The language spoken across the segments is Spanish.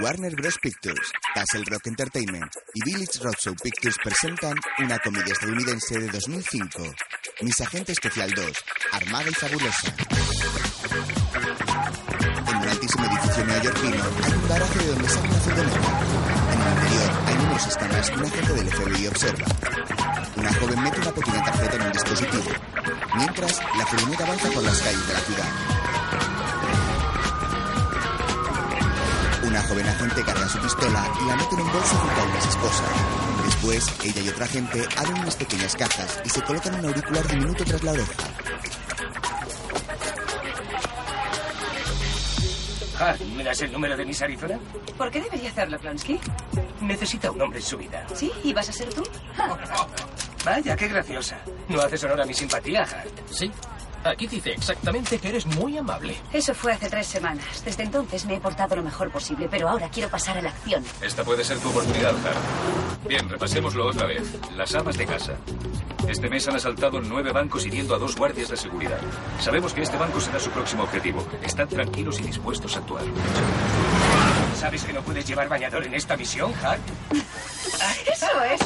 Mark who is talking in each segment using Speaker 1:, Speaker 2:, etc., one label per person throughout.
Speaker 1: Warner Bros. Pictures, Castle Rock Entertainment y Village Roadshow Pictures presentan una comedia estadounidense de 2005, Mis Agente Especial 2, Armada y Fabulosa. En un altísimo edificio neoyorquino hay un garaje de donde sale una furgoneta. En el interior hay unos escáneres que un agente del FBI observa. Una joven mete una pequeña tarjeta en un dispositivo, mientras la furgoneta avanza por las calles de la ciudad. Una joven agente carga su pistola y la mete en un bolso junto a unas esposas. Después, ella y otra agente abren unas pequeñas cajas y se colocan un auricular diminuto tras la oreja.
Speaker 2: Ah, ¿me das el número de Miss Arizona?
Speaker 3: ¿Por qué debería hacerlo, Klonsky?
Speaker 2: Necesita un hombre en su vida.
Speaker 3: ¿Sí? ¿Y vas a ser tú?
Speaker 2: Vaya, qué graciosa. No haces honor a mi simpatía, Hart.
Speaker 4: Sí. Aquí dice exactamente que eres muy amable.
Speaker 3: Eso fue hace tres semanas. Desde entonces me he portado lo mejor posible, pero ahora quiero pasar a la acción.
Speaker 5: Esta puede ser tu oportunidad, Hart. Bien, repasémoslo otra vez. Las amas de casa. Este mes han asaltado nueve bancos hiriendo a dos guardias de seguridad. Sabemos que este banco será su próximo objetivo. Están tranquilos y dispuestos a actuar.
Speaker 2: ¿Sabes que no puedes llevar bañador en esta misión, Hart?
Speaker 3: Eso es.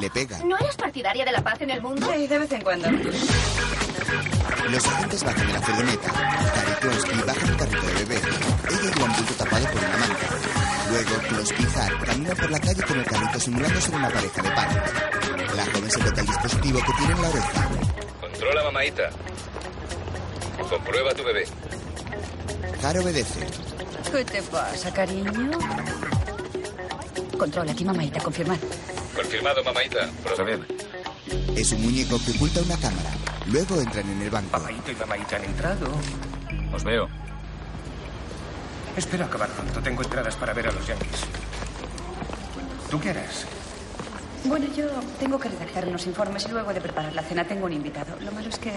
Speaker 1: Le pega.
Speaker 6: ¿No eres partidaria de la paz en el mundo?
Speaker 3: Sí, de vez en cuando.
Speaker 1: Los agentes bajan de la furgoneta. Tari y Klonsky bajan el carrito de bebé. Ella lleva un bulto tapado por una manta. Luego, Klonsky y Hart caminan por la calle con el carrito simulando ser una pareja de padres. La joven se toca el dispositivo que tiene en la oreja.
Speaker 5: Controla, mamaita. Comprueba tu bebé.
Speaker 1: Hart obedece.
Speaker 3: ¿Qué te pasa, cariño? Control, aquí mamaita, confirmad.
Speaker 5: Confirmado, mamaita. Proceder.
Speaker 1: Es un muñeco que oculta una cámara. Luego entran en el banco.
Speaker 2: Papaito y mamaita han entrado.
Speaker 5: Os veo.
Speaker 2: Espero acabar pronto. Tengo entradas para ver a los Yankees. ¿Tú qué harás?
Speaker 3: Bueno, yo tengo que redactar unos informes y luego de preparar la cena tengo un invitado. Lo malo es que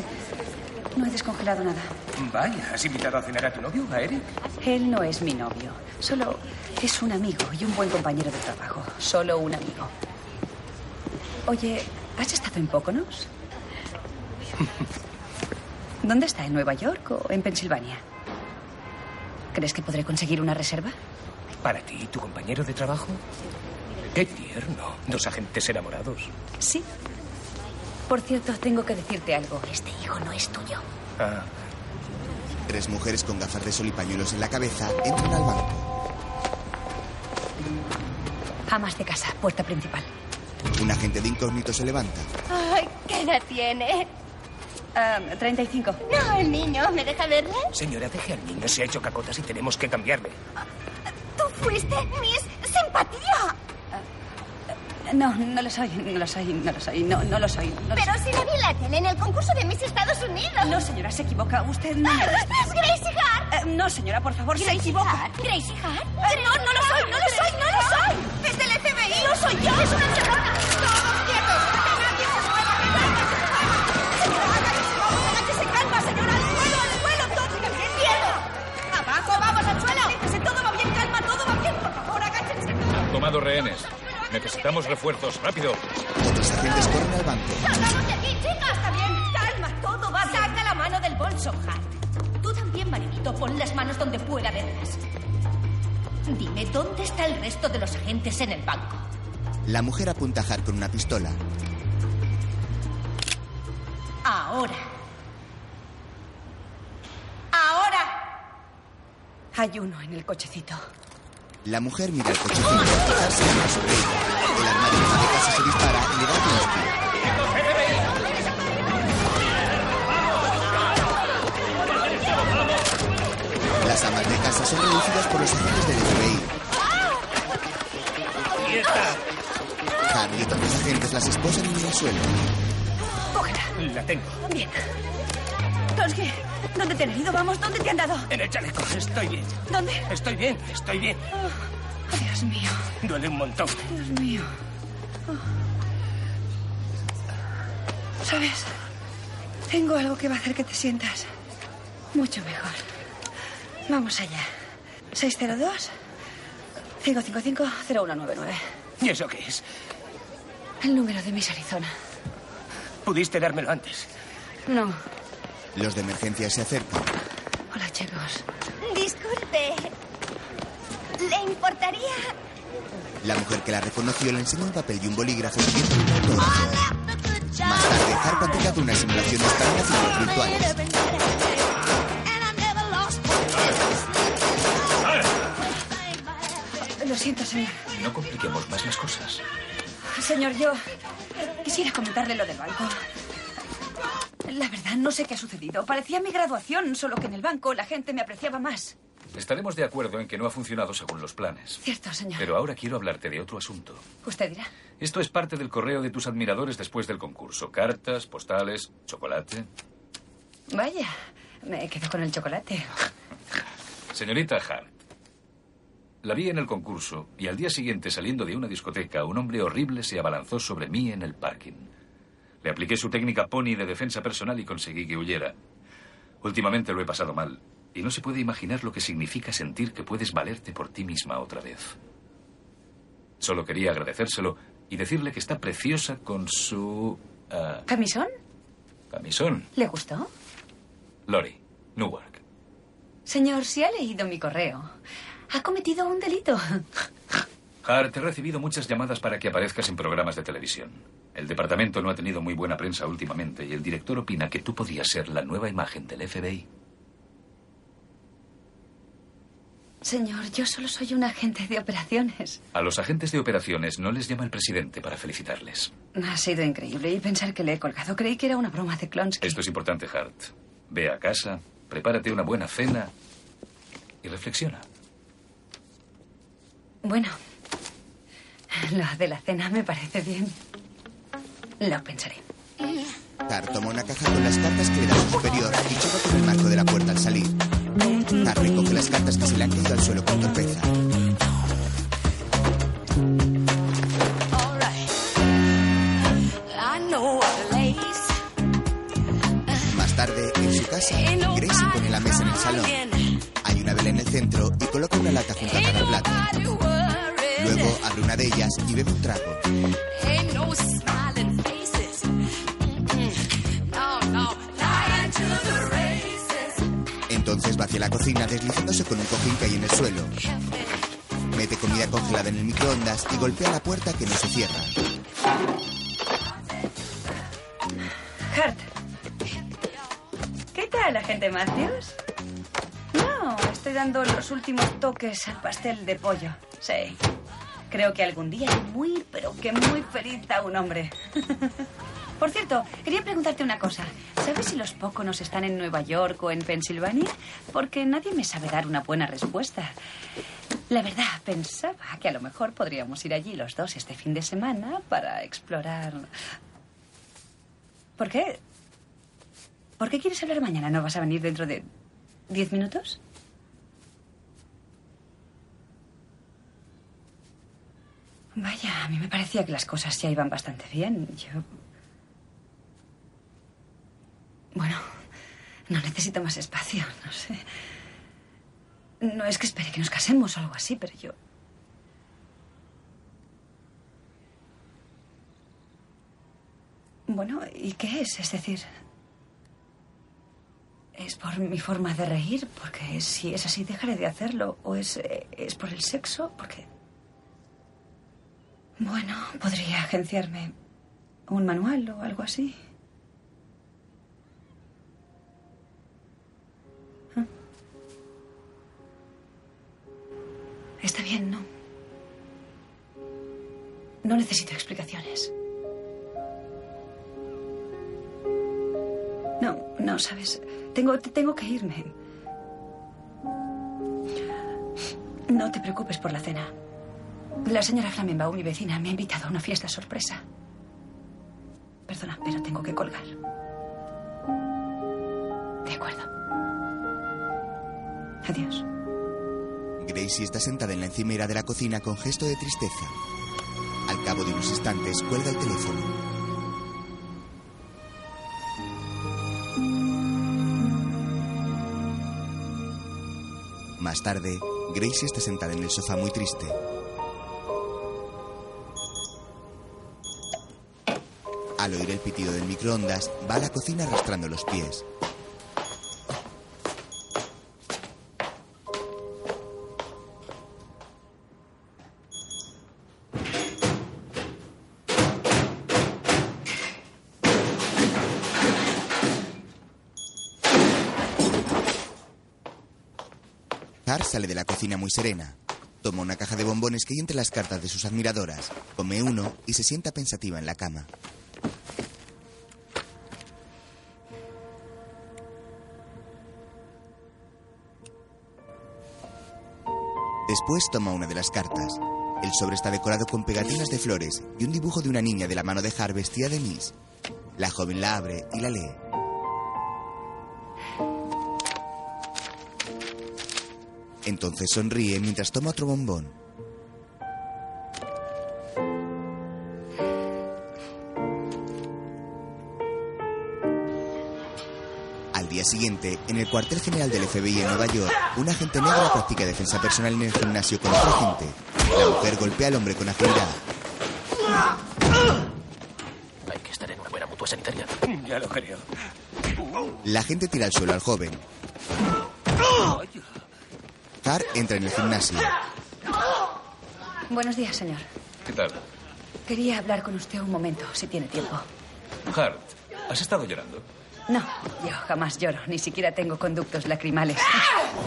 Speaker 3: no he descongelado nada.
Speaker 2: Vaya, ¿has invitado a cenar a tu novio, a Eric?
Speaker 3: Él no es mi novio. Solo es un amigo y un buen compañero de trabajo. Solo un amigo. Oye, ¿has estado en Poconos?
Speaker 6: Ah,
Speaker 3: ¿Dónde está? ¿En Nueva York o en Pensilvania? ¿Crees que podré conseguir una reserva?
Speaker 2: ¿Para ti, tu compañero de trabajo? Qué tierno. Dos agentes enamorados.
Speaker 3: Sí. Por cierto, tengo que decirte algo. Este hijo no es tuyo.
Speaker 2: Ah,
Speaker 1: Tres mujeres con gafas de sol y pañuelos en la cabeza entran al banco.
Speaker 3: Amas de casa, puerta principal.
Speaker 1: Un agente de incógnito se levanta.
Speaker 6: Ay, ¿qué edad tiene?
Speaker 3: Ah, 35.
Speaker 6: No, el niño, ¿me deja verle?
Speaker 2: señora, deje al niño. Se ha hecho cacotas y tenemos que cambiarle.
Speaker 6: Tú fuiste Miss Simpatía.
Speaker 3: No, no lo soy, no lo soy, no lo soy, no, no lo soy. No, lo
Speaker 6: Pero
Speaker 3: soy.
Speaker 6: si la vi en la tele en el concurso de Miss Estados Unidos.
Speaker 3: No, señora, se equivoca. Usted no. me lo-
Speaker 6: ¡Es Gracie Hart!
Speaker 3: Eh, no, señora, por favor, se
Speaker 6: ¿Gracie
Speaker 3: equivoca.
Speaker 6: Hart? ¿Gracie Hart? No, no lo soy, no lo soy, no lo soy. Es del FBI. No soy yo. Es una charlona. Todos quietos. Que nadie se mueva, que nadie se mueva. Señora, hágale su favor, haga que se calma, señora. Al suelo, al suelo, todos. ¡Quieto! Abajo, vamos, al suelo. Déjese, todo va bien, calma, todo va bien. Por favor, agáchense todos.
Speaker 5: Han tomado rehenes. Necesitamos refuerzos. Rápido.
Speaker 1: Otros agentes corren al banco.
Speaker 6: ¡Salgamos de aquí, chicas! Está bien, calma, todo va Saca la mano del bolso, Hart. Tú también, maridito, pon las manos donde pueda verlas. Dime, ¿dónde está el resto de los agentes en el banco?
Speaker 1: La mujer apunta a Hart con una pistola.
Speaker 6: Ahora. Ahora.
Speaker 3: Hay uno en el cochecito.
Speaker 1: La mujer mira el cochecito. Hart se lanza sobre ella. El arma de una de casa se dispara y le da un hostia. Las amas de casa son reducidas por los agentes del FBI. Hart y otros agentes las esposan en el suelo.
Speaker 3: Cógela.
Speaker 2: La tengo.
Speaker 3: Bien. Tonsky, ¿dónde te han ido? Vamos, ¿dónde te han dado?
Speaker 2: En el chaleco. Estoy bien.
Speaker 3: ¿Dónde?
Speaker 2: Estoy bien. Estoy bien.
Speaker 3: Dios mío,
Speaker 2: Duele un montón.
Speaker 3: Dios mío. Oh. ¿Sabes? Tengo algo que va a hacer que te sientas mucho mejor. Vamos allá. 602 555 0199.
Speaker 2: ¿Y eso qué es?
Speaker 3: El número de Miss Arizona.
Speaker 2: Pudiste dármelo antes.
Speaker 3: No.
Speaker 1: Los de emergencia se acercan.
Speaker 3: Hola, chicos.
Speaker 6: Disculpe. Le importaría?
Speaker 1: La mujer que la reconoció le enseñó un papel y un bolígrafo escrito en un autógrafo. Más tarde, Hart practica una simulación de escaleras y juegos virtuales.
Speaker 3: Lo siento, señor.
Speaker 5: No compliquemos más las cosas.
Speaker 3: Señor, yo quisiera comentarle lo del banco. La verdad, no sé qué ha sucedido. Parecía mi graduación, solo que en el banco la gente me apreciaba más.
Speaker 5: Estaremos de acuerdo en que no ha funcionado según los planes.
Speaker 3: Cierto, señor.
Speaker 5: Pero ahora quiero hablarte de otro asunto.
Speaker 3: Usted dirá.
Speaker 5: Esto es parte del correo de tus admiradores después del concurso. Cartas, postales, chocolate.
Speaker 3: Vaya, me quedo con el chocolate.
Speaker 5: Señorita Hart, la vi en el concurso y al día siguiente saliendo de una discoteca, un hombre horrible se abalanzó sobre mí en el parking. Le apliqué su técnica pony de defensa personal y conseguí que huyera. Últimamente lo he pasado mal y no se puede imaginar lo que significa sentir que puedes valerte por ti misma otra vez. Solo quería agradecérselo y decirle que está preciosa con su... ah,
Speaker 3: ¿Camisón?
Speaker 5: camisón.
Speaker 3: ¿Le gustó?
Speaker 5: Lori, Newark.
Speaker 3: Señor, si ha leído mi correo, ha cometido un delito.
Speaker 5: Hart, he recibido muchas llamadas para que aparezcas en programas de televisión. El departamento no ha tenido muy buena prensa últimamente y el director opina que tú podías ser la nueva imagen del FBI.
Speaker 3: Señor, yo solo soy un agente de operaciones.
Speaker 5: A los agentes de operaciones no les llama el presidente para felicitarles.
Speaker 3: Ha sido increíble y pensar que le he colgado. Creí que era una broma de Klonsky.
Speaker 5: Esto es importante, Hart. Ve a casa, prepárate una buena cena y reflexiona.
Speaker 3: Bueno, lo de la cena me parece bien. Lo pensaré.
Speaker 1: Tar toma una caja con las cartas que le da su superior y choca con el marco de la puerta al salir. Tar recoge las cartas que se le han caído al suelo con torpeza.
Speaker 6: Ah,
Speaker 1: Más tarde, en su casa, Grace pone la mesa en el salón. Hay una vela en el centro y coloca una lata junto a cada plato. Luego abre una de ellas y bebe un trago. Entonces va hacia la cocina deslizándose con un cojín que hay en el suelo. Mete comida congelada en el microondas y golpea la puerta que no se cierra.
Speaker 3: Hart. ¿Qué tal, agente Matthews? No, estoy dando los últimos toques al pastel de pollo. Sí. Creo que algún día haré muy, pero que muy feliz a un hombre. Por cierto, quería preguntarte una cosa. ¿Sabes si los póconos están en Nueva York o en Pensilvania? Porque nadie me sabe dar una buena respuesta. La verdad, pensaba que a lo mejor podríamos ir allí los dos este fin de semana para explorar. ¿Por qué? ¿Por qué quieres hablar mañana? ¿No vas a venir dentro de diez minutos? Vaya, a mí me parecía que las cosas ya iban bastante bien. Yo. Bueno, no necesito más espacio, no sé. No es que espere que nos casemos o algo así, pero yo. Bueno, ¿y qué es? Es decir. ¿Es por mi forma de reír? Porque si es así, dejaré de hacerlo. ¿O es, eh, es por el sexo? Porque. Bueno, podría agenciarme un manual o algo así. Ah. Está bien, ¿no? No necesito explicaciones. No, no, sabes. Tengo, te- tengo que irme. No te preocupes por la cena. La señora Flamenbaum, mi vecina, me ha invitado a una fiesta sorpresa. Perdona, pero tengo que colgar. De acuerdo. Adiós.
Speaker 1: Gracie está sentada en la encimera de la cocina con gesto de tristeza. Al cabo de unos instantes, cuelga el teléfono. Más tarde, Gracie está sentada en el sofá muy triste. Al oír el pitido del microondas, va a la cocina arrastrando los pies. Bar sale de la cocina muy serena. Toma una caja de bombones que hay entre las cartas de sus admiradoras, come uno y se sienta pensativa en la cama. Después toma una de las cartas. El sobre está decorado con pegatinas de flores y un dibujo de una niña de la mano de Har vestida de Miss. La joven la abre y la lee. Entonces sonríe mientras toma otro bombón. Al día siguiente, en el cuartel general del FBI en Nueva York, un agente negro practica defensa personal en el gimnasio con otra gente. La mujer golpea al hombre con agilidad.
Speaker 4: Hay que estar en una buena mutua sanitaria.
Speaker 2: Ya lo creo.
Speaker 1: La gente tira al suelo al joven. Tar entra en el gimnasio.
Speaker 3: Buenos días, señor.
Speaker 5: ¿Qué tal?
Speaker 3: Quería hablar con usted un momento, si tiene tiempo.
Speaker 5: Hart, ¿has estado llorando?
Speaker 3: No, yo jamás lloro, ni siquiera tengo conductos lacrimales.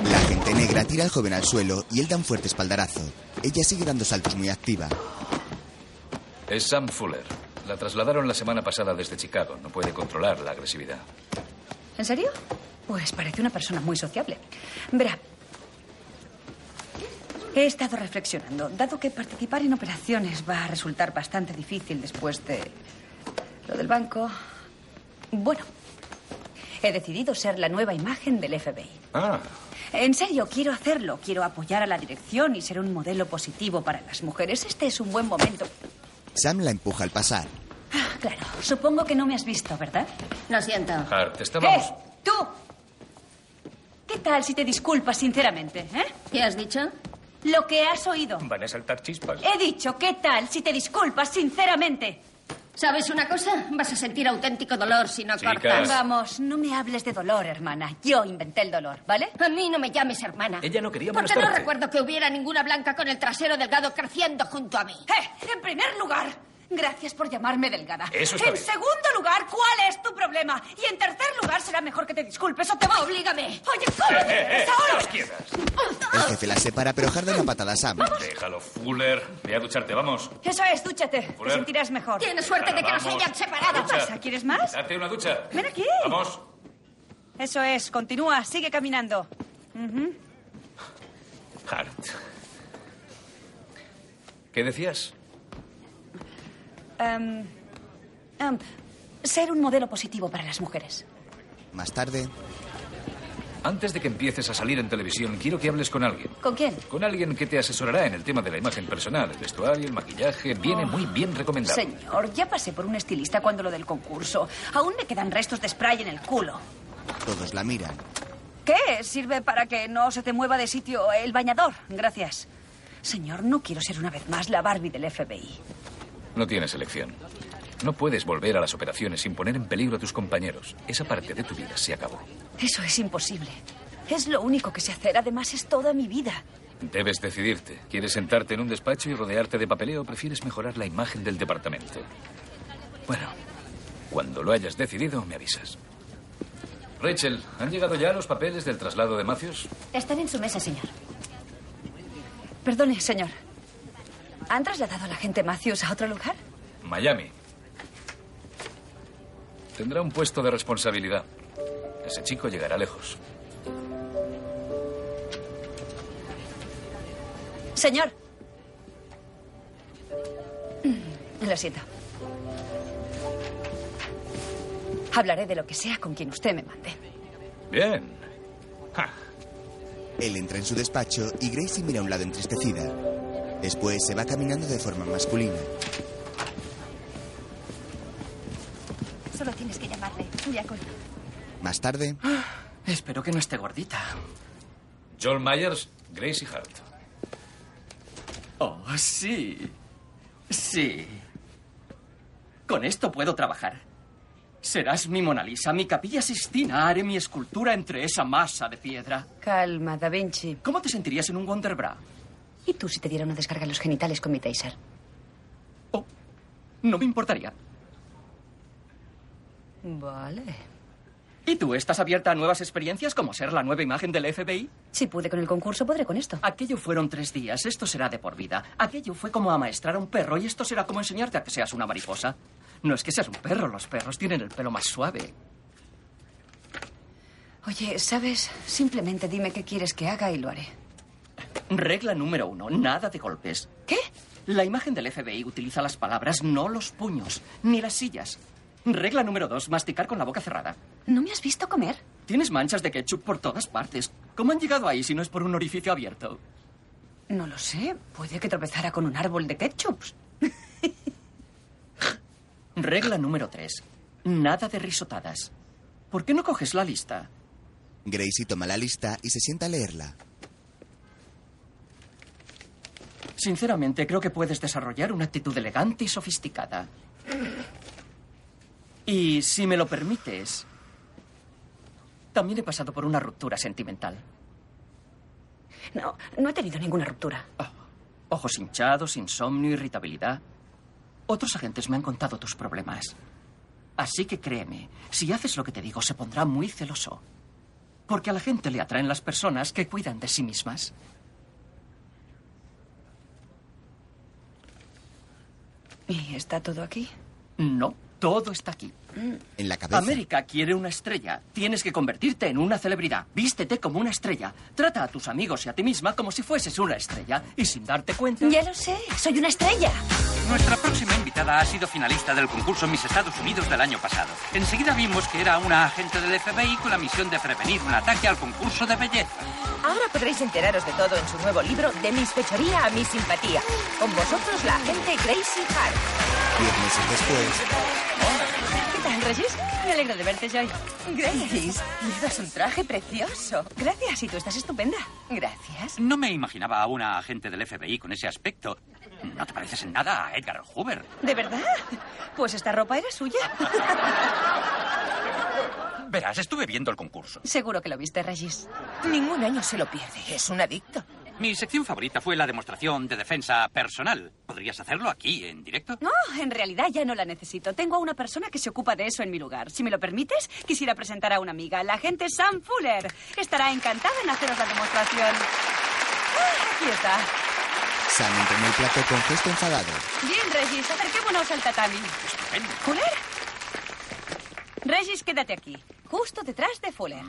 Speaker 1: La gente negra tira al joven al suelo y él da un fuerte espaldarazo. Ella sigue dando saltos muy activa.
Speaker 5: Es Sam Fuller. La trasladaron la semana pasada desde Chicago. No puede controlar la agresividad.
Speaker 3: ¿En serio? Pues parece una persona muy sociable. Verá. He estado reflexionando. Dado que participar en operaciones va a resultar bastante difícil después de lo del banco. Bueno, he decidido ser la nueva imagen del FBI.
Speaker 5: Ah,
Speaker 3: En serio, quiero hacerlo. Quiero apoyar a la dirección y ser un modelo positivo para las mujeres. Este es un buen momento.
Speaker 1: Sam la empuja al pasar.
Speaker 3: Ah, claro. Supongo que no me has visto, ¿verdad?
Speaker 7: Lo siento.
Speaker 5: Hart, estábamos...
Speaker 3: ¡Eh! ¡Tú! ¿Qué tal si te disculpas sinceramente, eh?
Speaker 7: ¿Qué has dicho?
Speaker 3: Lo que has oído.
Speaker 2: Van a saltar chispas.
Speaker 8: Eh.
Speaker 3: He dicho, ¿qué tal si te disculpas sinceramente?
Speaker 7: ¿Sabes una cosa? Vas a sentir auténtico dolor si no
Speaker 5: Chicas.
Speaker 7: cortas.
Speaker 3: Vamos, no me hables de dolor, hermana. Yo inventé el dolor, ¿vale?
Speaker 7: A mí no me llames hermana.
Speaker 4: Ella no quería
Speaker 7: Porque no
Speaker 4: molestarte.
Speaker 7: recuerdo que hubiera ninguna blanca con el trasero delgado creciendo junto a mí.
Speaker 3: ¡Eh! En primer lugar, gracias por llamarme delgada.
Speaker 4: Eso está
Speaker 3: En
Speaker 4: bien.
Speaker 3: segundo lugar, ¿cuál es tu problema? Y en tercer lugar, será mejor que te disculpes o te va. ¡Oblígame! Oye, ¿cómo
Speaker 4: Eh,
Speaker 3: te quieres ahora?
Speaker 1: El ¡Eh, jefe la separa, pero Hart da una patada a Sam.
Speaker 5: Déjalo, Fuller. Ve a ducharte, vamos.
Speaker 4: eh.
Speaker 3: Eso es, dúchate. Te
Speaker 5: Fuller.
Speaker 3: sentirás mejor.
Speaker 7: Tienes suerte de que nos
Speaker 5: Vamos.
Speaker 7: hayan separado.
Speaker 5: Vamos.
Speaker 3: ¿Qué pasa? ¿Quieres más?
Speaker 5: Date una ducha.
Speaker 3: Ven aquí.
Speaker 5: Vamos.
Speaker 3: Eso es, continúa, sigue caminando.
Speaker 5: Hart. ¿Qué decías?
Speaker 3: Em, em, ser un modelo positivo para las mujeres.
Speaker 1: Más tarde,
Speaker 5: Antes de que empieces a salir en televisión, quiero que hables con alguien.
Speaker 3: ¿Con quién?
Speaker 5: Con alguien que te asesorará en el tema de la imagen personal, el vestuario, el maquillaje. Viene muy bien recomendado.
Speaker 3: Señor, ya pasé por un estilista cuando lo del concurso. Aún me quedan restos de spray en el culo.
Speaker 1: todos la miran.
Speaker 3: ¿Qué? Sirve para que no se te mueva de sitio el bañador. Gracias. Señor, no quiero ser una vez más la Barbie del FBI.
Speaker 5: No tienes elección. No puedes volver a las operaciones sin poner en peligro a tus compañeros. Esa parte de tu vida se acabó.
Speaker 3: Eso es imposible. Es lo único que sé hacer. Además, es toda mi vida.
Speaker 5: Debes decidirte. ¿Quieres sentarte en un despacho y rodearte de papeleo o prefieres mejorar la imagen del departamento? Bueno, cuando lo hayas decidido, me avisas. Rachel, ¿han llegado ya los papeles del traslado de Matthews?
Speaker 7: Están en su mesa, señor.
Speaker 3: Perdone, señor. ¿Han trasladado a la gente Matthews a otro lugar?
Speaker 5: Miami. Tendrá un puesto de responsabilidad. Ese chico llegará lejos.
Speaker 3: Señor. Mm, Lo siento. Hablaré de lo que sea con quien usted me mande.
Speaker 5: Bien. Ja.
Speaker 1: Él entra en su despacho y Gracie mira a un lado entristecida. Después se va caminando de forma masculina.
Speaker 6: Solo tienes que llamarle. Ya colgó.
Speaker 1: Más tarde,
Speaker 4: Ah, Espero que no esté gordita.
Speaker 5: John Myers, Gracie Hart.
Speaker 4: Oh, sí. Sí. Con esto puedo trabajar. Serás mi Mona Lisa, mi capilla Sistina. Haré mi escultura entre esa masa de piedra.
Speaker 3: Calma, Da Vinci.
Speaker 4: ¿Cómo te sentirías en un Wonder Bra?
Speaker 3: ¿Y tú si te diera una descarga en los genitales con mi taser?
Speaker 4: Oh, no me importaría.
Speaker 3: Vale.
Speaker 4: ¿Y tú estás abierta a nuevas experiencias como ser la nueva imagen del FBI?
Speaker 3: Si pude con el concurso, podré con esto.
Speaker 4: Aquello fueron tres días, esto será de por vida. Aquello fue como amaestrar a un perro y esto será como enseñarte a que seas una mariposa. No es que seas un perro, los perros tienen el pelo más suave.
Speaker 3: Oye, ¿sabes? Simplemente dime qué quieres que haga y lo haré.
Speaker 4: Regla número uno, nada de golpes.
Speaker 3: ¿Qué?
Speaker 4: La imagen del FBI utiliza las palabras, no los puños, ni las sillas. Regla número dos, masticar con la boca cerrada.
Speaker 3: ¿No me has visto comer?
Speaker 4: Tienes manchas de ketchup por todas partes. ¿Cómo han llegado ahí si no es por un orificio abierto?
Speaker 3: No lo sé. Puede que tropezara con un árbol de ketchups.
Speaker 4: Regla número tres, nada de risotadas. ¿Por qué no coges la lista?
Speaker 1: Gracie toma la lista y se sienta a leerla.
Speaker 4: Sinceramente, creo que puedes desarrollar una actitud elegante y sofisticada. Y si me lo permites, también he pasado por una ruptura sentimental.
Speaker 3: No, no he tenido ninguna ruptura.
Speaker 4: Ah, Ojos hinchados, insomnio, irritabilidad. Otros agentes me han contado tus problemas. Así que créeme, si haces lo que te digo, se pondrá muy celoso. Porque a la gente le atraen las personas que cuidan de sí mismas.
Speaker 3: ¿Y está todo aquí?
Speaker 4: No, todo está aquí.
Speaker 1: En la cabeza.
Speaker 4: América quiere una estrella. Tienes que convertirte en una celebridad. Vístete como una estrella. Trata a tus amigos y a ti misma como si fueses una estrella. Y sin darte cuenta.
Speaker 3: Ya lo sé. Soy una estrella.
Speaker 8: Nuestra próxima invitada ha sido finalista del concurso Mis Estados Unidos del año pasado. Enseguida vimos que era una agente del FBI con la misión de prevenir un ataque al concurso de belleza.
Speaker 9: Ahora podréis enteraros de todo en su nuevo libro De mis fechoría a mi simpatía. Con vosotros la agente Gracie Hart.
Speaker 1: Diez meses después,
Speaker 9: ¿Qué tal, Regis? Me alegro de verte, Joy. Gracias. Llevas un traje precioso.
Speaker 3: Gracias, y tú estás estupenda.
Speaker 9: Gracias.
Speaker 8: No me imaginaba a una agente del FBI con ese aspecto. No te pareces en nada a Edgar Hoover.
Speaker 3: ¿De verdad? Pues esta ropa era suya.
Speaker 8: Verás, estuve viendo el concurso.
Speaker 3: Seguro que lo viste, Regis.
Speaker 9: Ningún año se lo pierde. Es un adicto.
Speaker 8: Mi sección favorita fue la demostración de defensa personal. ¿Podrías hacerlo aquí, en directo?
Speaker 3: No, en realidad ya no la necesito. Tengo a una persona que se ocupa de eso en mi lugar. Si me lo permites, quisiera presentar a una amiga, la agente Sam Fuller. Estará encantada en haceros la demostración. Ah, Aquí está.
Speaker 1: Sam entra en el plato con gesto enfadado.
Speaker 3: Bien, Regis, acerquémonos al tatami.
Speaker 8: Estupendo.
Speaker 3: ¿Fuller? Regis, quédate aquí, justo detrás de Fuller.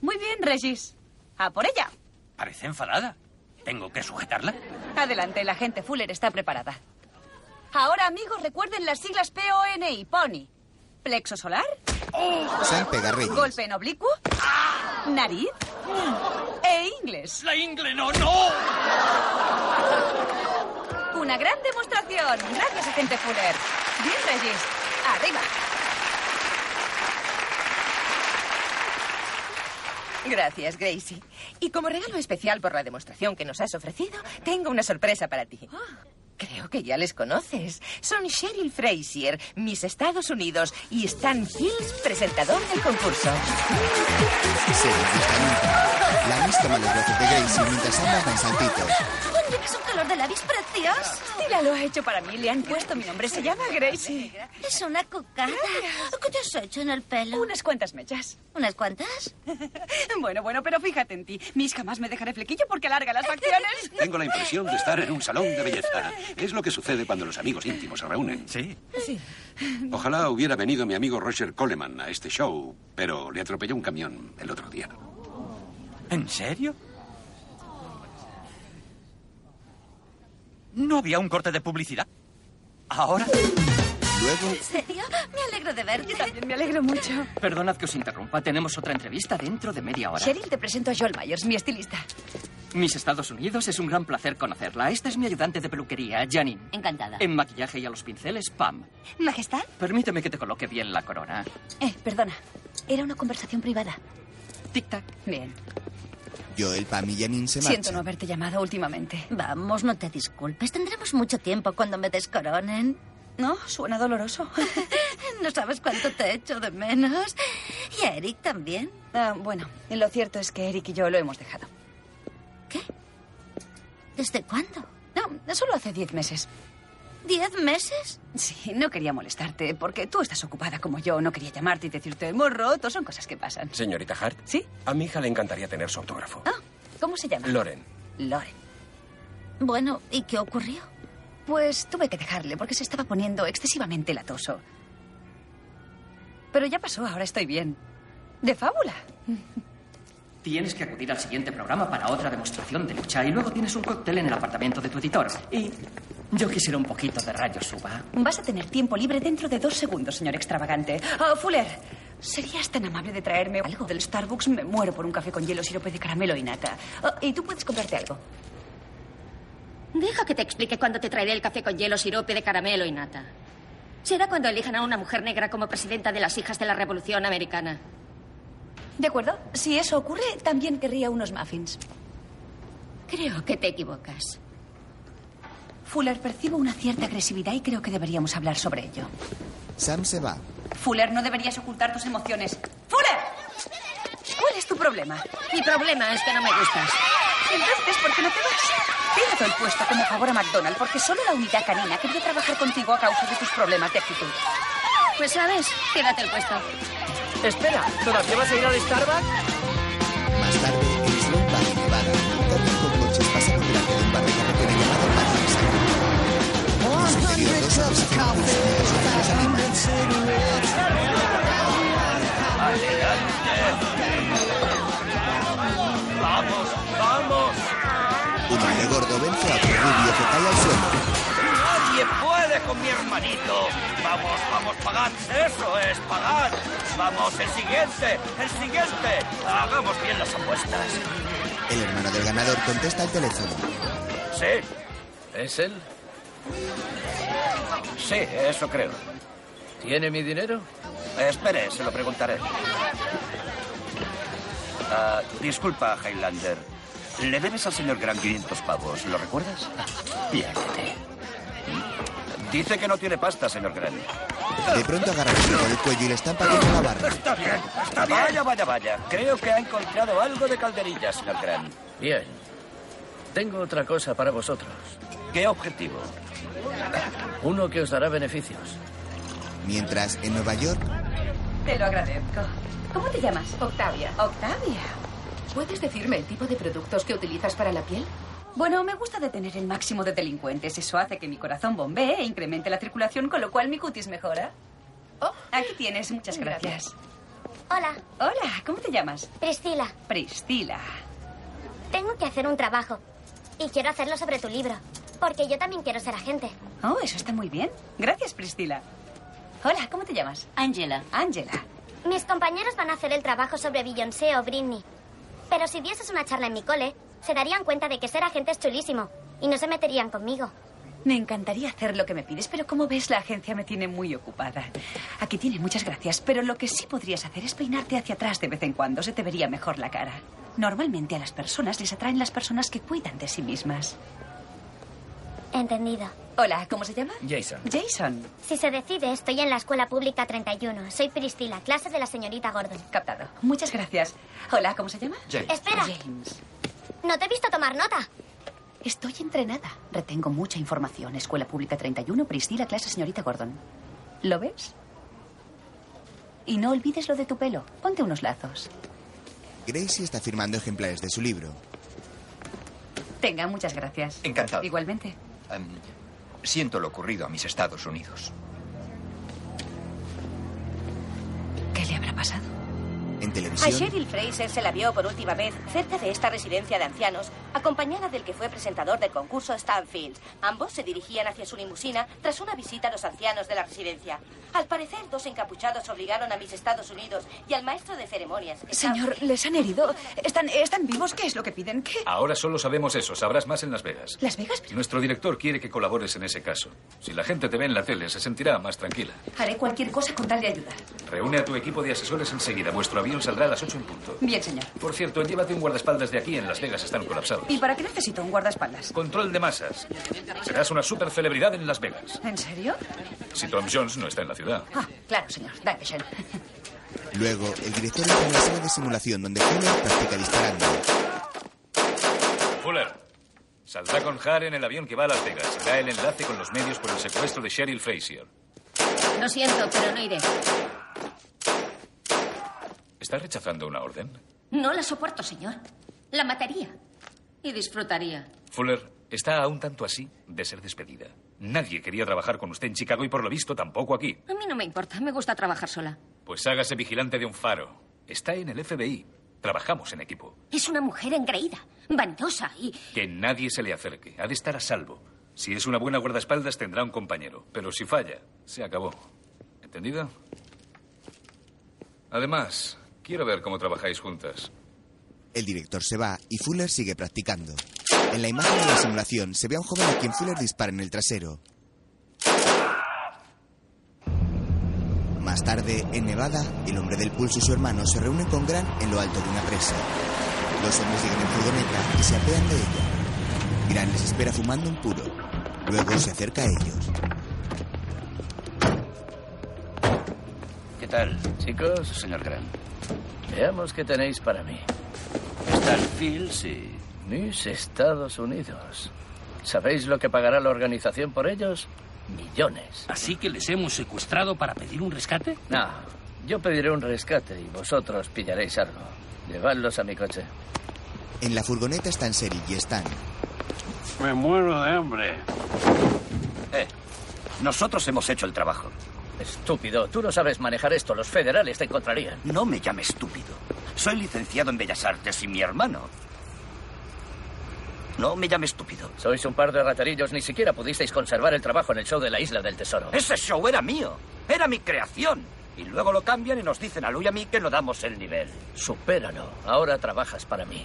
Speaker 3: Muy bien, Regis. A por ella.
Speaker 8: Parece enfadada. ¿Tengo que sujetarla?
Speaker 3: Adelante, la gente Fuller está preparada. Ahora, amigos, recuerden las siglas PONI, PONI. Plexo solar,
Speaker 1: Sam pega a Reyes.
Speaker 3: golpe en oblicuo, nariz e inglés.
Speaker 8: ¡La ingle no, no!
Speaker 3: Una gran demostración. Gracias, agente Fuller. Bien, Regis. Arriba.
Speaker 9: Gracias, Gracie. Y como regalo especial por la demostración que nos has ofrecido, tengo una sorpresa para ti. Creo que ya les conoces. Son Cheryl Frazier, Miss Estados Unidos, y Stan Fields, presentador del concurso.
Speaker 1: Se disgusta La Miss toma los brazos de Gracie mientras ambas dan saltitos.
Speaker 7: ¿Tienes un calor de labios precioso?
Speaker 3: Tila lo ha hecho para mí. Le han puesto mi nombre. Se llama Gracie.
Speaker 7: Es una cocada. ¿Qué te has hecho en el pelo?
Speaker 3: Unas cuantas mechas.
Speaker 7: ¿Unas cuantas?
Speaker 3: Bueno, bueno, pero fíjate en ti. Mis jamás me dejaré flequillo porque alarga las facciones.
Speaker 10: Tengo la impresión de estar en un salón de belleza. Es lo que sucede cuando los amigos íntimos se reúnen.
Speaker 8: Sí.
Speaker 10: Ojalá hubiera venido mi amigo Roger Coleman a este show, pero le atropelló un camión el otro día.
Speaker 8: ¿En serio? ¿No había un corte de publicidad? ¿Ahora?
Speaker 1: Luego,
Speaker 7: ¿En serio? Me alegro de verte.
Speaker 3: También me alegro mucho.
Speaker 4: Perdonad que os interrumpa, tenemos otra entrevista dentro de media hora.
Speaker 3: Cheryl, te presento a Joel Myers, mi estilista.
Speaker 4: Mis Estados Unidos, es un gran placer conocerla. Esta es mi ayudante de peluquería, Janine.
Speaker 7: Encantada.
Speaker 4: En maquillaje y a los pinceles, Pam.
Speaker 7: ¿Majestad?
Speaker 4: Permíteme que te coloque bien la corona.
Speaker 7: Eh, perdona. Era una conversación privada.
Speaker 4: Tic-tac.
Speaker 3: Bien.
Speaker 1: Joel, Pam y Janine se marchan.
Speaker 3: Siento no haberte llamado últimamente.
Speaker 7: Vamos, no te disculpes. Tendremos mucho tiempo cuando me descoronen.
Speaker 3: No, suena doloroso.
Speaker 7: No sabes cuánto te echo de menos. Y a Eric también.
Speaker 3: Ah, bueno, lo cierto es que Eric y yo lo hemos dejado.
Speaker 7: ¿Desde cuándo?
Speaker 3: No, solo hace diez meses.
Speaker 11: ¿Diez meses?
Speaker 3: Sí, no quería molestarte, porque tú estás ocupada como yo. No quería llamarte y decirte, hemos roto, son cosas que pasan.
Speaker 10: Señorita Hart.
Speaker 3: Sí.
Speaker 10: A mi hija le encantaría tener su autógrafo.
Speaker 3: ¿Cómo se llama?
Speaker 10: Loren.
Speaker 3: Loren.
Speaker 11: Bueno, ¿y qué ocurrió?
Speaker 3: Pues tuve que dejarle porque se estaba poniendo excesivamente latoso. Pero ya pasó, ahora estoy bien. De fábula.
Speaker 4: Tienes que acudir al siguiente programa para otra demostración de lucha y luego tienes un cóctel en el apartamento de tu editor. Y yo quisiera un poquito de rayos suba.
Speaker 3: Vas a tener tiempo libre dentro de dos segundos, señor extravagante. Ah, Fuller, ¿serías tan amable de traerme algo del Starbucks? Me muero por un café con hielo, sirope de caramelo y nata. Ah, y tú puedes comprarte algo.
Speaker 12: Deja que te explique cuándo te traeré el café con hielo, sirope de caramelo y nata. Será cuando elijan a una mujer negra como presidenta de las hijas de la Revolución Americana.
Speaker 3: De acuerdo. Si eso ocurre, también querría unos muffins.
Speaker 12: Creo que te equivocas.
Speaker 3: Fuller, percibo una cierta agresividad y creo que deberíamos hablar sobre ello.
Speaker 1: Sam se va.
Speaker 3: Fuller, no deberías ocultar tus emociones. ¡Fuller! ¿Cuál es tu problema?
Speaker 12: Mi problema es que no me gustas.
Speaker 3: Entonces, ¿por qué no te vas? Te he dado el puesto como favor a McDonald porque solo la unidad canina quería trabajar contigo a causa de tus problemas de actitud.
Speaker 12: Pues sabes, quédate el puesto.
Speaker 6: Espera, ¿todavía vas a ir al Starbucks?
Speaker 1: Más tarde, en Sloan Valley, Nevada, un camión con coches pasa por delante de un bar de cafetería llamado Patrick Sun. En su interior, dos hombres se quedan consumidos por los alemanes.
Speaker 6: ¡Vamos, vamos!
Speaker 1: Un hombre gordo vence a otro rubio que cae al suelo.
Speaker 6: ¡Nadie puede con mi hermanito! ¡Vamos, vamos, pagad! ¡Eso es, pagad! ¡Vamos, el siguiente! ¡El siguiente! ¡Hagamos bien las apuestas!
Speaker 1: El hermano del ganador contesta al teléfono.
Speaker 5: ¿Sí? ¿Es él? Sí, eso creo. ¿Tiene mi dinero?
Speaker 6: espere, se lo preguntaré. Ah, disculpa, Highlander. Le debes al señor Grant 500 pavos, ¿lo recuerdas? Piérdete. Dice que no tiene pasta, señor Grant.
Speaker 1: De pronto agarra a Sam por el cuello y le estampa contra la barra.
Speaker 6: Está bien, está bien. Vaya, vaya, vaya. Creo que ha encontrado algo de calderilla, señor Grant.
Speaker 13: Bien. Tengo otra cosa para vosotros.
Speaker 6: ¿Qué objetivo?
Speaker 13: Uno que os dará beneficios.
Speaker 1: Mientras, en Nueva York,
Speaker 3: Te lo agradezco. ¿Cómo te llamas?
Speaker 14: Octavia.
Speaker 3: Octavia.
Speaker 14: ¿Puedes decirme el tipo de productos que utilizas para la piel?
Speaker 3: Bueno, me gusta detener el máximo de delincuentes. Eso hace que mi corazón bombee e incremente la circulación, con lo cual mi cutis mejora. Oh, aquí tienes. Muchas gracias.
Speaker 15: Hola,
Speaker 3: Hola, ¿cómo te llamas?
Speaker 15: Priscila.
Speaker 3: Priscila.
Speaker 15: Tengo que hacer un trabajo. Y quiero hacerlo sobre tu libro. Porque yo también quiero ser agente.
Speaker 3: Oh, eso está muy bien. Gracias, Priscila. Hola, ¿cómo te llamas?
Speaker 12: Angela.
Speaker 3: Ángela.
Speaker 15: Mis compañeros van a hacer el trabajo sobre Beyoncé o Britney. Pero si vieses una charla en mi cole, se darían cuenta de que ser agente es chulísimo. Y no se meterían conmigo.
Speaker 3: Me encantaría hacer lo que me pides, pero como ves, la agencia me tiene muy ocupada. Aquí tiene muchas gracias, pero lo que sí podrías hacer es peinarte hacia atrás de vez en cuando. Se te vería mejor la cara. Normalmente a las personas les atraen las personas que cuidan de sí mismas.
Speaker 15: Entendido.
Speaker 3: Hola, ¿cómo se llama?
Speaker 10: Jason.
Speaker 3: Jason.
Speaker 15: Si se decide, estoy en la Escuela Pública 31. Soy Priscila, clase de la señorita Gordon.
Speaker 3: Captado. Muchas gracias. Hola, ¿cómo se llama?
Speaker 15: James. Espera.
Speaker 3: James.
Speaker 15: No te he visto tomar nota.
Speaker 3: Estoy entrenada. Retengo mucha información. Escuela Pública 31, Priscila, clase señorita Gordon. ¿Lo ves? Y no olvides lo de tu pelo. Ponte unos lazos.
Speaker 1: Gracie está firmando ejemplares de su libro.
Speaker 3: Tenga, muchas gracias.
Speaker 16: Encantado.
Speaker 3: Igualmente.
Speaker 16: Em, siento lo ocurrido a mis Estados Unidos.
Speaker 3: ¿Qué le habrá pasado?
Speaker 1: En
Speaker 14: A
Speaker 1: televisión,
Speaker 14: Cheryl Fraser se la vio por última vez cerca de esta residencia de ancianos, acompañada del que fue presentador del concurso Stanfield. Ambos se dirigían hacia su limusina tras una visita a los ancianos de la residencia. Al parecer, dos encapuchados obligaron a mis Estados Unidos y al maestro de ceremonias.
Speaker 3: Señor, les han herido. ¿Están, ¿Están vivos? ¿Qué es lo que piden? ¿Qué?
Speaker 5: Ahora solo sabemos eso. Sabrás más en Las Vegas.
Speaker 3: ¿Las Vegas?
Speaker 5: Nuestro director quiere que colabores en ese caso. Si la gente te ve en la tele, se sentirá más tranquila.
Speaker 3: Haré cualquier cosa con tal de ayudar.
Speaker 5: Reúne a tu equipo de asesores enseguida. Vuestro avión saldrá a las 8 en punto.
Speaker 3: Bien, señor.
Speaker 5: Por cierto, llévate un guardaespaldas de aquí. En Las Vegas están colapsados.
Speaker 3: ¿Y para qué necesito un guardaespaldas?
Speaker 5: Control de masas. Serás una super celebridad en Las Vegas.
Speaker 3: ¿En serio?
Speaker 5: Si Tom Jones no está en la ciudad.
Speaker 3: Ah, claro, señor. Dale, Sean.
Speaker 1: luego, el director está en la sala de simulación donde Fuller practica disparando.
Speaker 5: Fuller, Saldrá con Har en el avión que va a Las Vegas. Será el enlace con los medios por el secuestro de Cheryl Frazier.
Speaker 14: Lo siento, pero no iré.
Speaker 5: ¿Estás rechazando una orden?
Speaker 14: No la soporto, señor. La mataría. Y disfrutaría.
Speaker 5: Fuller, está a un tanto así de ser despedida. Nadie quería trabajar con usted en Chicago y por lo visto tampoco aquí.
Speaker 14: A mí no me importa. Me gusta trabajar sola.
Speaker 5: Pues hágase vigilante de un faro. Está en el FBI. Trabajamos en equipo.
Speaker 14: Es una mujer engreída, vanidosa y...
Speaker 5: Que nadie se le acerque. Ha de estar a salvo. Si es una buena guardaespaldas, tendrá un compañero. Pero si falla, se acabó. ¿Entendido? Además, quiero ver cómo trabajáis juntas.
Speaker 1: El director se va y Fuller sigue practicando. En la imagen de la simulación se ve a un joven a quien Fuller dispara en el trasero. Más tarde, en Nevada, el hombre del pulso y su hermano se reúnen con Grant en lo alto de una presa. Los hombres llegan en furgoneta y se apean de ella. Grant les espera fumando un puro. Luego se acerca a ellos.
Speaker 10: ¿Qué tal?
Speaker 13: Chicos,
Speaker 10: Señor Grant.
Speaker 13: veamos qué tenéis para mí.
Speaker 10: Stanfields y...
Speaker 13: Mis Estados Unidos. ¿Sabéis lo que pagará la organización por ellos? Millones.
Speaker 17: ¿Así que les hemos secuestrado para pedir un rescate?
Speaker 13: No, yo pediré un rescate y vosotros pillaréis algo. Llevadlos a mi coche.
Speaker 1: En la furgoneta están Seri y Stan.
Speaker 10: Me muero de hambre.
Speaker 13: Eh, nosotros hemos hecho el trabajo. Estúpido, tú no sabes manejar esto, los federales te encontrarían.
Speaker 10: No me llame estúpido. Soy licenciado en Bellas Artes y mi hermano. No me llame estúpido.
Speaker 13: Sois un par de ratarillos, ni siquiera pudisteis conservar el trabajo en el show de la Isla del Tesoro.
Speaker 10: Ese show era mío. Era mi creación. Y luego lo cambian y nos dicen a Lu y a mí que no damos el nivel.
Speaker 13: Supéralo, ahora trabajas para mí.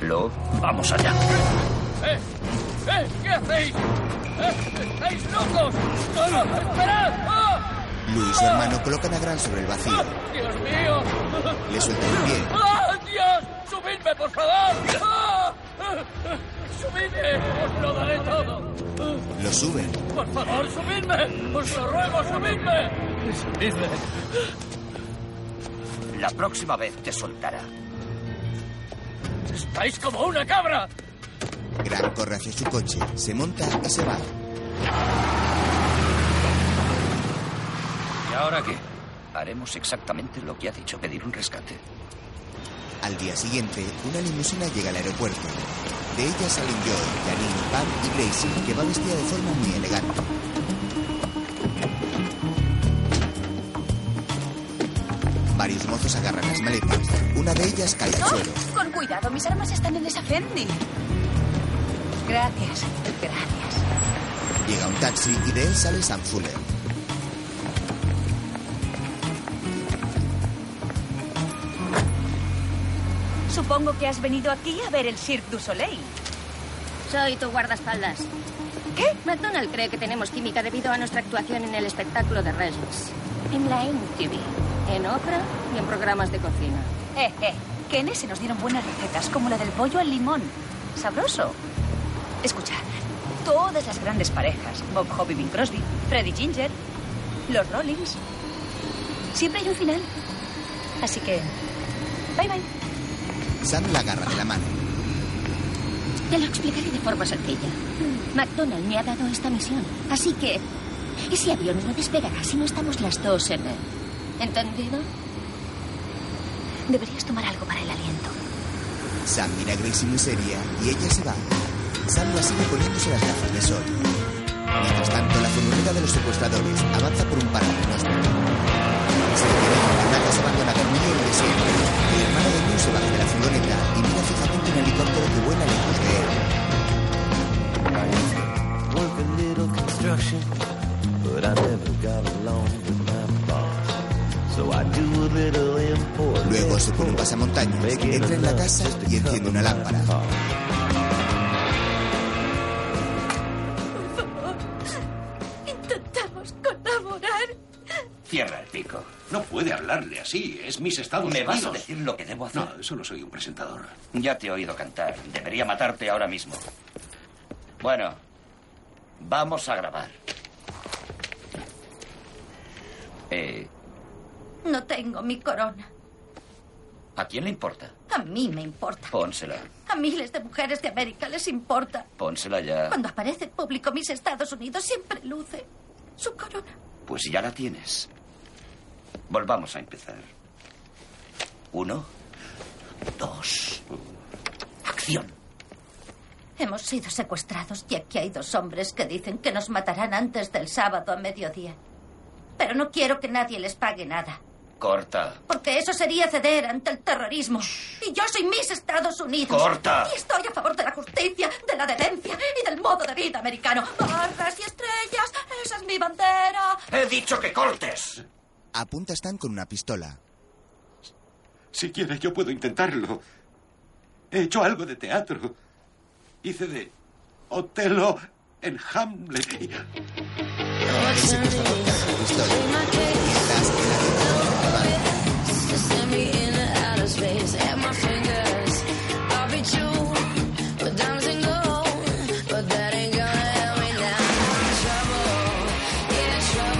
Speaker 10: Lu, vamos allá.
Speaker 6: ¡Eh! ¡Eh! ¿Qué hacéis? ¡Eh! ¡Estáis locos! ¡No, no! ¡Esperad! ¡Ah!
Speaker 1: Lou y su hermano colocan a Grant sobre el vacío.
Speaker 6: ¡Dios mío!
Speaker 1: Le sueltan el pie.
Speaker 6: ¡Ah! ¡Dios! ¡Subidme, por favor! ¡Ah! ¡Subidme! ¡Os lo daré todo!
Speaker 1: Lo suben.
Speaker 6: ¡Por favor, subidme! ¡Os lo ruego, subidme! ¡Subidme!
Speaker 10: La próxima vez te soltará.
Speaker 6: ¡Estáis como una cabra!
Speaker 1: Grant corre hacia su coche, se monta y se va.
Speaker 10: ¿Y ahora qué? Haremos exactamente lo que ha dicho, pedir un rescate.
Speaker 1: Al día siguiente, una limusina llega al aeropuerto. De ella salen Joy, Janine, Pam y Gracie, que va vestida de forma muy elegante. Varios mozos agarran las maletas. Una de ellas cae al suelo.
Speaker 3: Con cuidado, mis armas están en esa Fendi. Gracias, gracias.
Speaker 1: Llega un taxi y de él sale Sam Fuller.
Speaker 3: Supongo que has venido aquí a ver el Cirque du Soleil.
Speaker 14: Soy tu guardaespaldas.
Speaker 3: ¿Qué?
Speaker 14: McDonald cree que tenemos química debido a nuestra actuación en el espectáculo de Reyes. En la MTV, en Oprah y en programas de cocina.
Speaker 3: Eh, eh, que en ese nos dieron buenas recetas, como la del pollo al limón. Sabroso. Escucha, todas las grandes parejas, Bob Hope y Bing Crosby, Freddie Ginger, los Rollins, siempre hay un final. Así que, bye bye.
Speaker 1: Sam la agarra de la mano.
Speaker 14: Te lo explicaré de forma sencilla. Mm. McDonald me ha dado esta misión, así que ese avión no despegará si no estamos las dos en él. ¿Entendido? Deberías tomar algo para el aliento.
Speaker 1: Sam mira a Gracie muy seria y ella se va. Sam la sigue poniéndose las gafas de sol. Mientras tanto, la furgoneta de los secuestradores avanza por un páramo inhóspito. Se detiene en una plaza abandonada en medio del desierto. El hermano de Luz se baja de la furgoneta y mira fijamente un helicóptero que vuela lejos de él.
Speaker 18: Work a little construction, but I never got along with my boss. So I do a little import.
Speaker 1: Luego se pone un pasamontañas, entra en la casa y enciende una lámpara.
Speaker 19: Intentamos colaborar.
Speaker 10: Cierra el pico. No puede hablarle así. Es mis Estados
Speaker 7: ¿Me
Speaker 10: Unidos.
Speaker 7: vas a decir lo que debo hacer?
Speaker 10: No, solo soy un presentador.
Speaker 7: Ya te he oído cantar. Debería matarte ahora mismo. Bueno, vamos a grabar.
Speaker 13: Eh,
Speaker 7: Eh,
Speaker 20: No tengo mi corona.
Speaker 7: ¿A quién le importa? A mí me importa.
Speaker 21: Pónsela.
Speaker 7: A miles de mujeres de América les importa.
Speaker 21: Pónsela ya.
Speaker 7: Cuando aparece en público mis Estados Unidos siempre luce su corona.
Speaker 21: Pues ya la tienes. Volvamos a empezar. Uno, dos. Acción.
Speaker 7: Hemos sido secuestrados y aquí hay dos hombres que dicen que nos matarán antes del sábado a mediodía. Pero no quiero que nadie les pague nada,
Speaker 21: Corta.
Speaker 7: porque eso sería ceder ante el terrorismo. Y yo soy mis Estados Unidos.
Speaker 21: Corta.
Speaker 7: Y estoy a favor de la justicia, de la decencia y del modo de vida americano. Barras y estrellas, esa es mi bandera.
Speaker 21: He dicho que cortes.
Speaker 1: Apunta Stan con una pistola.
Speaker 10: Si quieres, yo puedo intentarlo. He hecho algo de teatro. Hice de Otelo en Hamlet. y-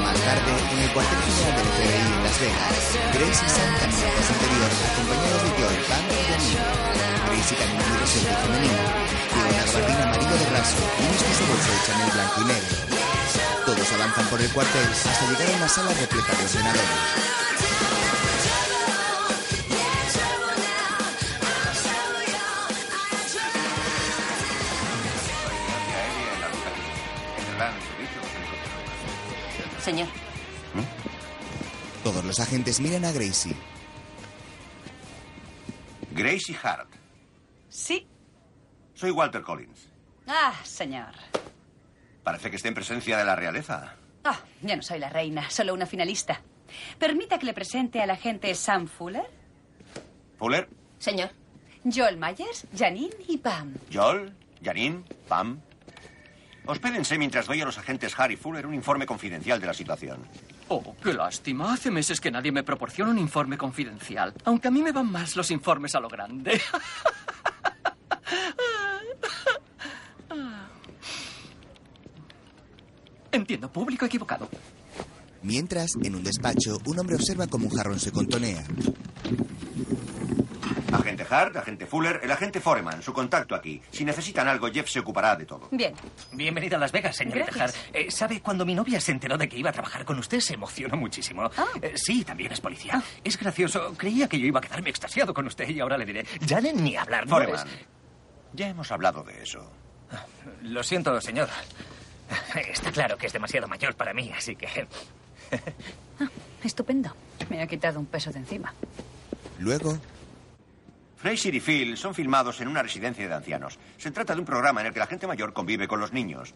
Speaker 1: Más tarde, en el cuartel general del FBI en Las Vegas, Grace y Sam caminan por su interior, acompañados de Joy, Pam y Janine. Grace camina muy resuelta y femenina. Lleva una gabardina amarilla de raso y un espeso bolso de Chanel blanco y negro. Todos avanzan por el cuartel hasta llegar a una sala repleta de ordenadores.
Speaker 22: Señor,
Speaker 1: Todos los agentes miran a Gracie.
Speaker 16: Gracie Hart.
Speaker 3: Sí.
Speaker 16: Soy Walter Collins.
Speaker 3: Ah, señor.
Speaker 16: Parece que esté en presencia de la realeza.
Speaker 3: Ah, yo no soy la reina, solo una finalista. Permita que le presente al agente Sam Fuller,
Speaker 16: Fuller,
Speaker 3: señor, Joel Myers, Janine y Pam.
Speaker 16: Joel, Janine, Pam. Hospédense mientras doy a los agentes Harry Fuller un informe confidencial de la situación.
Speaker 4: Oh, qué lástima. Hace meses que nadie me proporciona un informe confidencial. Aunque a mí me van más los informes a lo grande. Entiendo, público equivocado.
Speaker 1: Mientras, en un despacho, un hombre observa cómo un jarrón se contonea.
Speaker 16: Agente Hart, agente Fuller, el agente Foreman, su contacto aquí. Si necesitan algo, Jeff se ocupará de todo.
Speaker 3: Bien.
Speaker 13: Bienvenida a Las Vegas, señorita
Speaker 3: Gracias.
Speaker 13: Hart. Eh, ¿Sabe? Cuando mi novia se enteró de que iba a trabajar con usted, se emocionó muchísimo.
Speaker 3: Ah.
Speaker 13: Eh, sí, también es policía. Es gracioso. Creía que yo iba a quedarme extasiado con usted y ahora le diré, ya de ni hablar. no
Speaker 16: Foreman,
Speaker 13: es-
Speaker 16: ya hemos hablado de eso.
Speaker 13: Lo siento, señor. Está claro que es demasiado mayor para mí, así que... eh.
Speaker 3: Estupendo. Me ha quitado un peso de encima.
Speaker 1: Luego.
Speaker 16: Fraser y Phil son filmados en una residencia de ancianos. Se trata de un programa en el que la gente mayor convive con los niños.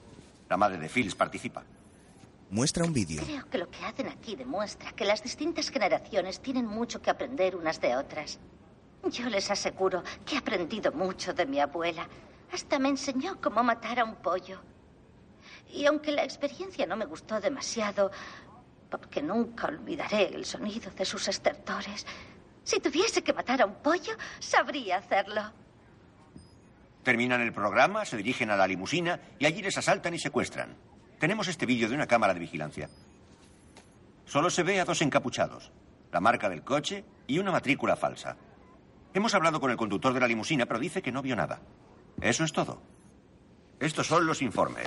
Speaker 16: La madre de Phil participa.
Speaker 1: Muestra un vídeo.
Speaker 23: Creo que lo que hacen aquí demuestra que las distintas generaciones tienen mucho que aprender unas de otras. Yo les aseguro que he aprendido mucho de mi abuela. Hasta me enseñó cómo matar a un pollo. Y aunque la experiencia no me gustó demasiado, porque nunca olvidaré el sonido de sus estertores, si tuviese que matar a un pollo, sabría hacerlo.
Speaker 16: Terminan el programa, se dirigen a la limusina y allí les asaltan y secuestran. Tenemos este vídeo de una cámara de vigilancia. Solo se ve a dos encapuchados, la marca del coche y una matrícula falsa. Hemos hablado con el conductor de la limusina, pero dice que no vio nada. Eso es todo. Estos son los informes.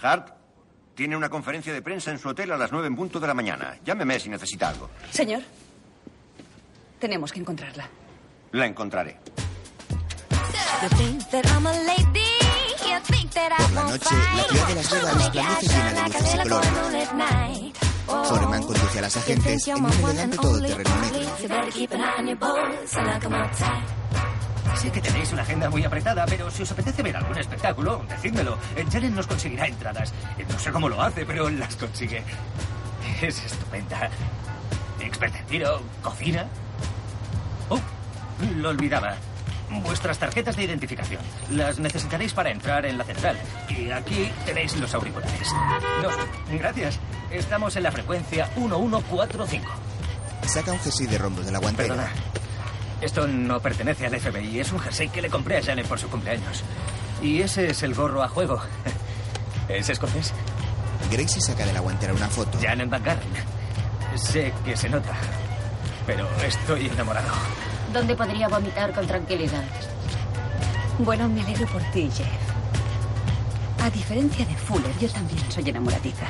Speaker 16: Hart tiene una conferencia de prensa en su hotel a las nueve en punto de la mañana. Llámeme si necesita algo.
Speaker 3: Señor, tenemos que encontrarla.
Speaker 16: La encontraré.
Speaker 6: You think that I'm a lady, you think that I
Speaker 1: La
Speaker 6: won't
Speaker 1: noche,
Speaker 6: fight.
Speaker 1: la ciudad de Las Vegas resplandece llena de luces y colores. Foreman conduce a las agentes en un elegante todoterreno negro.
Speaker 6: You better keep an eye on your bullets when I come outside.
Speaker 13: Sé que tenéis una agenda muy apretada, pero si os apetece ver algún espectáculo, decídmelo. Eh, Janet nos conseguirá entradas. Eh, No sé cómo lo hace, pero las consigue. Es estupenda. Experta en tiro, cocina. Oh, lo olvidaba. Vuestras tarjetas de identificación. Las necesitaréis para entrar en la central. Y aquí tenéis los auriculares. Dos. Gracias. Estamos en la frecuencia 1145.
Speaker 1: Saca un jersey de rombos de la guantera.
Speaker 13: Esto no pertenece al FBI, es un jersey que le compré a Janet por su cumpleaños. Y ese es el gorro a juego. ¿Es escocés?
Speaker 1: Gracie saca de la guantera una foto.
Speaker 13: Janet Van Garen. Sé que se nota.
Speaker 24: pero estoy enamorado.
Speaker 14: ¿Dónde podría vomitar con tranquilidad?
Speaker 3: Bueno, me alegro por ti, Jeff. A diferencia de Fuller, yo también soy enamoradiza.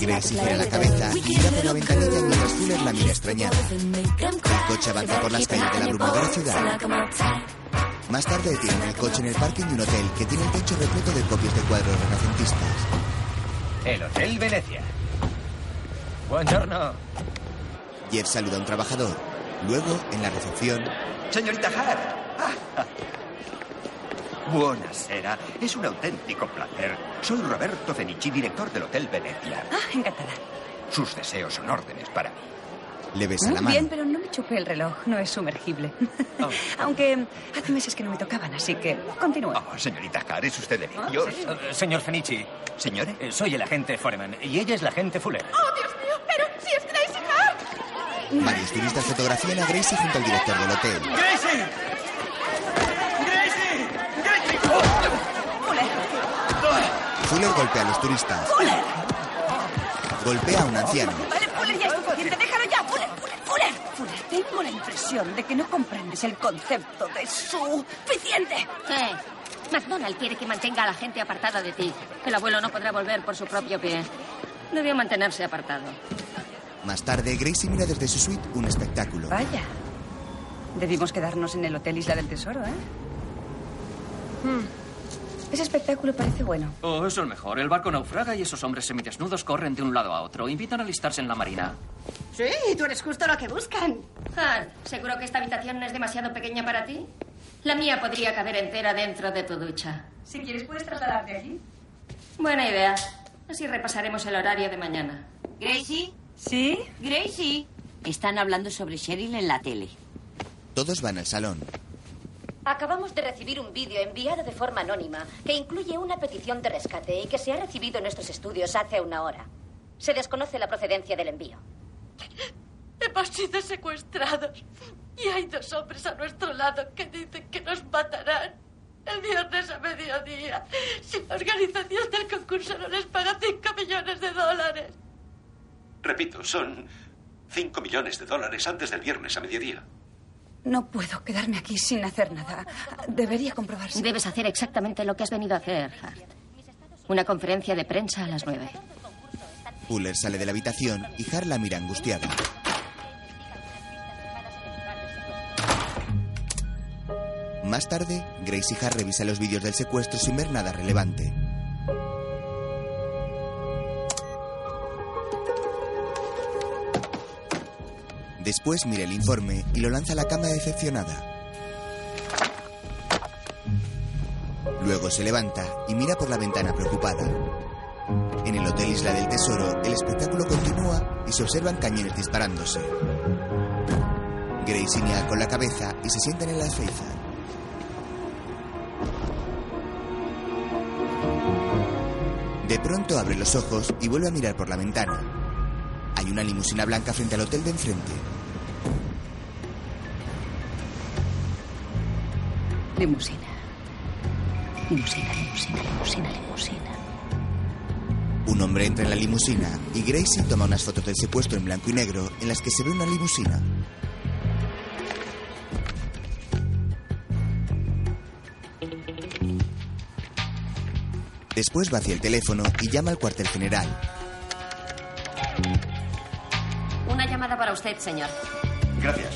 Speaker 1: Grace gira la cabeza y mira por la ventanilla mientras Fuller la mira extrañada.
Speaker 6: Oh,
Speaker 1: El coche avanza por las calles de la abrumadora ciudad. Más tarde detienen el coche en el parking de un hotel que tiene el techo repleto de copias de cuadros renacentistas.
Speaker 13: El Hotel Venecia. Buongiorno.
Speaker 1: Jeff saluda a un trabajador. Luego, en la recepción,
Speaker 6: Señorita Hart.
Speaker 16: Buonasera. Ah. Es un auténtico placer. Soy Roberto Fenichi, director del Hotel Venecia.
Speaker 3: Ah, encantada.
Speaker 16: Sus deseos son órdenes para mí.
Speaker 1: Le
Speaker 3: Muy Mm, bien, pero no me chupé el reloj, no es sumergible. Aunque hace meses que no me tocaban, así que continúa.
Speaker 16: Oh, señorita Hart, es usted de
Speaker 3: Dios.
Speaker 13: Eh, Señor Fenichi.
Speaker 16: Señor.
Speaker 13: Soy el agente Foreman y ella es la agente Fuller.
Speaker 25: ¡Oh, Dios mío! ¡Pero si es Gracie Hart!
Speaker 1: varios turistas fotografían a Gracie junto al director del hotel.
Speaker 6: ¡Gracie! ¡Gracie! ¡Gracie!
Speaker 1: Fuller golpea a los turistas. Golpea a un anciano.
Speaker 26: Vale, Fuller, ya es suficiente. Déjalo ya, Fuller, Fuller, Fuller. Fuller, tengo la impresión de que no comprendes el concepto de suficiente.
Speaker 14: Eh, McDonald quiere que mantenga a la gente apartada de ti. El abuelo no podrá volver por su propio pie. Debió mantenerse apartado.
Speaker 1: Más tarde, Gracie mira desde su suite un espectáculo.
Speaker 3: Vaya. Debimos quedarnos en el Hotel Isla del Tesoro, ¿eh?
Speaker 26: Hmm.
Speaker 3: Mm. Ese espectáculo parece bueno.
Speaker 4: Oh, es el mejor. El barco naufraga y esos hombres semidesnudos corren de un lado a otro. Invitan a alistarse en la marina.
Speaker 14: Sí, tú eres justo lo que buscan. Hart, ¿seguro que esta habitación no es demasiado pequeña para ti? La mía podría caber entera dentro de tu ducha.
Speaker 26: Si quieres, puedes trasladarte allí.
Speaker 14: Buena idea. Así repasaremos el horario de mañana.
Speaker 27: ¿Gracie?
Speaker 3: ¿Sí?
Speaker 27: Gracie. Están hablando sobre Cheryl en la tele.
Speaker 1: Todos van al salón.
Speaker 28: Acabamos de recibir un vídeo enviado de forma anónima que incluye una petición de rescate y que se ha recibido en nuestros estudios hace una hora. Se desconoce la procedencia del envío.
Speaker 29: Hemos sido secuestrados. Y hay dos hombres a nuestro lado que dicen que nos matarán. El viernes a mediodía. Si la organización del concurso no les paga 5 millones de dólares.
Speaker 10: Repito, son 5 millones de dólares antes del viernes a mediodía.
Speaker 3: No puedo quedarme aquí sin hacer nada. Debería comprobarse.
Speaker 14: Debes hacer exactamente lo que has venido a hacer, Hart. Una conferencia de prensa a las nueve.
Speaker 1: Fuller sale de la habitación y Har la mira angustiada. Más tarde, Grace y Har revisan los vídeos del secuestro sin ver nada relevante. Después mira el informe y lo lanza a la cama decepcionada. Luego se levanta y mira por la ventana preocupada. En el Hotel Isla del Tesoro, el espectáculo continúa y se observan cañones disparándose. Grace señala con la cabeza y se sientan en la alféizar. De pronto abre los ojos y vuelve a mirar por la ventana. Hay una limusina blanca frente al hotel de enfrente.
Speaker 3: Limusina. Limusina, limusina, limusina, limusina.
Speaker 1: Un hombre entra en la limusina y Gracie toma unas fotos del secuestro en blanco y negro en las que se ve una limusina. Después va hacia el teléfono y llama al cuartel general.
Speaker 14: Una llamada para usted, señor.
Speaker 16: Gracias.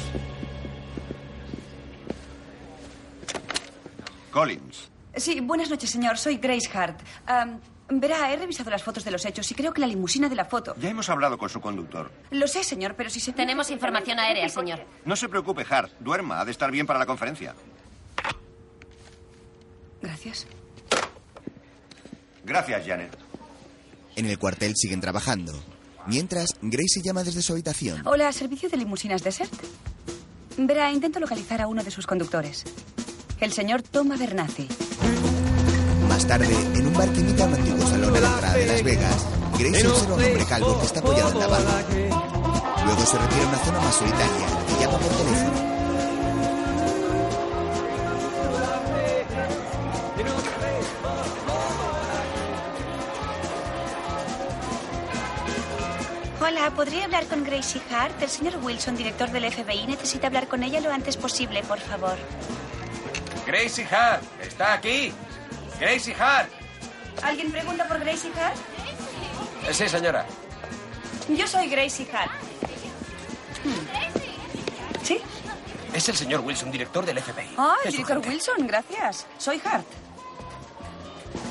Speaker 16: Collins.
Speaker 3: Sí, buenas noches, señor. Soy Grace Hart. Am, verá, he revisado las fotos de los hechos y creo que la limusina de la foto.
Speaker 16: Ya hemos hablado con su conductor.
Speaker 3: Lo sé, señor, pero si se...
Speaker 14: Tenemos información aérea, señor.
Speaker 16: No se preocupe, Hart. Duerma. Ha de estar bien para la conferencia.
Speaker 3: Gracias.
Speaker 16: Gracias, Janet.
Speaker 1: En el cuartel siguen trabajando. Mientras, Gracie llama desde su habitación.
Speaker 3: Hola, servicio de limusinas Desert. Verá, intento localizar a uno de sus conductores. El señor Toma Bernazzi.
Speaker 1: Más tarde, en un bar que imita un antiguo salón a la entrada de Las Vegas, Gracie observa a un hombre calvo que está apoyado en la barra. Luego se retira a una zona más solitaria y llama por teléfono.
Speaker 3: Hola, Hola, ¿podría hablar con Gracie Hart? El señor Wilson, director del FBI, necesita hablar con ella lo antes posible, por favor.
Speaker 5: Gracie Hart, ¿está aquí? Gracie Hart.
Speaker 3: ¿Alguien pregunta por Gracie Hart?
Speaker 5: Eh, Sí, señora.
Speaker 3: Yo soy Gracie Hart. ¿Sí?
Speaker 5: Es el señor Wilson, director del FBI.
Speaker 3: Ah,
Speaker 5: Es
Speaker 3: el
Speaker 5: su
Speaker 3: director
Speaker 5: gente.
Speaker 3: Wilson, gracias. Soy Hart.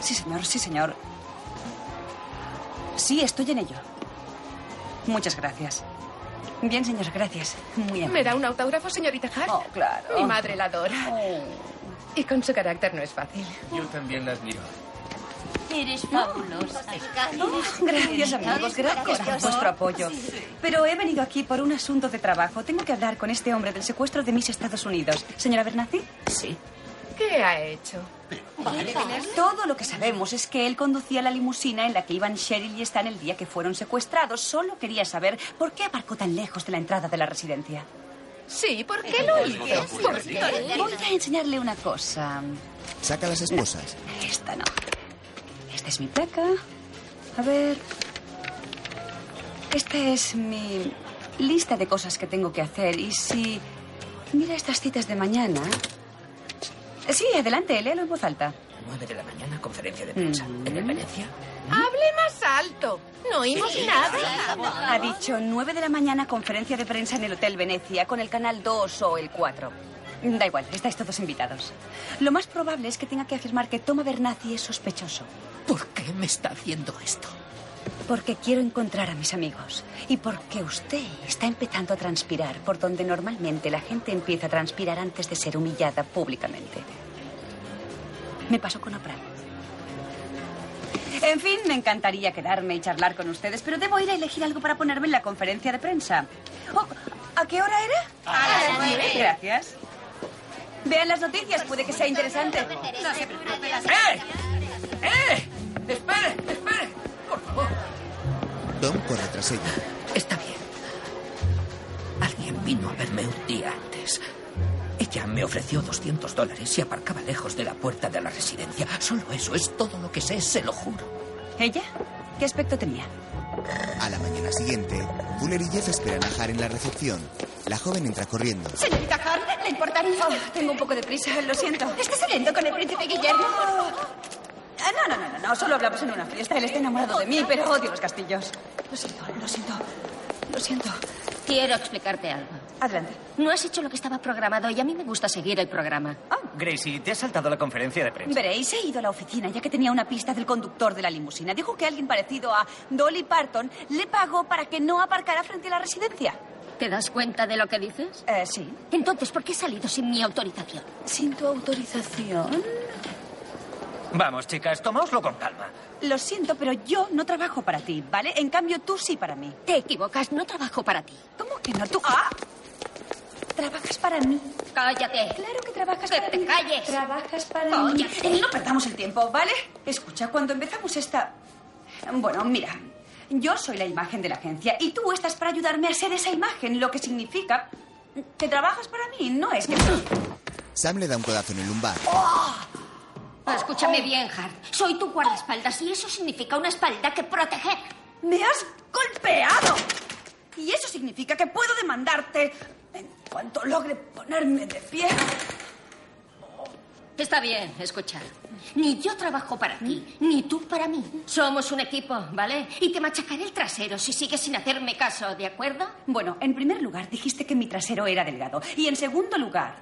Speaker 3: Sí, señor, sí, señor. Sí, estoy en ello. Muchas gracias. Bien, señor, gracias. Muy amable.
Speaker 6: ¿Me da un autógrafo, señorita Hart? Oh,
Speaker 3: claro.
Speaker 6: Mi madre la adora. Y con su carácter no es fácil.
Speaker 13: Yo también las miro.
Speaker 6: Eres fabulosa.
Speaker 3: Oh, gracias, amigos. Gracias por vuestro apoyo. Pero he venido aquí por un asunto de trabajo. Tengo que hablar con este hombre del secuestro de mis Estados Unidos. ¿Señora Bernazzi? Sí.
Speaker 6: ¿Qué ha hecho?
Speaker 3: Todo lo que sabemos es que él conducía la limusina en la que iban Cheryl y Stan el día que fueron secuestrados. Solo quería saber por qué aparcó tan lejos de la entrada de la residencia.
Speaker 6: Sí, ¿por qué lo hizo? ¿Por qué?
Speaker 3: Voy a enseñarle una cosa.
Speaker 1: Saca las esposas.
Speaker 3: Esta no. Esta es mi placa. A ver. Esta es mi lista de cosas que tengo que hacer. Y si. Mira estas citas de mañana. Sí, adelante, léalo en voz alta.
Speaker 13: 9 de la mañana, conferencia de prensa. ¿En el Venecia?
Speaker 6: Hable más alto. No oímos nada.
Speaker 3: Ha dicho 9 de la mañana conferencia de prensa en el Hotel Venecia con el canal 2 o el 4. Da igual, estáis todos invitados. Lo más probable es que tenga que afirmar que Toma Bernazzi es sospechoso. ¿Por qué me está haciendo esto? Porque quiero encontrar a mis amigos. Y porque usted está empezando a transpirar por donde normalmente la gente empieza a transpirar antes de ser humillada públicamente. Me pasó con Oprah. En fin, me encantaría quedarme y charlar con ustedes, pero debo ir a elegir algo para ponerme en la conferencia de prensa. Oh, ¿A qué hora era? Ah,
Speaker 30: A las nueve.
Speaker 3: Gracias. Vean las noticias, puede que sea interesante.
Speaker 30: No se preocupe, las-
Speaker 5: ¡Eh! ¡Espere! ¡Espere!
Speaker 1: Tom corre tras ella.
Speaker 13: Está bien. Alguien vino a verme un día antes. Ella me ofreció 200 dólares y aparcaba lejos de la puerta de la residencia. Solo eso es todo lo que sé, se lo juro.
Speaker 3: ¿Ella? ¿Qué aspecto tenía?
Speaker 1: A la mañana siguiente, Fuller y Jeff esperan a Har en la recepción. La joven entra corriendo.
Speaker 6: Señorita Hart, ¿le importaría?
Speaker 3: Oh, tengo un poco de prisa, lo siento. Oh.
Speaker 6: ¿Está saliendo con el príncipe Guillermo?
Speaker 3: Ah, No, no, no, no, no, solo hablamos en una fiesta. Él está enamorado de mí, pero odio los castillos. Lo siento, lo siento, lo siento.
Speaker 14: Quiero explicarte algo.
Speaker 3: Adelante.
Speaker 14: No has hecho lo que estaba programado y a mí me gusta seguir el programa.
Speaker 4: Gracie, te has saltado la conferencia de prensa.
Speaker 3: Veréis, he ido a la oficina ya que tenía una pista del conductor de la limusina. Dijo que alguien parecido a Dolly Parton le pagó para que no aparcara frente a la residencia.
Speaker 14: ¿Te das cuenta de lo que dices?
Speaker 3: Eh, sí.
Speaker 14: Entonces, ¿por qué he salido sin mi autorización?
Speaker 3: ¿Sin tu autorización?
Speaker 4: Vamos, chicas, tomáoslo con calma.
Speaker 3: Lo siento, pero yo no trabajo para ti, ¿vale? En cambio, tú sí para mí.
Speaker 14: Te equivocas, no trabajo para ti.
Speaker 3: ¿Cómo que no? Tú... ¡Ah! Trabajas para mí.
Speaker 14: Cállate.
Speaker 3: Claro que trabajas para
Speaker 14: te
Speaker 3: mí.
Speaker 14: calles.
Speaker 3: Trabajas para mí.
Speaker 14: Cállate.
Speaker 3: Eh, no perdamos el tiempo, ¿vale? Escucha, cuando empezamos esta... Bueno, mira, yo soy la imagen de la agencia y tú estás para ayudarme a ser esa imagen, lo que significa que trabajas para mí, no es que...
Speaker 1: Sam le da un codazo en el lumbar.
Speaker 14: ¡Ah! Escúchame bien, Hart. Soy tu guardaespaldas y eso significa una espalda que proteger.
Speaker 3: ¡Me has golpeado! Y eso significa que puedo demandarte en cuanto logre ponerme de pie.
Speaker 14: Está bien, escucha. Ni yo trabajo para ti, ni tú para mí. Somos un equipo, ¿vale? Y te machacaré el trasero si sigues sin hacerme caso, ¿de acuerdo?
Speaker 3: Bueno, en primer lugar dijiste que mi trasero era delgado. Y en segundo lugar,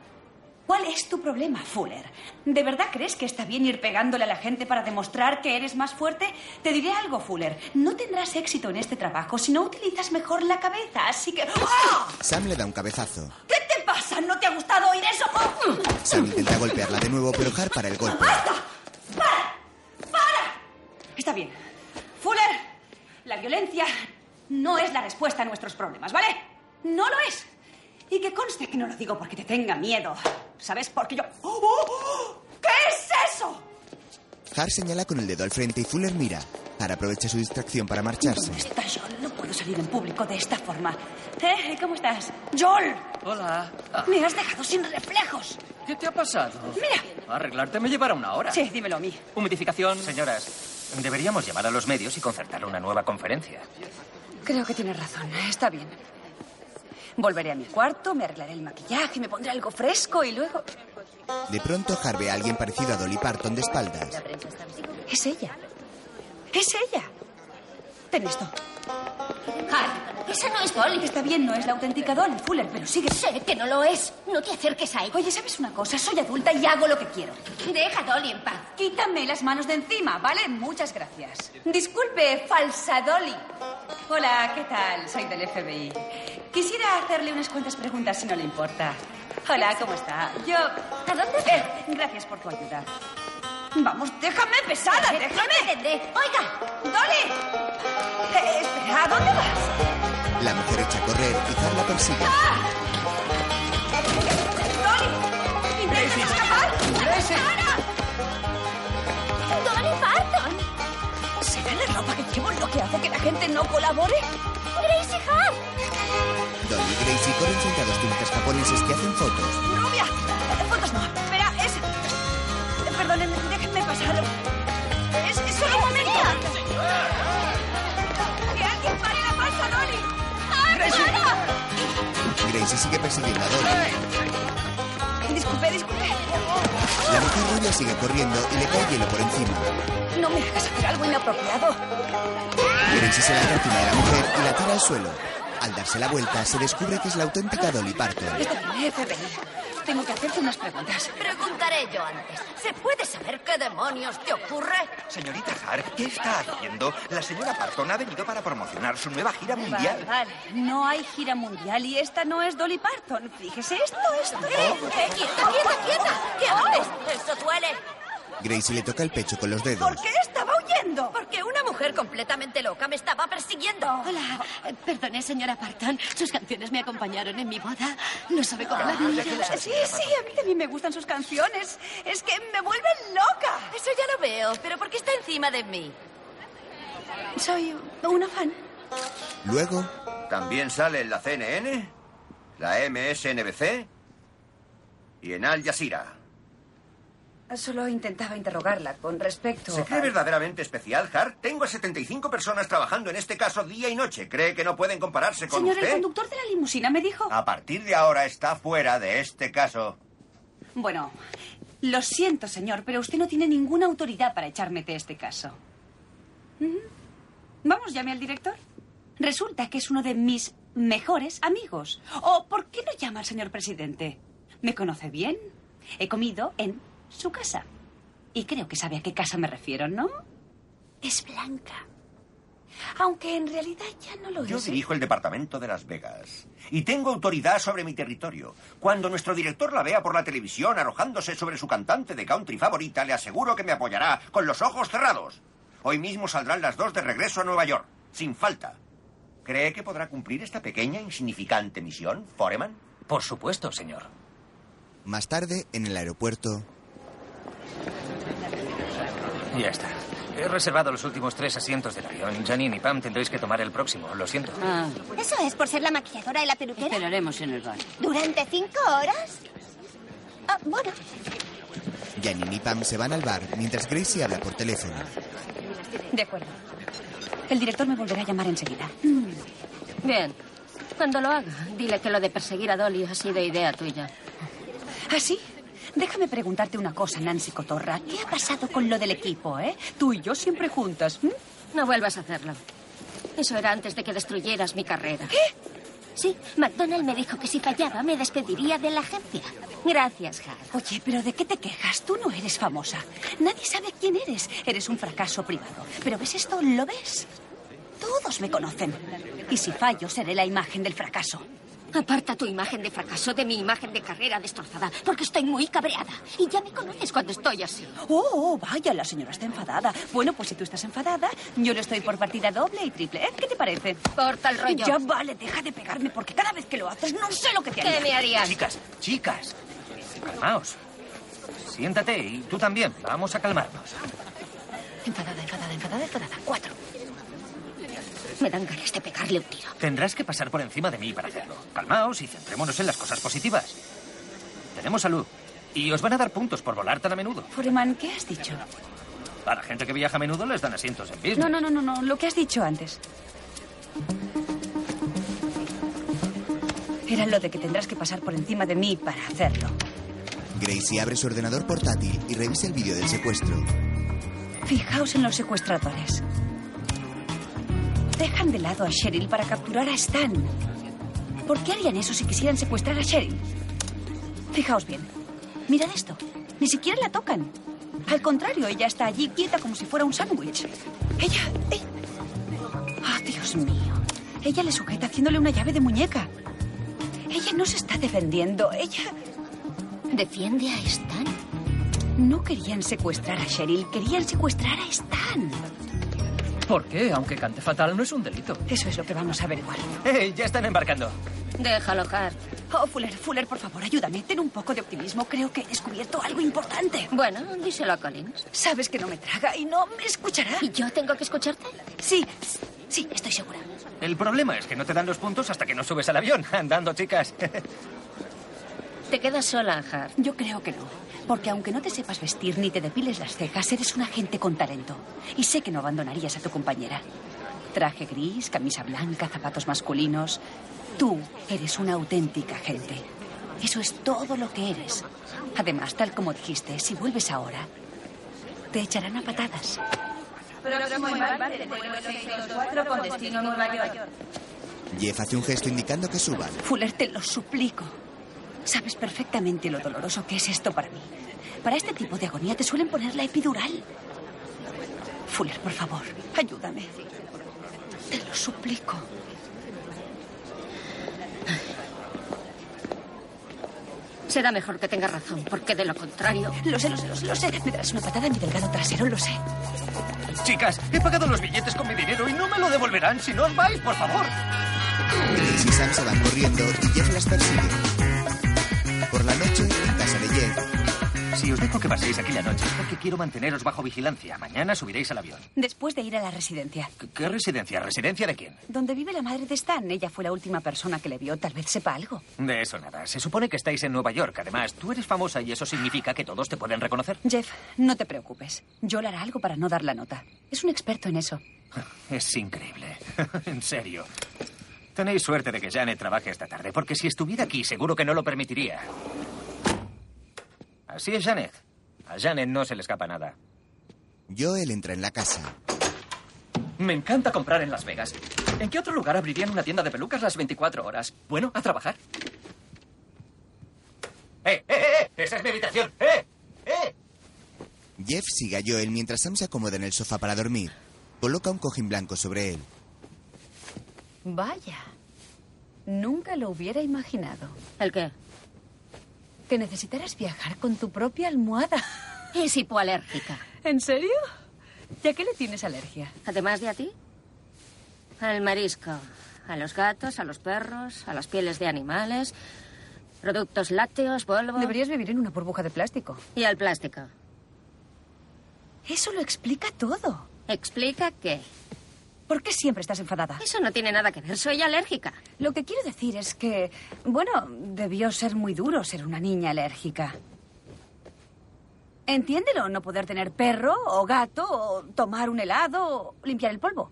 Speaker 3: ¿cuál es tu problema, Fuller? ¿De verdad crees que está bien ir pegándole a la gente para demostrar que eres más fuerte? Te diré algo, Fuller. No tendrás éxito en este trabajo si no utilizas mejor la cabeza. Así que... ¡Ah!
Speaker 1: Sam le da un cabezazo.
Speaker 3: ¿Qué te pasa? ¿No te ha gustado oír eso?
Speaker 1: Sam intenta golpearla de nuevo, pero Har para el golpe.
Speaker 3: Está bien. Fuller, la violencia no es la respuesta a nuestros problemas, ¿vale? No lo es. Y que conste que no lo digo porque te tenga miedo. ¿Sabes? Porque yo... ¡Oh, oh, oh! ¿Qué es eso?
Speaker 1: Har señala con el dedo al frente y Fuller mira. Har aprovecha su distracción para marcharse.
Speaker 3: Está Joel, no puedo salir en público de esta forma. ¿Eh? ¿Cómo estás? ¡Joel!
Speaker 4: Hola. Ah.
Speaker 3: Me has dejado sin reflejos.
Speaker 4: ¿Qué te ha pasado?
Speaker 3: Mira.
Speaker 4: Arreglarte me llevará una hora.
Speaker 3: Sí, dímelo a mí.
Speaker 4: Humidificación. Señoras, deberíamos llamar a los medios y concertar una nueva conferencia.
Speaker 3: Creo que tienes razón. Está bien. Volveré a mi cuarto, me arreglaré el maquillaje, me pondré algo fresco y luego...
Speaker 1: De pronto, Harvey, a alguien parecido a Dolly Parton de espaldas.
Speaker 3: Es ella. Es ella. Ten esto.
Speaker 22: Hart, esa no es Dolly.
Speaker 3: Está bien, no es la auténtica Dolly Fuller, pero sigue.
Speaker 22: Sé que no lo es. No te acerques a ella.
Speaker 3: Oye, ¿sabes una cosa? Soy adulta y hago lo que quiero.
Speaker 22: Deja a Dolly en paz.
Speaker 3: Quítame las manos de encima, ¿vale? Muchas gracias. Disculpe, falsa Dolly. Hola, ¿qué tal? Soy del FBI. Quisiera hacerle unas cuantas preguntas si no le importa. Hola, ¿cómo está? Yo. ¿A dónde? Eh, gracias por tu ayuda. Vamos, déjame pesada, déjame.
Speaker 22: Oiga,
Speaker 3: Dolly. Eh, espera, ¿a dónde vas?
Speaker 1: La mujer echa a correr y Harvey la persigue.
Speaker 6: Ah.
Speaker 3: ¡Dolly! ¡Intentas escapar!
Speaker 22: Dolly Parton.
Speaker 3: ¿Será la ropa que llevo lo que hace que la gente no colabore?
Speaker 22: Gracie Hart.
Speaker 1: Dolly y Gracie corren frente a dos turistas japoneses que hacen fotos.
Speaker 3: ¡Rubia! Eh, Fotos no. Espera, es... eh, Perdónenme, déjenme pasar. Es, es solo un momento. ¡Que alguien pare la falsa Dolly!
Speaker 1: Gracie sigue persiguiendo a Dolly.
Speaker 3: Disculpe, disculpe.
Speaker 1: La mujer rubia sigue corriendo y le cae hielo por encima.
Speaker 3: No me hagas hacer algo inapropiado.
Speaker 1: Gracie se lanza encima de la mujer y la tira al suelo. Al darse la vuelta, se descubre que es la auténtica Dolly Parton.
Speaker 3: Está bien, FBI. Tengo que hacerte unas preguntas.
Speaker 6: Preguntaré yo antes. ¿Se puede saber qué demonios te ocurre?
Speaker 31: Señorita Hart, ¿qué está haciendo? La señora Parton ha venido para promocionar su nueva gira
Speaker 3: Vale,
Speaker 31: mundial.
Speaker 3: vale. No hay gira mundial y esta no es Dolly Parton. Fíjese esto, esto.
Speaker 6: ¡Eh, eh, quieta, quieta, quieta! ¿Qué haces? Eso duele.
Speaker 1: Gracie le toca el pecho con los dedos.
Speaker 6: ¿Por qué estaba huyendo? Porque una mujer completamente loca me estaba persiguiendo. Hola.
Speaker 14: Eh,
Speaker 5: Perdoné, señora Parton. Sus canciones me acompañaron en mi boda. No sabe cómo
Speaker 6: Ah,
Speaker 5: la
Speaker 3: Sí, sí, a mí también me gustan sus canciones. Es que me vuelven loca.
Speaker 6: Eso ya lo veo, pero ¿por qué está encima de mí?
Speaker 3: Soy una fan.
Speaker 1: Luego.
Speaker 16: También sale en la CNN, la MSNBC y en Al Jazeera.
Speaker 3: Ah, Solo intentaba interrogarla con respecto.
Speaker 16: ¿Se cree verdaderamente especial, Hart? Tengo a 75 personas trabajando en este caso día y noche. ¿Cree que no pueden compararse con
Speaker 3: Señor, el
Speaker 16: usted?
Speaker 3: conductor de la limusina me dijo.
Speaker 6: Ah.
Speaker 16: A partir de ahora está fuera de este caso.
Speaker 3: Bueno, lo siento, señor, pero usted no tiene ninguna autoridad para echarme de este caso. Ujú. Vamos, llame al director. Resulta que es uno de mis mejores amigos. ¿O por qué no llama al señor presidente? Me conoce bien. He comido en su casa. Y creo que sabe a qué casa me refiero, ¿no? Es blanca. Aunque en realidad ya no lo
Speaker 16: Yo
Speaker 3: es.
Speaker 16: dirijo el departamento de Las Vegas y tengo autoridad sobre mi territorio. Cuando nuestro director la vea por la televisión arrojándose sobre su cantante de country favorita, le aseguro que me apoyará con los ojos cerrados. Hoy mismo saldrán las dos de regreso a Nueva York, sin falta. ¿Cree que podrá cumplir esta pequeña, e insignificante misión, Foreman?
Speaker 8: Por supuesto, señor.
Speaker 1: Más tarde, en el aeropuerto,
Speaker 8: Ya está. He reservado los últimos tres asientos del avión. Janine y Pam tendréis que tomar el próximo, lo siento.
Speaker 14: Ah,
Speaker 9: ¿Eso es por ser la maquilladora y la peluquera?
Speaker 14: esperaremos en el bar.
Speaker 9: ¿Durante cinco horas? Ah, bueno.
Speaker 1: Janine y Pam se van al bar mientras Gracie habla por teléfono.
Speaker 3: De acuerdo. El director me volverá a llamar enseguida.
Speaker 14: Bien. Cuando lo haga, dile que lo de perseguir a Dolly ha sido idea tuya.
Speaker 3: ¿Ah, sí? Déjame preguntarte una cosa, Nancy Cotorra. ¿Qué ha pasado con lo del equipo, eh? Tú y yo siempre juntas. ¿m?
Speaker 14: No vuelvas a hacerlo. Eso era antes de que destruyeras mi carrera. ¿Qué?
Speaker 22: Sí, McDonald me dijo que si fallaba me despediría de la agencia. Gracias, Hart.
Speaker 3: Oye, pero ¿de qué te quejas? Tú no eres famosa. Nadie sabe quién eres. Eres un fracaso privado. Pero ¿ves esto? ¿Lo ves? Todos me conocen. Y si fallo, seré la imagen del fracaso.
Speaker 22: Aparta tu imagen de fracaso de mi imagen de carrera destrozada, porque estoy muy cabreada. Y ya me conoces cuando estoy así.
Speaker 3: Oh, oh, vaya, la señora está enfadada. Bueno, pues si tú estás enfadada, yo lo estoy por partida doble y triple. ¿eh? ¿Qué te parece?
Speaker 22: Corta el rollo.
Speaker 3: Ya vale, deja de pegarme porque cada vez que lo haces no sé lo que te
Speaker 22: ¿Qué me harías?
Speaker 8: Chicas, chicas. Calmaos. Siéntate y tú también. Vamos a calmarnos.
Speaker 3: Enfadada, enfadada, enfadada, enfadada. Cuatro.
Speaker 22: Me dan ganas de pegarle un tiro.
Speaker 8: Tendrás que pasar por encima de mí para hacerlo. Calmaos y centrémonos en las cosas positivas. Tenemos salud. Y os van a dar puntos por volar tan a menudo.
Speaker 3: Foreman, ¿qué has dicho?
Speaker 8: A la gente que viaja a menudo les dan asientos en business.
Speaker 3: No, no, no, no, no, lo que has dicho antes. Era lo de que tendrás que pasar por encima de mí para hacerlo.
Speaker 1: Gracie abre su ordenador portátil y revisa el vídeo del secuestro.
Speaker 3: Fijaos en los secuestradores. Dejan de lado a Cheryl para capturar a Stan. ¿Por qué harían eso si quisieran secuestrar a Cheryl? Fijaos bien. Mirad esto. Ni siquiera la tocan. Al contrario, ella está allí quieta como si fuera un sándwich. Ella. eh. ¡Ah, Dios mío! Ella le sujeta haciéndole una llave de muñeca. Ella no se está defendiendo. Ella.
Speaker 14: ¿Defiende a Stan?
Speaker 3: No querían secuestrar a Cheryl, querían secuestrar a Stan.
Speaker 4: ¿Por qué? Aunque cante fatal, no es un delito.
Speaker 3: Eso es lo que vamos a averiguar.
Speaker 13: ¡Ey! Ya están embarcando.
Speaker 14: Déjalo, Hart.
Speaker 3: Oh, Fuller, Fuller, por favor, ayúdame. Ten un poco de optimismo. Creo que he descubierto algo importante.
Speaker 14: Bueno, díselo a Collins.
Speaker 3: Sabes que no me traga y no me escuchará.
Speaker 14: ¿Y yo tengo que escucharte?
Speaker 3: Sí, sí, estoy segura.
Speaker 13: El problema es que no te dan los puntos hasta que no subes al avión. Andando, chicas.
Speaker 14: Te quedas sola, Hart.
Speaker 3: Yo creo que no. Porque aunque no te sepas vestir ni te depiles las cejas, eres una gente con talento. Y sé que no abandonarías a tu compañera. Traje gris, camisa blanca, zapatos masculinos. Tú eres una auténtica gente. Eso es todo lo que eres. Además, tal como dijiste, si vuelves ahora, te echarán a patadas.
Speaker 6: Próximo embarque del vuelo 624 con destino Nueva York.
Speaker 1: Jeff hace un gesto indicando que suban.
Speaker 3: Fuller, te lo suplico. Sabes perfectamente lo doloroso que es esto para mí. Para este tipo de agonía te suelen poner la epidural. Fuller, por favor, ayúdame. Te lo suplico.
Speaker 14: Será mejor que tengas razón, porque de lo contrario.
Speaker 3: Lo sé, lo sé, lo sé, lo sé. Me darás una patada en mi delgado trasero, lo sé.
Speaker 13: Chicas, he pagado los billetes con mi dinero y no me lo devolverán si no os vais, por favor.
Speaker 1: Grace y Sam se van corriendo y Jeff las persigue. Por la noche, en casa de Jeff,
Speaker 13: Si os digo que paséis aquí la noche es porque quiero manteneros bajo vigilancia. Mañana subiréis al avión.
Speaker 3: Después de ir a la residencia,
Speaker 13: ¿Qué, qué residencia? ¿Residencia de quién?
Speaker 3: donde vive la madre de Stan, ella fue la última persona que le vio. Tal vez sepa algo.
Speaker 13: De eso nada. Se supone que estáis en Nueva York. Además, tú eres famosa y eso significa que todos te pueden reconocer.
Speaker 3: Jeff, no te preocupes. Yo le hará algo para no dar la nota. Es un experto en eso.
Speaker 13: Es increíble. en serio. Tenéis suerte de que Janet trabaje esta tarde, porque si estuviera aquí seguro que no lo permitiría. Así es, Janet. A Janet no se le escapa nada.
Speaker 1: Joel entra en la casa.
Speaker 4: Me encanta comprar en Las Vegas. ¿En qué otro lugar abrirían una tienda de pelucas las 24 horas? Bueno, a trabajar.
Speaker 13: ¡Eh, eh, eh! ¡Esa es mi habitación! ¡Eh!
Speaker 1: Jeff sigue a Joel mientras Sam se acomoda en el sofá para dormir. Coloca un cojín blanco sobre él.
Speaker 32: Vaya. Nunca lo hubiera imaginado.
Speaker 14: ¿El qué?
Speaker 32: Que necesitaras viajar con tu propia almohada.
Speaker 14: Es hipoalérgica.
Speaker 32: ¿En serio? ¿Y a qué le tienes alergia?
Speaker 14: Además de a ti, al marisco, a los gatos, a los perros, a las pieles de animales, productos lácteos, polvo.
Speaker 32: Deberías vivir en una burbuja de plástico.
Speaker 14: Y al plástico.
Speaker 32: Eso lo explica todo.
Speaker 14: ¿Explica qué?
Speaker 32: ¿Por qué siempre estás enfadada?
Speaker 14: Eso no tiene nada que ver. Soy alérgica.
Speaker 32: Lo que quiero decir es que, bueno, debió ser muy duro ser una niña alérgica.
Speaker 3: Entiéndelo, no poder tener perro o gato o tomar un helado o limpiar el polvo.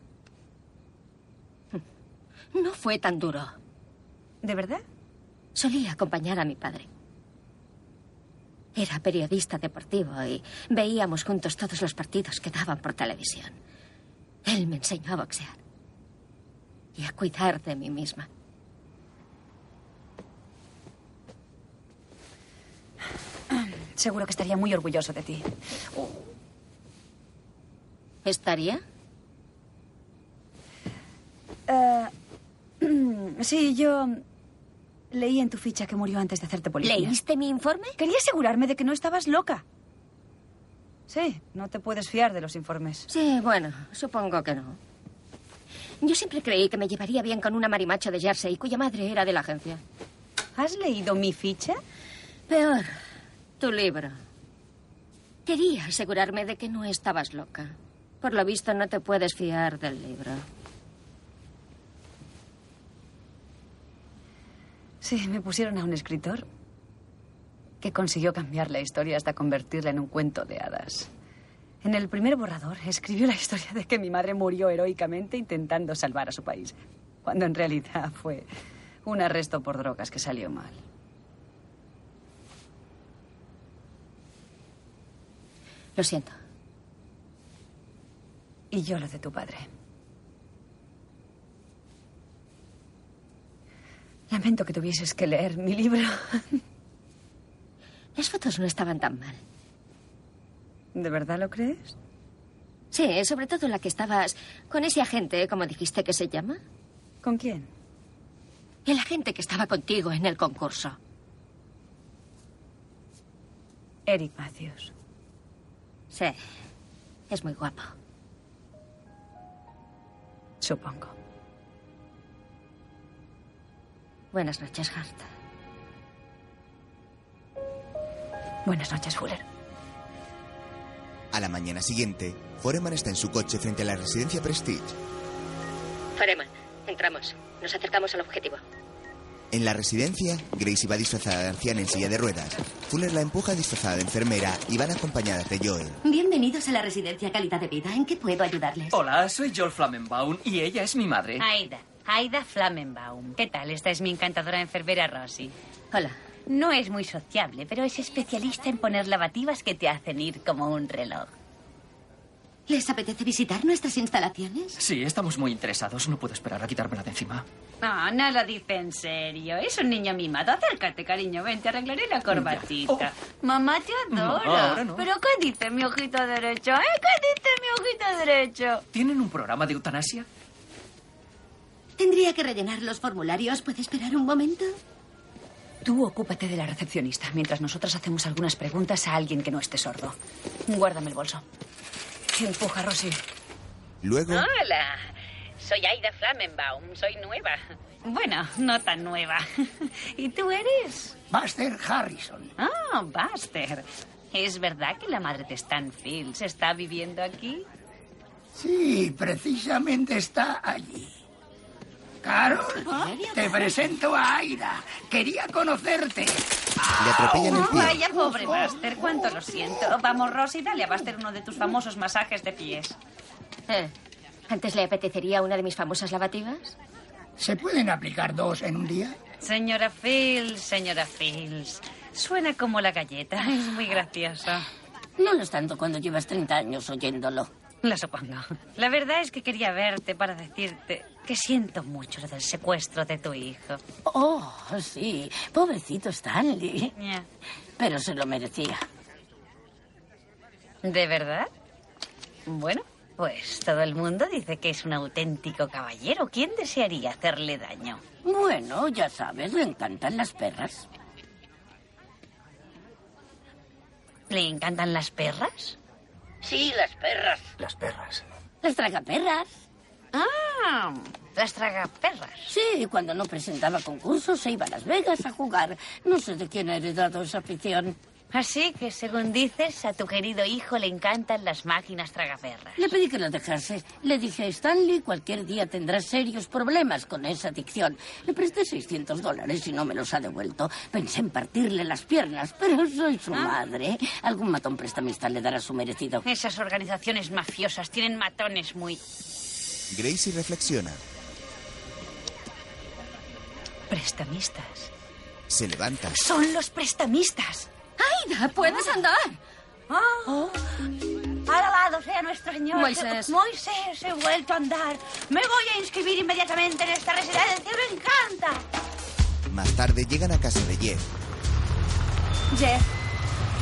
Speaker 14: No fue tan duro.
Speaker 3: ¿De verdad?
Speaker 14: Solía acompañar a mi padre. Era periodista deportivo y veíamos juntos todos los partidos que daban por televisión. Él me enseñó a boxear y a cuidar de mí misma.
Speaker 3: Seguro que estaría muy orgulloso de ti.
Speaker 14: ¿Estaría?
Speaker 3: Eh, sí, yo leí en tu ficha que murió antes de hacerte policía.
Speaker 14: ¿Leíste mi informe?
Speaker 3: Quería asegurarme de que no estabas loca. Sí, no te puedes fiar de los informes.
Speaker 14: Sí, bueno, supongo que no. Yo siempre creí que me llevaría bien con una marimacho de Jersey cuya madre era de la agencia.
Speaker 3: ¿Has leído mi ficha?
Speaker 14: Peor, tu libro. Quería asegurarme de que no estabas loca. Por lo visto no te puedes fiar del libro.
Speaker 32: Sí, me pusieron a un escritor que consiguió cambiar la historia hasta convertirla en un cuento de hadas. En el primer borrador escribió la historia de que mi madre murió heroicamente intentando salvar a su país, cuando en realidad fue
Speaker 33: Un arresto por drogas que salió mal.
Speaker 34: Lo siento.
Speaker 33: Y yo lo de tu padre. Lamento que tuvieses que leer mi libro.
Speaker 34: Las fotos no estaban tan mal.
Speaker 33: ¿De verdad lo crees?
Speaker 34: Sí, sobre todo la que estabas con ese agente, como dijiste que se llama.
Speaker 33: ¿Con quién?
Speaker 34: El agente que estaba contigo en el concurso.
Speaker 33: Eric Matthews.
Speaker 34: Sí, es muy guapo.
Speaker 33: Supongo.
Speaker 34: Buenas noches, Hart.
Speaker 33: Buenas noches, Fuller.
Speaker 1: A la mañana siguiente, Foreman está en su coche frente a la residencia Prestige.
Speaker 35: Foreman, entramos. Nos acercamos al objetivo.
Speaker 1: En la residencia, Gracie va disfrazada de anciana en silla de ruedas. Fuller la empuja disfrazada de enfermera y van acompañadas de Joel.
Speaker 3: Bienvenidos a la residencia Calidad de Vida. ¿En qué puedo ayudarles?
Speaker 4: Hola, soy Joel Flamenbaum y ella es mi madre.
Speaker 3: Aida. Aida Flamenbaum. ¿Qué tal? Esta es mi encantadora enfermera Rosy.
Speaker 34: Hola.
Speaker 3: No es muy sociable, pero es especialista en poner lavativas que te hacen ir como un reloj. ¿Les apetece visitar nuestras instalaciones?
Speaker 4: Sí, estamos muy interesados. No puedo esperar a quitármela de encima.
Speaker 3: No, no lo dice en serio. Es un niño mimado. Acércate, cariño. Ven, te arreglaré la corbatita. Mamá te adora.
Speaker 4: No, Oh. Mm, ahora no.
Speaker 3: ¿Pero qué dice mi ojito derecho? ¿Eh? ¿Qué dice mi ojito derecho?
Speaker 4: ¿Tienen un programa de eutanasia?
Speaker 3: Tendría que rellenar los formularios. ¿Puede esperar un momento?
Speaker 33: Tú ocúpate de la recepcionista mientras nosotras hacemos algunas preguntas a alguien que no esté sordo. Guárdame el bolso. Empuja, Rosy.
Speaker 1: Luego,
Speaker 3: Hola, soy Aida Flamenbaum, soy nueva. Bueno, no tan nueva. ¿Y tú eres?
Speaker 14: Buster Harrison.
Speaker 3: Ah, Buster. ¿Es verdad que la madre de Stanfield se está viviendo aquí?
Speaker 14: Sí, precisamente está allí. Carol,
Speaker 3: ¿Ah?
Speaker 14: te presento a Aida. Quería conocerte.
Speaker 1: le atropellan el
Speaker 3: Oh,
Speaker 1: pie.
Speaker 3: vaya pobre Buster, cuánto lo siento. Vamos, Rosy, dale a Buster uno de tus famosos masajes de pies.
Speaker 34: Eh, ¿Antes le apetecería una de mis famosas lavativas?
Speaker 14: ¿Se pueden aplicar dos en un día?
Speaker 3: Señora Fields, señora Fields. Suena como la galleta. Es muy graciosa.
Speaker 14: No lo es tanto cuando llevas 30 años oyéndolo.
Speaker 3: Lo supongo. La verdad es que quería verte para decirte que siento mucho lo del secuestro de tu hijo.
Speaker 14: Oh, sí. Pobrecito Stanley.
Speaker 3: Ya.
Speaker 14: Pero se lo merecía.
Speaker 3: ¿De verdad? Bueno, pues todo el mundo dice que es un auténtico caballero. ¿Quién desearía hacerle daño?
Speaker 14: Bueno, ya sabes, le encantan las perras.
Speaker 3: ¿Le encantan las perras?
Speaker 14: Sí, las perras. Las perras.
Speaker 3: Las tragaperras. Ah, las tragaperras.
Speaker 14: Sí, cuando no presentaba concursos se iba a Las Vegas a jugar. No sé de quién ha heredado esa afición.
Speaker 3: Así que, según dices, a tu querido hijo le encantan las máquinas tragaperras.
Speaker 14: Le pedí que lo dejase. Le dije, Stanley, cualquier día tendrás serios problemas con esa adicción. Le presté 600 dólares y no me los ha devuelto. Pensé en partirle las piernas, pero soy su
Speaker 3: Ah.
Speaker 14: madre. Algún matón prestamista le dará su merecido.
Speaker 3: Esas organizaciones mafiosas tienen matones muy...
Speaker 1: Gracie reflexiona.
Speaker 3: Prestamistas.
Speaker 1: Se levanta.
Speaker 3: Son los prestamistas. Ah.
Speaker 34: ¡Aida, puedes andar!
Speaker 36: Oh.
Speaker 3: Alabado sea nuestro Señor.
Speaker 34: Moisés.
Speaker 3: Moisés, he vuelto a andar. Me voy a inscribir inmediatamente en esta residencia. Me encanta.
Speaker 1: Más tarde llegan a casa de Jeff.
Speaker 3: Jeff,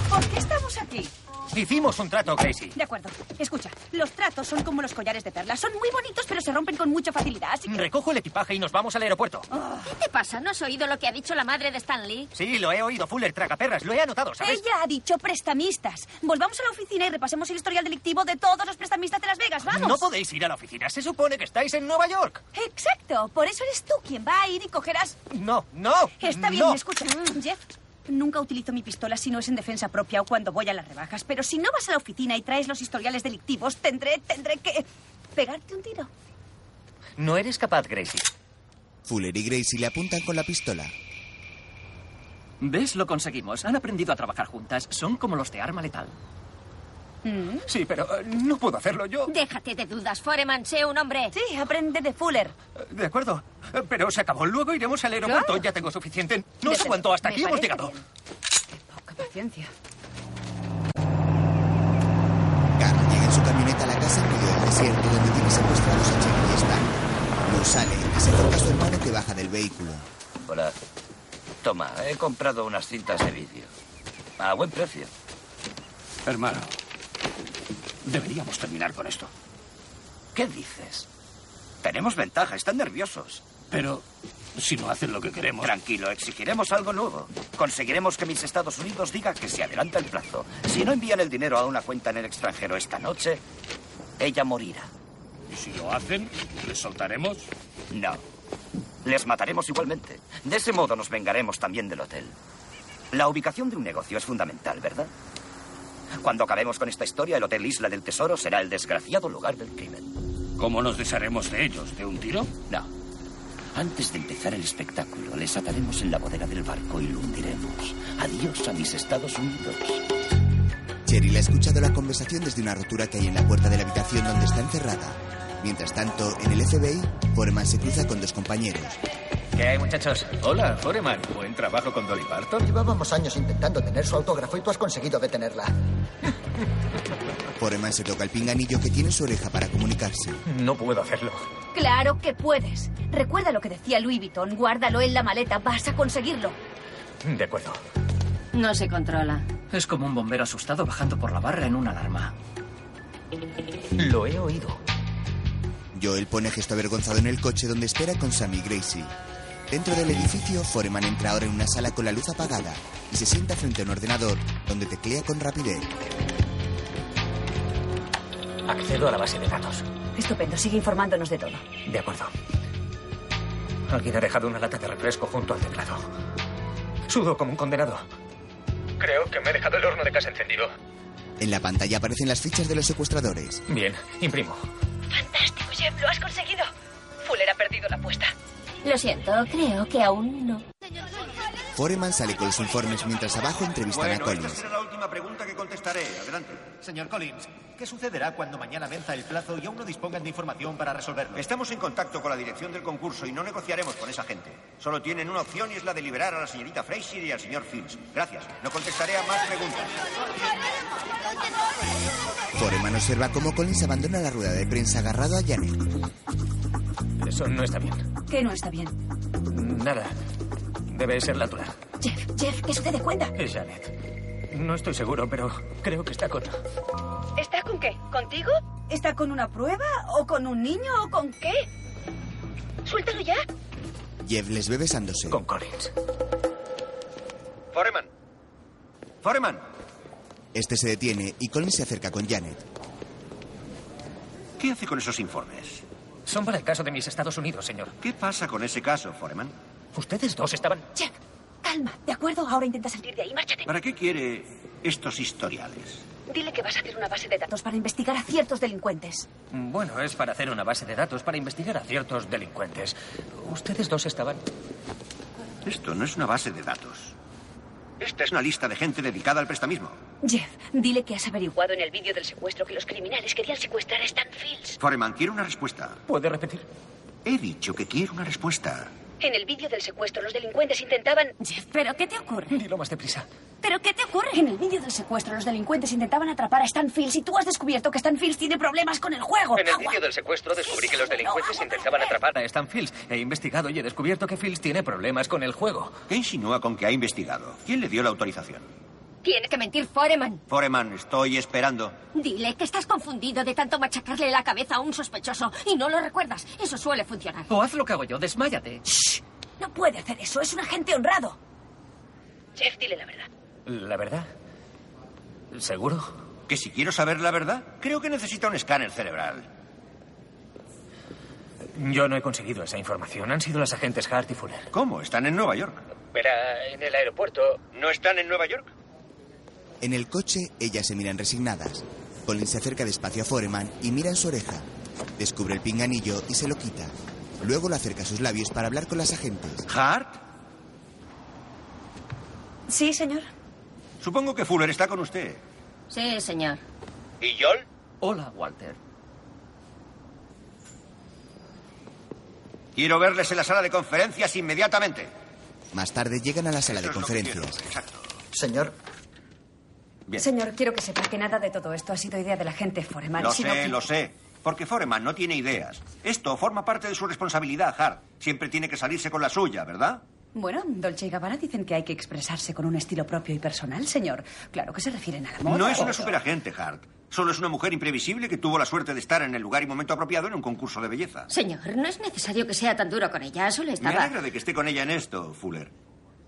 Speaker 3: ¿por qué estamos aquí?
Speaker 13: Hicimos un trato, Gracie.
Speaker 36: De acuerdo. Escucha, los tratos son como los collares de perlas. Son muy bonitos, pero se rompen con mucha facilidad, así que...
Speaker 13: Recojo el equipaje y nos vamos al aeropuerto.
Speaker 37: Ah.
Speaker 34: ¿Qué te pasa? ¿No has oído lo que ha dicho la madre de Stanley?
Speaker 13: Sí, lo he oído, Fuller, tragaperras. Lo he anotado, ¿sabes?
Speaker 36: Ella ha dicho prestamistas. Volvamos a la oficina y repasemos el historial delictivo de todos los prestamistas de Las Vegas. ¡Vamos!
Speaker 13: No podéis ir a la oficina. Se supone que estáis en Nueva York.
Speaker 36: Exacto. Por eso eres tú quien va a ir y cogerás...
Speaker 13: No, no.
Speaker 36: Está bien,
Speaker 13: no.
Speaker 36: escucha. Mm, Jeff, nunca utilizo mi pistola si no es en defensa propia o cuando voy a las rebajas. Pero si no vas a la oficina y traes los historiales delictivos, tendré, tendré que... Pegarte un tiro.
Speaker 13: No eres capaz, Gracie.
Speaker 1: Fuller y Gracie le apuntan con la pistola.
Speaker 4: ¿Ves? Lo conseguimos. Han aprendido a trabajar juntas. Son como los de arma letal.
Speaker 14: Mm.
Speaker 38: Sí, pero eh, no puedo hacerlo yo.
Speaker 14: Déjate de dudas, Foreman, sé un hombre.
Speaker 3: Sí, aprende de Fuller.
Speaker 38: De acuerdo. Eh, Pero se acabó. Luego iremos al aeropuerto. Ya tengo suficiente. No sé cuánto. Hasta
Speaker 37: Me
Speaker 38: aquí hemos
Speaker 37: parece
Speaker 38: llegado.
Speaker 37: bien. Qué poca paciencia.
Speaker 1: Carl llega en su camioneta a la casa en medio del desierto donde tiene secuestrados a Chico y Stan. No sale, se acerca a su hermano que baja del vehículo.
Speaker 39: Hola. Toma, he comprado unas cintas de vídeo. A buen precio.
Speaker 40: Hermano, deberíamos terminar con esto.
Speaker 39: ¿Qué dices? Tenemos ventaja, están nerviosos.
Speaker 40: Pero si no hacen lo que queremos.
Speaker 39: Tranquilo, exigiremos algo nuevo. Conseguiremos que mis Estados Unidos diga que se adelanta el plazo. Si no envían el dinero a una cuenta en el extranjero esta noche, ella morirá.
Speaker 40: ¿Y si lo hacen, les soltaremos?
Speaker 39: No. Les mataremos igualmente. De ese modo nos vengaremos también del hotel. La ubicación de un negocio es fundamental, ¿verdad? Cuando acabemos con esta historia, el Hotel Isla del Tesoro será el desgraciado lugar del crimen.
Speaker 40: ¿Cómo nos desharemos de ellos? ¿De un tiro?
Speaker 39: No. Antes de empezar el espectáculo, les ataremos en la bodega del barco y lo hundiremos. Adiós a mis Estados Unidos.
Speaker 1: Cheryl ha escuchado la conversación desde una rotura que hay en la puerta de la habitación donde está encerrada. Mientras tanto, en el FBI, Foreman se cruza con dos compañeros.
Speaker 13: ¿Qué hay, muchachos? Hola, Foreman. Buen trabajo con Dolly Parton. Llevábamos años intentando tener su autógrafo y tú has conseguido detenerla.
Speaker 1: Foreman se toca el pinganillo que tiene en su oreja para comunicarse.
Speaker 13: No puedo hacerlo.
Speaker 6: Claro que puedes. Recuerda lo que decía Louis Vuitton. Guárdalo en la maleta. Vas a conseguirlo.
Speaker 13: De acuerdo.
Speaker 4: No se controla. Es como un bombero asustado bajando por la barra en una alarma.
Speaker 13: Lo he oído.
Speaker 1: Joel pone gesto avergonzado en el coche donde espera con Sammy Gracie. Dentro del edificio, Foreman entra ahora en una sala con la luz apagada y se sienta frente a un ordenador donde teclea con rapidez.
Speaker 13: Accedo a la base de datos.
Speaker 3: Estupendo, sigue informándonos de todo.
Speaker 13: De acuerdo. Alguien ha dejado una lata de refresco junto al teclado. Sudo como un condenado. Creo que me he dejado el horno de casa encendido.
Speaker 1: En la pantalla aparecen las fichas de los secuestradores.
Speaker 13: Bien, imprimo.
Speaker 6: Fantástico, Jeff. Lo has conseguido. Fuller ha perdido la apuesta.
Speaker 41: Lo siento, creo que aún no.
Speaker 1: Foreman sale con los informes mientras abajo entrevistan a
Speaker 16: Bueno, esta
Speaker 1: Collins.
Speaker 16: será la última pregunta que contestaré. Adelante. Señor Collins, ¿qué sucederá cuando mañana venza el plazo y aún no dispongan de información para resolverlo? Estamos en contacto con la dirección del concurso y no negociaremos con esa gente. Solo tienen una opción y es la de liberar a la señorita Fraser y al señor Fields. Gracias. No contestaré a más preguntas.
Speaker 1: Foreman observa cómo Collins abandona la rueda de prensa agarrado a Janet.
Speaker 13: Eso no está bien.
Speaker 3: Que no está bien.
Speaker 13: Nada. Debe ser la tuya.
Speaker 3: Jeff, Jeff, que se te dé cuenta.
Speaker 13: Es Janet. No estoy seguro, pero creo que está con...
Speaker 3: ¿Está con qué? ¿Contigo? ¿Está con una prueba? ¿O con un niño? ¿O con qué? Suéltalo ya.
Speaker 1: Jeff les ve besándose. Con
Speaker 13: Collins.
Speaker 16: Foreman. Foreman.
Speaker 1: Este se detiene y Collins se acerca con Janet.
Speaker 16: ¿Qué hace con esos informes?
Speaker 13: Son para el caso de mis Estados Unidos, señor.
Speaker 16: ¿Qué pasa con ese caso, Foreman?
Speaker 13: Ustedes dos estaban...
Speaker 3: Jeff, calma, ¿de acuerdo? Ahora intenta salir de ahí. Márchate.
Speaker 16: ¿Para qué quiere estos historiales?
Speaker 3: Dile que vas a hacer una base de datos para investigar a ciertos delincuentes.
Speaker 13: Bueno, es para hacer una base de datos para investigar a ciertos delincuentes. Ustedes dos estaban...
Speaker 16: Esto no es una base de datos. Esta es una lista de gente dedicada al prestamismo.
Speaker 3: Jeff, dile que has averiguado en el vídeo del secuestro que los criminales querían secuestrar a Stanfield.
Speaker 16: Foreman, quiero una respuesta.
Speaker 13: ¿Puede repetir?
Speaker 16: He dicho que quiero una respuesta.
Speaker 3: En el vídeo del secuestro, los delincuentes intentaban.
Speaker 42: Jeff, ¿pero qué te ocurre?
Speaker 13: Dilo más deprisa.
Speaker 3: ¿Pero qué te ocurre? En el vídeo del secuestro, los delincuentes intentaban atrapar a Stanfield y tú has descubierto que Stanfield tiene problemas con el juego.
Speaker 13: En el vídeo del secuestro descubrí que los delincuentes intentaban atrapar a Stan Fields. He investigado y he descubierto que Fields tiene problemas con el juego.
Speaker 16: ¿Qué insinúa con que ha investigado? ¿Quién le dio la autorización?
Speaker 14: Tiene que mentir, Foreman.
Speaker 16: Foreman, estoy esperando.
Speaker 14: Dile que estás confundido de tanto machacarle la cabeza a un sospechoso y no lo recuerdas. Eso suele funcionar.
Speaker 4: O haz lo que hago yo, desmáyate.
Speaker 3: No puede hacer eso, es un agente honrado. Jeff, dile la verdad.
Speaker 13: ¿La verdad? ¿Seguro?
Speaker 16: ¿Que si quiero saber la verdad? Creo que necesita un escáner cerebral.
Speaker 13: Yo no he conseguido esa información. Han sido las agentes Hart y Fuller.
Speaker 16: ¿Cómo? Están en Nueva York.
Speaker 13: Verá, en el aeropuerto.
Speaker 16: ¿No están en Nueva York?
Speaker 1: En el coche, ellas se miran resignadas. Collins se acerca despacio a Foreman y mira en su oreja. Descubre el pinganillo y se lo quita. Luego lo acerca a sus labios para hablar con las agentes.
Speaker 16: ¿Hart?
Speaker 3: Sí, señor.
Speaker 16: Supongo que Fuller está con usted.
Speaker 14: Sí, señor.
Speaker 43: ¿Y Joel?
Speaker 4: Hola, Walter.
Speaker 16: Quiero verles en la sala de conferencias inmediatamente.
Speaker 1: Más tarde llegan a la sala de conferencias.
Speaker 44: Señor.
Speaker 16: Bien.
Speaker 45: Señor, quiero que sepa que nada de todo esto ha sido idea de la gente Foreman.
Speaker 16: Lo
Speaker 45: sino
Speaker 16: sé,
Speaker 45: que-
Speaker 16: lo sé. Porque Foreman no tiene ideas. Esto forma parte de su responsabilidad, Hart. Siempre tiene que salirse con la suya, ¿verdad?
Speaker 45: Bueno, Dolce y Gabbana dicen que hay que expresarse con un estilo propio y personal, señor. Claro que se refieren al amor.
Speaker 16: No es una superagente, Hart. Solo es una mujer imprevisible que tuvo la suerte de estar en el lugar y momento apropiado en un concurso de belleza.
Speaker 14: Señor, no es necesario que sea tan duro con ella. Solo
Speaker 16: Me
Speaker 14: estaba.
Speaker 16: alegra de que esté con ella en esto, Fuller.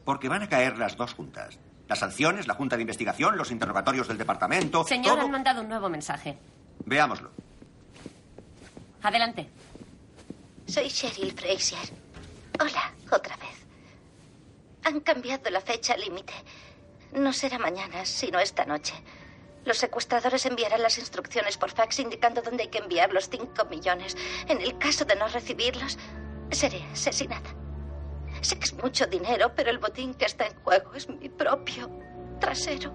Speaker 16: Porque van a caer las dos juntas. Las sanciones, la junta de investigación, los interrogatorios del departamento.
Speaker 46: Señor,
Speaker 16: todo-
Speaker 46: han mandado un nuevo mensaje.
Speaker 16: Veámoslo.
Speaker 46: Adelante.
Speaker 7: Soy Cheryl Fraser. Hola, otra vez. Han cambiado la fecha límite. No será mañana, sino esta noche. Los secuestradores enviarán las instrucciones por fax indicando dónde hay que enviar los 5 millones. En el caso de no recibirlos, seré asesinada. Sé que es mucho dinero, pero el botín que está en juego es mi propio trasero.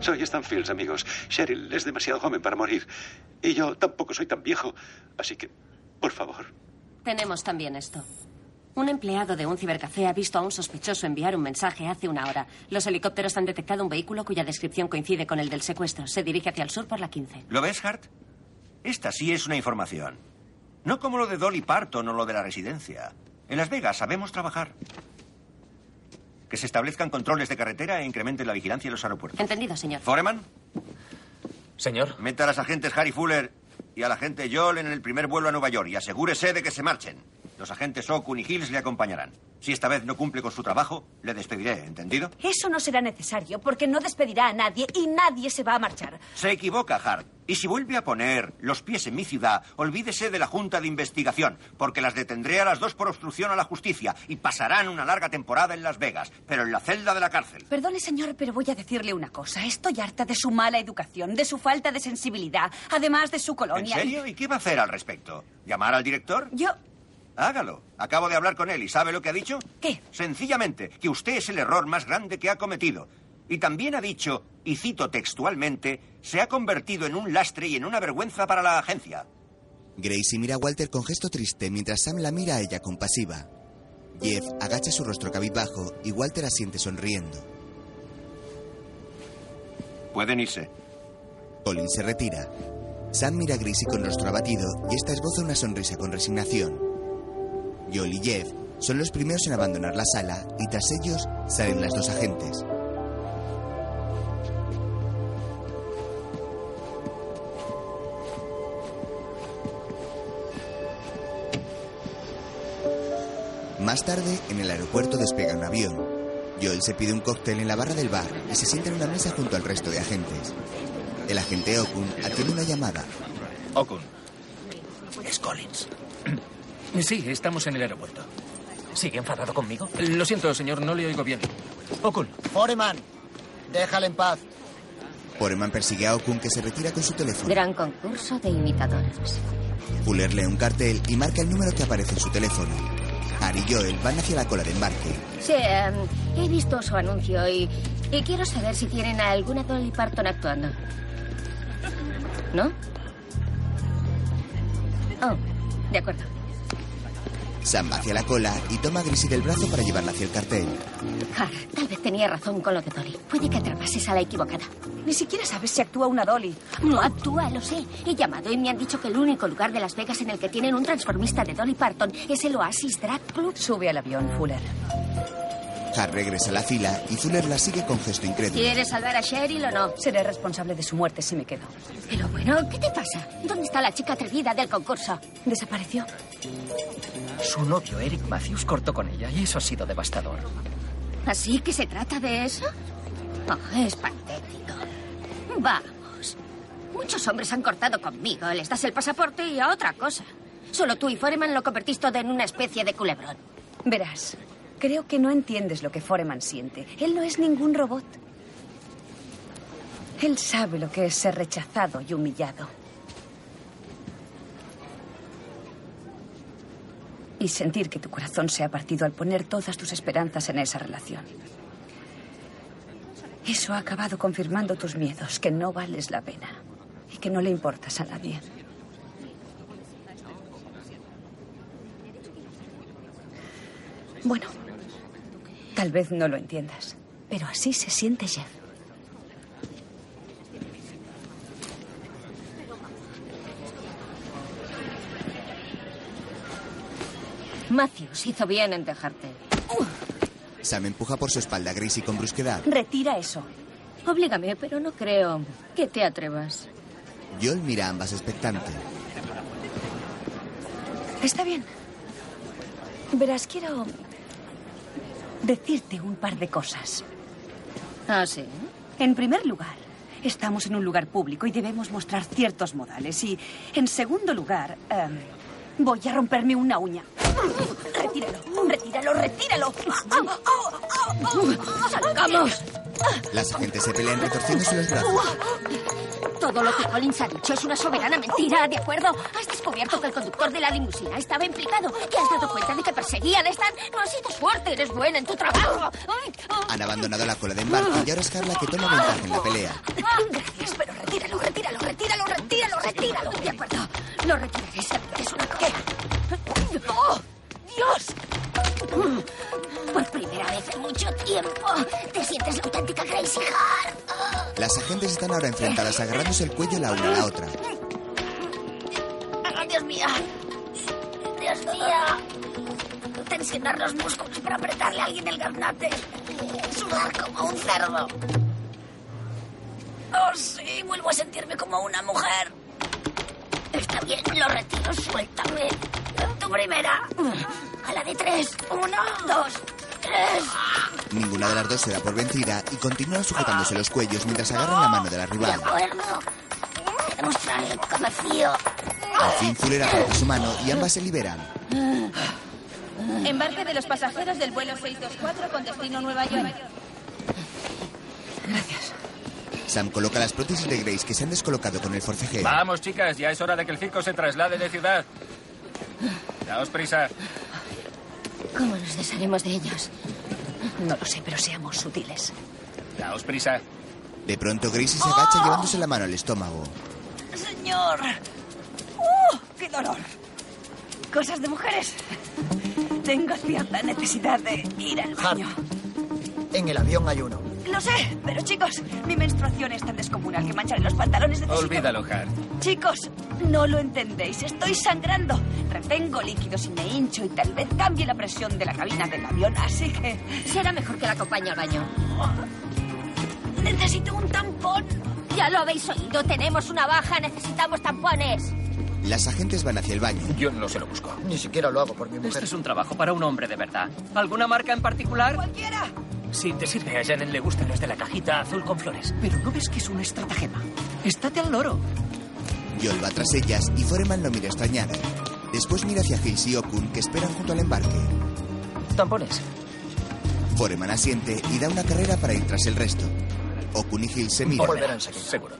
Speaker 10: Soy Stan Fields, amigos. Cheryl es demasiado joven para morir. Y yo tampoco soy tan viejo. Así que, por favor.
Speaker 46: Tenemos también esto. Un empleado de un cibercafé ha visto a un sospechoso enviar un mensaje hace una hora. Los helicópteros han detectado un vehículo cuya descripción coincide con el del secuestro. Se dirige hacia el sur por la 15.
Speaker 16: ¿Lo ves, Hart? Esta sí es una información. No como lo de Dolly Parton o lo de la residencia. En Las Vegas sabemos trabajar. Que se establezcan controles de carretera e incrementen la vigilancia en los aeropuertos.
Speaker 46: Entendido, señor.
Speaker 16: ¿Foreman?
Speaker 13: Señor.
Speaker 16: Meta a las agentes Harry Fuller y al agente Joel en el primer vuelo a Nueva York y asegúrese de que se marchen. Los agentes Okun y Hills le acompañarán. Si esta vez no cumple con su trabajo, le despediré, ¿entendido?
Speaker 3: Eso no será necesario porque no despedirá a nadie y nadie se va a marchar.
Speaker 16: Se equivoca, Hart. Y si vuelve a poner los pies en mi ciudad, olvídese de la Junta de Investigación, porque las detendré a las dos por obstrucción a la justicia y pasarán una larga temporada en Las Vegas, pero en la celda de la cárcel.
Speaker 3: Perdone, señor, pero voy a decirle una cosa. Estoy harta de su mala educación, de su falta de sensibilidad, además de su
Speaker 16: ¿En
Speaker 3: colonia.
Speaker 16: serio? ¿Y qué va a hacer al respecto? ¿Llamar al director?
Speaker 3: Yo.
Speaker 16: Hágalo. Acabo de hablar con él y ¿sabe lo que ha dicho?
Speaker 3: ¿Qué?
Speaker 16: Sencillamente, que usted es el error más grande que ha cometido. Y también ha dicho, y cito textualmente, se ha convertido en un lastre y en una vergüenza para la agencia.
Speaker 1: Gracie mira a Walter con gesto triste mientras Sam la mira a ella compasiva. Jeff agacha su rostro cabizbajo y Walter asiente sonriendo.
Speaker 16: Pueden irse.
Speaker 1: Colin se retira. Sam mira a Gracie con rostro abatido y esta esboza una sonrisa con resignación. Joel y Jeff son los primeros en abandonar la sala y tras ellos salen las dos agentes. Más tarde, en el aeropuerto despega un avión. Joel se pide un cóctel en la barra del bar y se sienta en una mesa junto al resto de agentes. El agente Okun atiende una llamada.
Speaker 13: Okun.
Speaker 1: Es Collins.
Speaker 13: Sí, estamos en el aeropuerto. ¿Sigue enfadado conmigo? Lo siento, señor, no le oigo bien. Okun.
Speaker 47: Foreman, déjale en paz.
Speaker 1: Foreman persigue a Okun que se retira con su teléfono.
Speaker 14: Gran concurso de imitadoras.
Speaker 1: Fuller lee un cartel y marca el número que aparece en su teléfono. Harry y Joel van hacia la cola de embarque.
Speaker 14: Sí, em, he visto su anuncio y, y quiero saber si tienen a alguna Dolly Parton actuando. ¿No? Oh, de acuerdo.
Speaker 1: Sam va hacia la cola y toma a Gracie del brazo para llevarla hacia el cartel.
Speaker 14: Har, Ah, tal vez tenía razón con lo de Dolly. Puede que atrapases a la equivocada.
Speaker 3: Ni siquiera sabes si actúa una Dolly.
Speaker 14: No actúa, lo sé. He llamado y me han dicho que el único lugar de Las Vegas en el que tienen un transformista de Dolly Parton es el Oasis Drag Club.
Speaker 45: Sube al avión, Fuller.
Speaker 1: Hart regresa a la fila y Fuller la sigue con gesto incrédulo.
Speaker 14: ¿Quieres salvar a Cheryl o no?
Speaker 3: Seré responsable de su muerte si me quedo.
Speaker 14: Pero bueno, ¿qué te pasa? ¿Dónde está la chica atrevida del concurso?
Speaker 3: Desapareció.
Speaker 4: Su novio, Eric Matthews, cortó con ella y eso ha sido devastador.
Speaker 14: ¿Así que se trata de eso? Oh, es patético. Vamos. Muchos hombres han cortado conmigo. Les das el pasaporte y a otra cosa. Solo tú y Foreman lo convertís todo en una especie de culebrón.
Speaker 3: Verás, creo que no entiendes lo que Foreman siente. Él no es ningún robot. Él sabe lo que es ser rechazado y humillado. Y sentir que tu corazón se ha partido al poner todas tus esperanzas en esa relación.
Speaker 6: Eso ha acabado confirmando tus miedos, que no vales la pena y que no le importas a nadie. Bueno, tal vez no lo entiendas, pero así se siente Jeff.
Speaker 14: Matthews hizo bien en dejarte.
Speaker 1: Sam empuja por su espalda a Gracie con brusquedad.
Speaker 14: Retira eso. Oblígame, pero no creo que te atrevas.
Speaker 1: Joel mira a ambas expectante.
Speaker 3: Está bien. Verás, quiero decirte un par de cosas.
Speaker 14: Ah, sí.
Speaker 3: En primer lugar, estamos en un lugar público y debemos mostrar ciertos modales. Y en segundo lugar, eh, voy a romperme una uña. Retíralo, retíralo, retíralo.
Speaker 14: ¡Salgamos!
Speaker 1: Las agentes se pelean retorciéndose los brazos.
Speaker 14: Todo lo que Collins ha dicho es una soberana mentira, ¿de acuerdo? Has descubierto que el conductor de la limusina estaba implicado. Te has dado cuenta de que perseguían a Stan. No has sido fuerte, eres buena en tu trabajo. Ay,
Speaker 1: Han abandonado la cola de embarque y ahora es Carla que toma ventaja en la pelea.
Speaker 14: Gracias, pero retíralo, retíralo, retíralo, retíralo, retíralo. De acuerdo, lo retiraré si es una cola. ¡Oh, Dios! Por primera vez en mucho tiempo, te sientes la auténtica Gracie Hart.
Speaker 1: Las agentes están ahora enfrentadas agarrándose el cuello la una a la otra.
Speaker 14: Ah, Dios mía. Dios mía. Tensionar los músculos para apretarle a alguien el garnate. Sudar como un cerdo. Oh, sí, vuelvo a sentirme como una mujer. Está bien, lo retiro, suéltame. Tu primera. A la de tres. Uno, dos, tres.
Speaker 1: Ninguna de las dos se da por vencida y continúan sujetándose los cuellos mientras agarran la mano de la
Speaker 14: De
Speaker 1: rival.
Speaker 14: acuerdo. Te mostraré cómo frío.
Speaker 1: Al fin Fuller aparta su mano y ambas se liberan.
Speaker 48: Embarque de los pasajeros del vuelo 624 con destino Nueva York.
Speaker 1: Sam coloca las prótesis de Grace que se han descolocado con el forcejeo.
Speaker 5: Vamos, chicas, ya es hora de que el circo se traslade de ciudad. Daos prisa.
Speaker 14: ¿Cómo nos desharemos de ellos?
Speaker 3: No lo sé, pero seamos sutiles.
Speaker 5: Daos prisa.
Speaker 1: De pronto Gracie se agacha llevándose la mano al estómago.
Speaker 3: Señor. ¡Uh! ¡Qué dolor! Cosas de mujeres. Tengo cierta necesidad de ir al baño.
Speaker 49: En el avión hay uno.
Speaker 3: Lo sé, pero chicos, mi menstruación es tan descomunal que mancharé los pantalones de
Speaker 5: Olvídalo, Hart.
Speaker 3: Chicos, no lo entendéis. Estoy sangrando. Retengo líquidos y me hincho y tal vez cambie la presión de la cabina del avión, así que...
Speaker 14: Será mejor que la acompañe al baño. Necesito un tampón. Ya lo habéis oído. Tenemos una baja. Necesitamos tampones.
Speaker 1: Las agentes van hacia el baño.
Speaker 5: Yo no se lo busco.
Speaker 49: Ni siquiera lo hago por mi mujer.
Speaker 4: Este es un trabajo para un hombre de verdad. ¿Alguna marca en particular?
Speaker 3: ¡Cualquiera!
Speaker 4: Si te sirve, a Janet le gustan los de la cajita azul con flores. Pero no ves que es un estratagema. Estate al loro.
Speaker 1: Joel va tras ellas y Foreman lo mira extrañado. Después mira hacia Hills y Okun que esperan junto al embarque.
Speaker 4: Tampones.
Speaker 1: Foreman asiente y da una carrera para ir tras el resto. Okun y Hills se miran.
Speaker 49: Volverá enseguida.
Speaker 5: Seguro.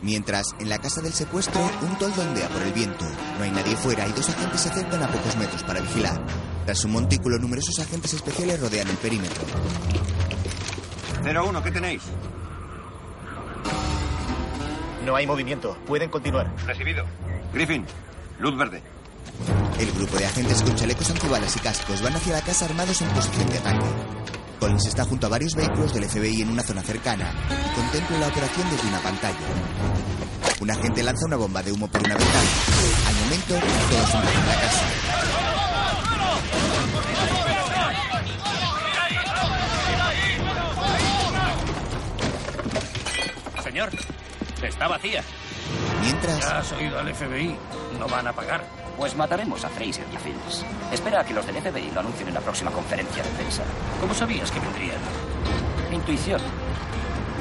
Speaker 1: Mientras, en la casa del secuestro, un toldo ondea por el viento. No hay nadie fuera y dos agentes se acercan a pocos metros para vigilar. Tras un montículo, numerosos agentes especiales rodean el perímetro.
Speaker 16: 01, ¿qué tenéis?
Speaker 50: No hay movimiento. Pueden continuar.
Speaker 16: Recibido. Griffin, luz verde.
Speaker 1: El grupo de agentes con chalecos antibalas y cascos van hacia la casa armados en posición de ataque. Collins está junto a varios vehículos del FBI en una zona cercana y contempla la operación desde una pantalla. Un agente lanza una bomba de humo por una ventana. Al momento, todos entran en la casa.
Speaker 51: Señor, está vacía.
Speaker 1: Mientras.
Speaker 51: Ya has oído al FBI. No van a pagar.
Speaker 13: Pues mataremos a Fraser y a Fields. Espera a que los del FBI lo anuncien en la próxima conferencia de prensa.
Speaker 51: ¿Cómo sabías que vendrían?
Speaker 13: Intuición.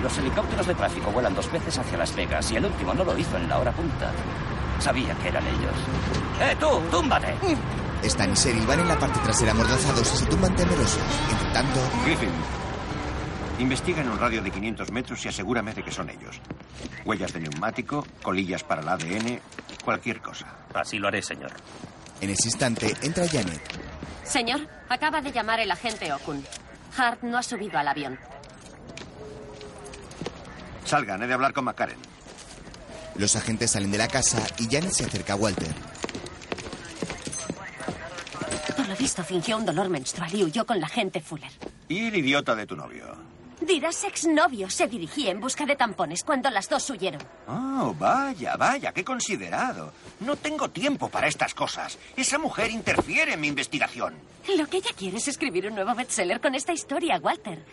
Speaker 13: Los helicópteros de tráfico vuelan dos veces hacia Las Vegas y el último no lo hizo en la hora punta. Sabía que eran ellos. ¡Eh, tú! ¡Túmbate!
Speaker 1: Stan y Sherry van en la parte trasera amordazados y se tumban temerosos. Entre tanto,
Speaker 16: Griffin, investiga en un radio de 500 metros y asegúrame de que son ellos. Huellas de neumático, colillas para el ADN, cualquier cosa.
Speaker 51: Así lo haré, señor.
Speaker 1: en ese instante, entra Janet.
Speaker 52: Señor, acaba de llamar el agente Okun. Hart no ha subido al avión.
Speaker 16: Salgan, he de hablar con Macaren.
Speaker 1: Los agentes salen de la casa y Janet se acerca a Walter.
Speaker 14: Por lo visto, fingió un dolor menstrual y huyó con la gente Fuller.
Speaker 16: Y el idiota de tu novio.
Speaker 14: Dirás exnovio se dirigía en busca de tampones cuando las dos huyeron.
Speaker 16: Oh, vaya, vaya, qué considerado. No tengo tiempo para estas cosas. Esa mujer interfiere en mi investigación.
Speaker 14: Lo que ella quiere es escribir un nuevo bestseller con esta historia, Walter.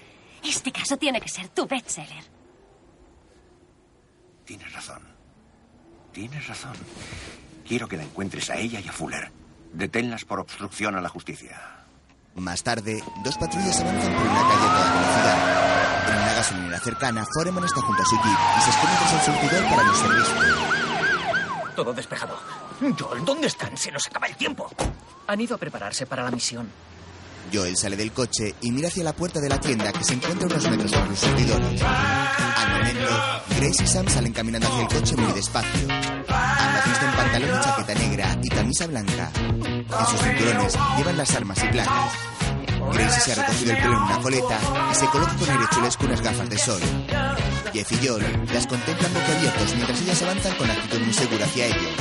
Speaker 14: Este caso tiene que ser tu bestseller.
Speaker 16: Tienes razón. Tienes razón. Quiero que la encuentres a ella y a Fuller. Deténlas por obstrucción a la justicia.
Speaker 1: Más tarde, dos patrullas avanzan por una calle a toda velocidad. En una gasolinera cercana, Foreman está junto a su jeep y se esconde tras el surtidor para no ser visto.
Speaker 13: Todo despejado. Joel, ¿dónde están? Se nos acaba el tiempo. Han ido a prepararse para la misión.
Speaker 1: Joel sale del coche y mira hacia la puerta de la tienda que se encuentra a unos metros por los surtidores. Al momento, Grace y Sam salen caminando hacia el coche muy despacio. Ambas visten pantalón y chaqueta negra y camisa blanca. En sus cinturones llevan las armas y placas. Gracie se ha recogido el pelo en una coleta y se coloca con aire chulesco unas gafas de sol. Jeff y Joel las contemplan boquiabiertos mientras ellas avanzan con actitud muy segura hacia ellos.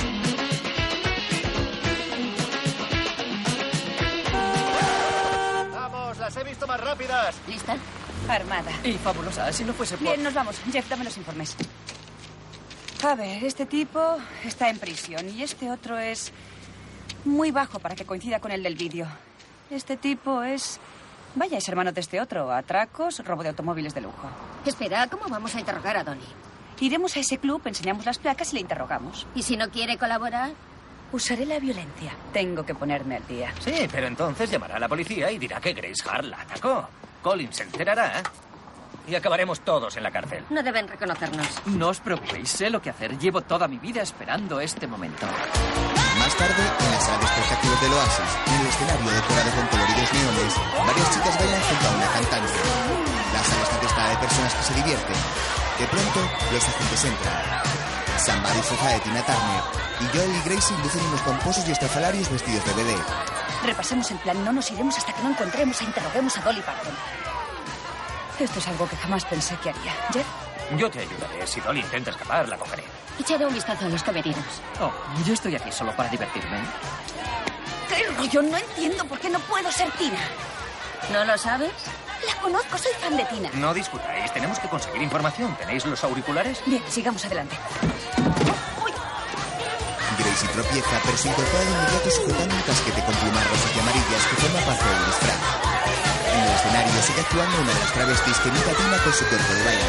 Speaker 53: ¡Vamos! ¡Las he visto más rápidas!
Speaker 54: ¿Lista? Armada.
Speaker 13: Y fabulosa, si no fuese por...
Speaker 3: Bien, nos vamos. Jeff, dame los informes. A ver, este tipo está en prisión y este otro es muy bajo para que coincida con el del vídeo. Este tipo es... Vaya, es hermano de este otro. Atracos, robo de automóviles de lujo.
Speaker 55: Espera, ¿cómo vamos a interrogar a Donnie?
Speaker 3: Iremos a ese club, enseñamos las placas y le interrogamos.
Speaker 55: ¿Y si no quiere colaborar?
Speaker 3: Usaré la violencia. Tengo que ponerme al día.
Speaker 13: Sí, pero entonces llamará a la policía y dirá que Grace Hart la atacó. Colin se enterará y acabaremos todos en la cárcel.
Speaker 55: No deben reconocernos.
Speaker 4: No os preocupéis, sé lo que hacer. Llevo toda mi vida esperando este momento.
Speaker 1: Más tarde, en la sala de espectáculos del Oasis, en el escenario decorado con coloridos neones, varias chicas bailan junto a una cantante. La sala está testada de personas que se divierten. De pronto, los agentes entran. Sam disfraza de Tina Turner y Joel y Gracie lucen unos pomposos y estrafalarios vestidos de bebé.
Speaker 3: Repasemos el plan. No nos iremos hasta que no encontremos e interroguemos a Dolly Parton. Esto es algo que jamás pensé que haría. Jeff,
Speaker 13: Yo te ayudaré. Si Dolly intenta escapar, la cogeré.
Speaker 55: Echaré un vistazo a los cometidos.
Speaker 4: Oh, yo estoy aquí solo para divertirme.
Speaker 3: ¿qué rollo? No entiendo por qué no puedo ser Tina.
Speaker 55: ¿No lo sabes?
Speaker 3: La conozco, soy fan de Tina.
Speaker 13: No discutáis, tenemos que conseguir información. ¿Tenéis los auriculares?
Speaker 3: Bien, sigamos adelante.
Speaker 1: Gracie tropieza, pero se incorpora de inmediato sujetando un casquete con plumas rosas y amarillas que forma parte del disfraz. En el escenario sigue actuando una de las travestis que imita a Tina con su cuerpo de baile.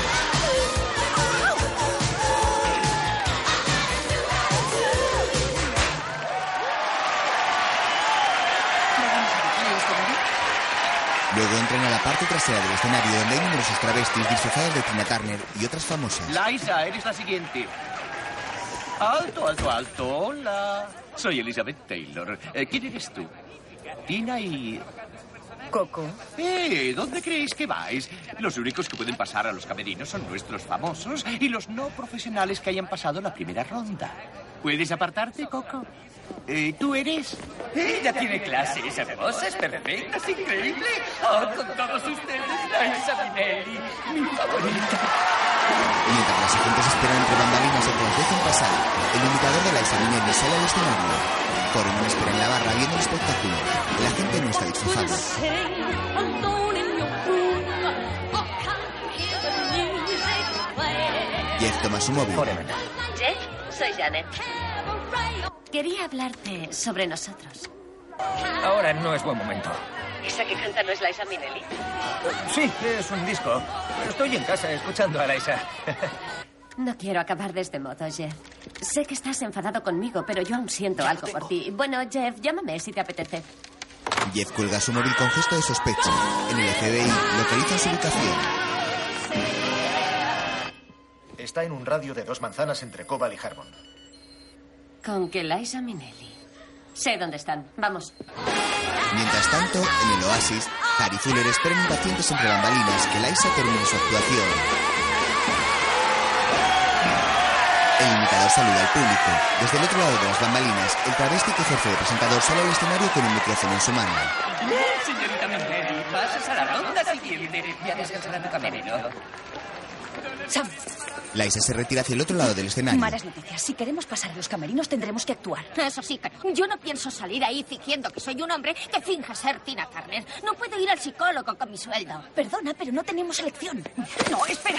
Speaker 1: Luego entran a la parte trasera del escenario donde hay numerosos travestis disfrazadas de Tina Turner y otras famosas.
Speaker 6: Liza, eres la siguiente. Alto, alto, alto. Hola. Soy Elizabeth Taylor. Eh, ¿Quién eres tú? Tina y...
Speaker 3: Coco.
Speaker 6: Eh, ¿dónde creéis que vais? Los únicos que pueden pasar a los camerinos son nuestros famosos y los no profesionales que hayan pasado la primera ronda. ¿Puedes apartarte, Coco? Eh, ¿Tú eres? Ella tiene clases hermosas, perfectas, increíble. Oh, con todos ustedes, Liza Minnelli, mi favorita.
Speaker 1: Mientras las agentes esperan entre bambalinas o que las dejen pasar, el imitador de la Isabel sale al escenario. Foreman espera en la barra viendo el espectáculo. La gente no está disfrazada. Jeff toma su móvil.
Speaker 54: Jeff, soy Janet.
Speaker 14: Quería hablarte sobre nosotros.
Speaker 13: Ahora no es buen momento.
Speaker 54: Esa que canta no es Liza Minnelli.
Speaker 13: Sí, es un disco. Estoy en casa escuchando a Laisa.
Speaker 14: No quiero acabar de este modo, Jeff. Sé que estás enfadado conmigo, pero yo aún siento algo por ti. Bueno, Jeff, llámame si te apetece.
Speaker 1: Jeff cuelga su móvil con gesto de sospecha. En el FBI localiza su ubicación.
Speaker 53: Está en un radio de dos manzanas entre Cobal y Harmon.
Speaker 14: Con que Liza Minnelli. Sé dónde están. Vamos.
Speaker 1: Mientras tanto, en el oasis, Harry y Fuller esperan impacientes entre bambalinas que Liza termine su actuación. El E imitador saluda al público. Desde el otro lado de las bambalinas, el travesti que ejerce de presentador sale al escenario con un micrófono en su mano.
Speaker 6: Bien, señorita Minnelli, pasas a la ronda siguiente. Ya descansará tu camerino.
Speaker 54: Sam,
Speaker 1: Laisa se retira hacia el otro lado del escenario.
Speaker 3: Malas noticias. Si queremos pasar a los camerinos, tendremos que actuar.
Speaker 14: Eso sí, que no. Yo no pienso salir ahí fingiendo que soy un hombre que finja ser Tina Turner. No puedo ir al psicólogo con mi sueldo.
Speaker 3: Perdona, pero no tenemos elección. No, espera.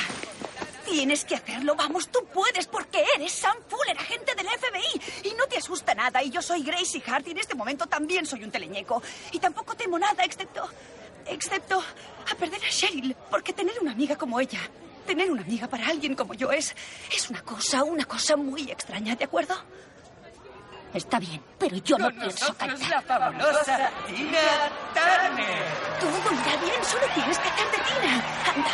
Speaker 3: Tienes que hacerlo, vamos, tú puedes, porque eres Sam Fuller, agente del FBI. Y no te asusta nada, y yo soy Gracie Hart, y en este momento también soy un teleñeco. Y tampoco temo nada, excepto. excepto. a perder a Cheryl, porque tener una amiga como ella. Tener una amiga para alguien como yo es. es una cosa, una cosa muy extraña, ¿de acuerdo?
Speaker 14: Está bien, pero yo no pienso
Speaker 6: nosotros
Speaker 14: cantar.
Speaker 6: la fabulosa Tina Turner.
Speaker 3: Todo irá bien, solo tienes que hacer de Tina. Anda,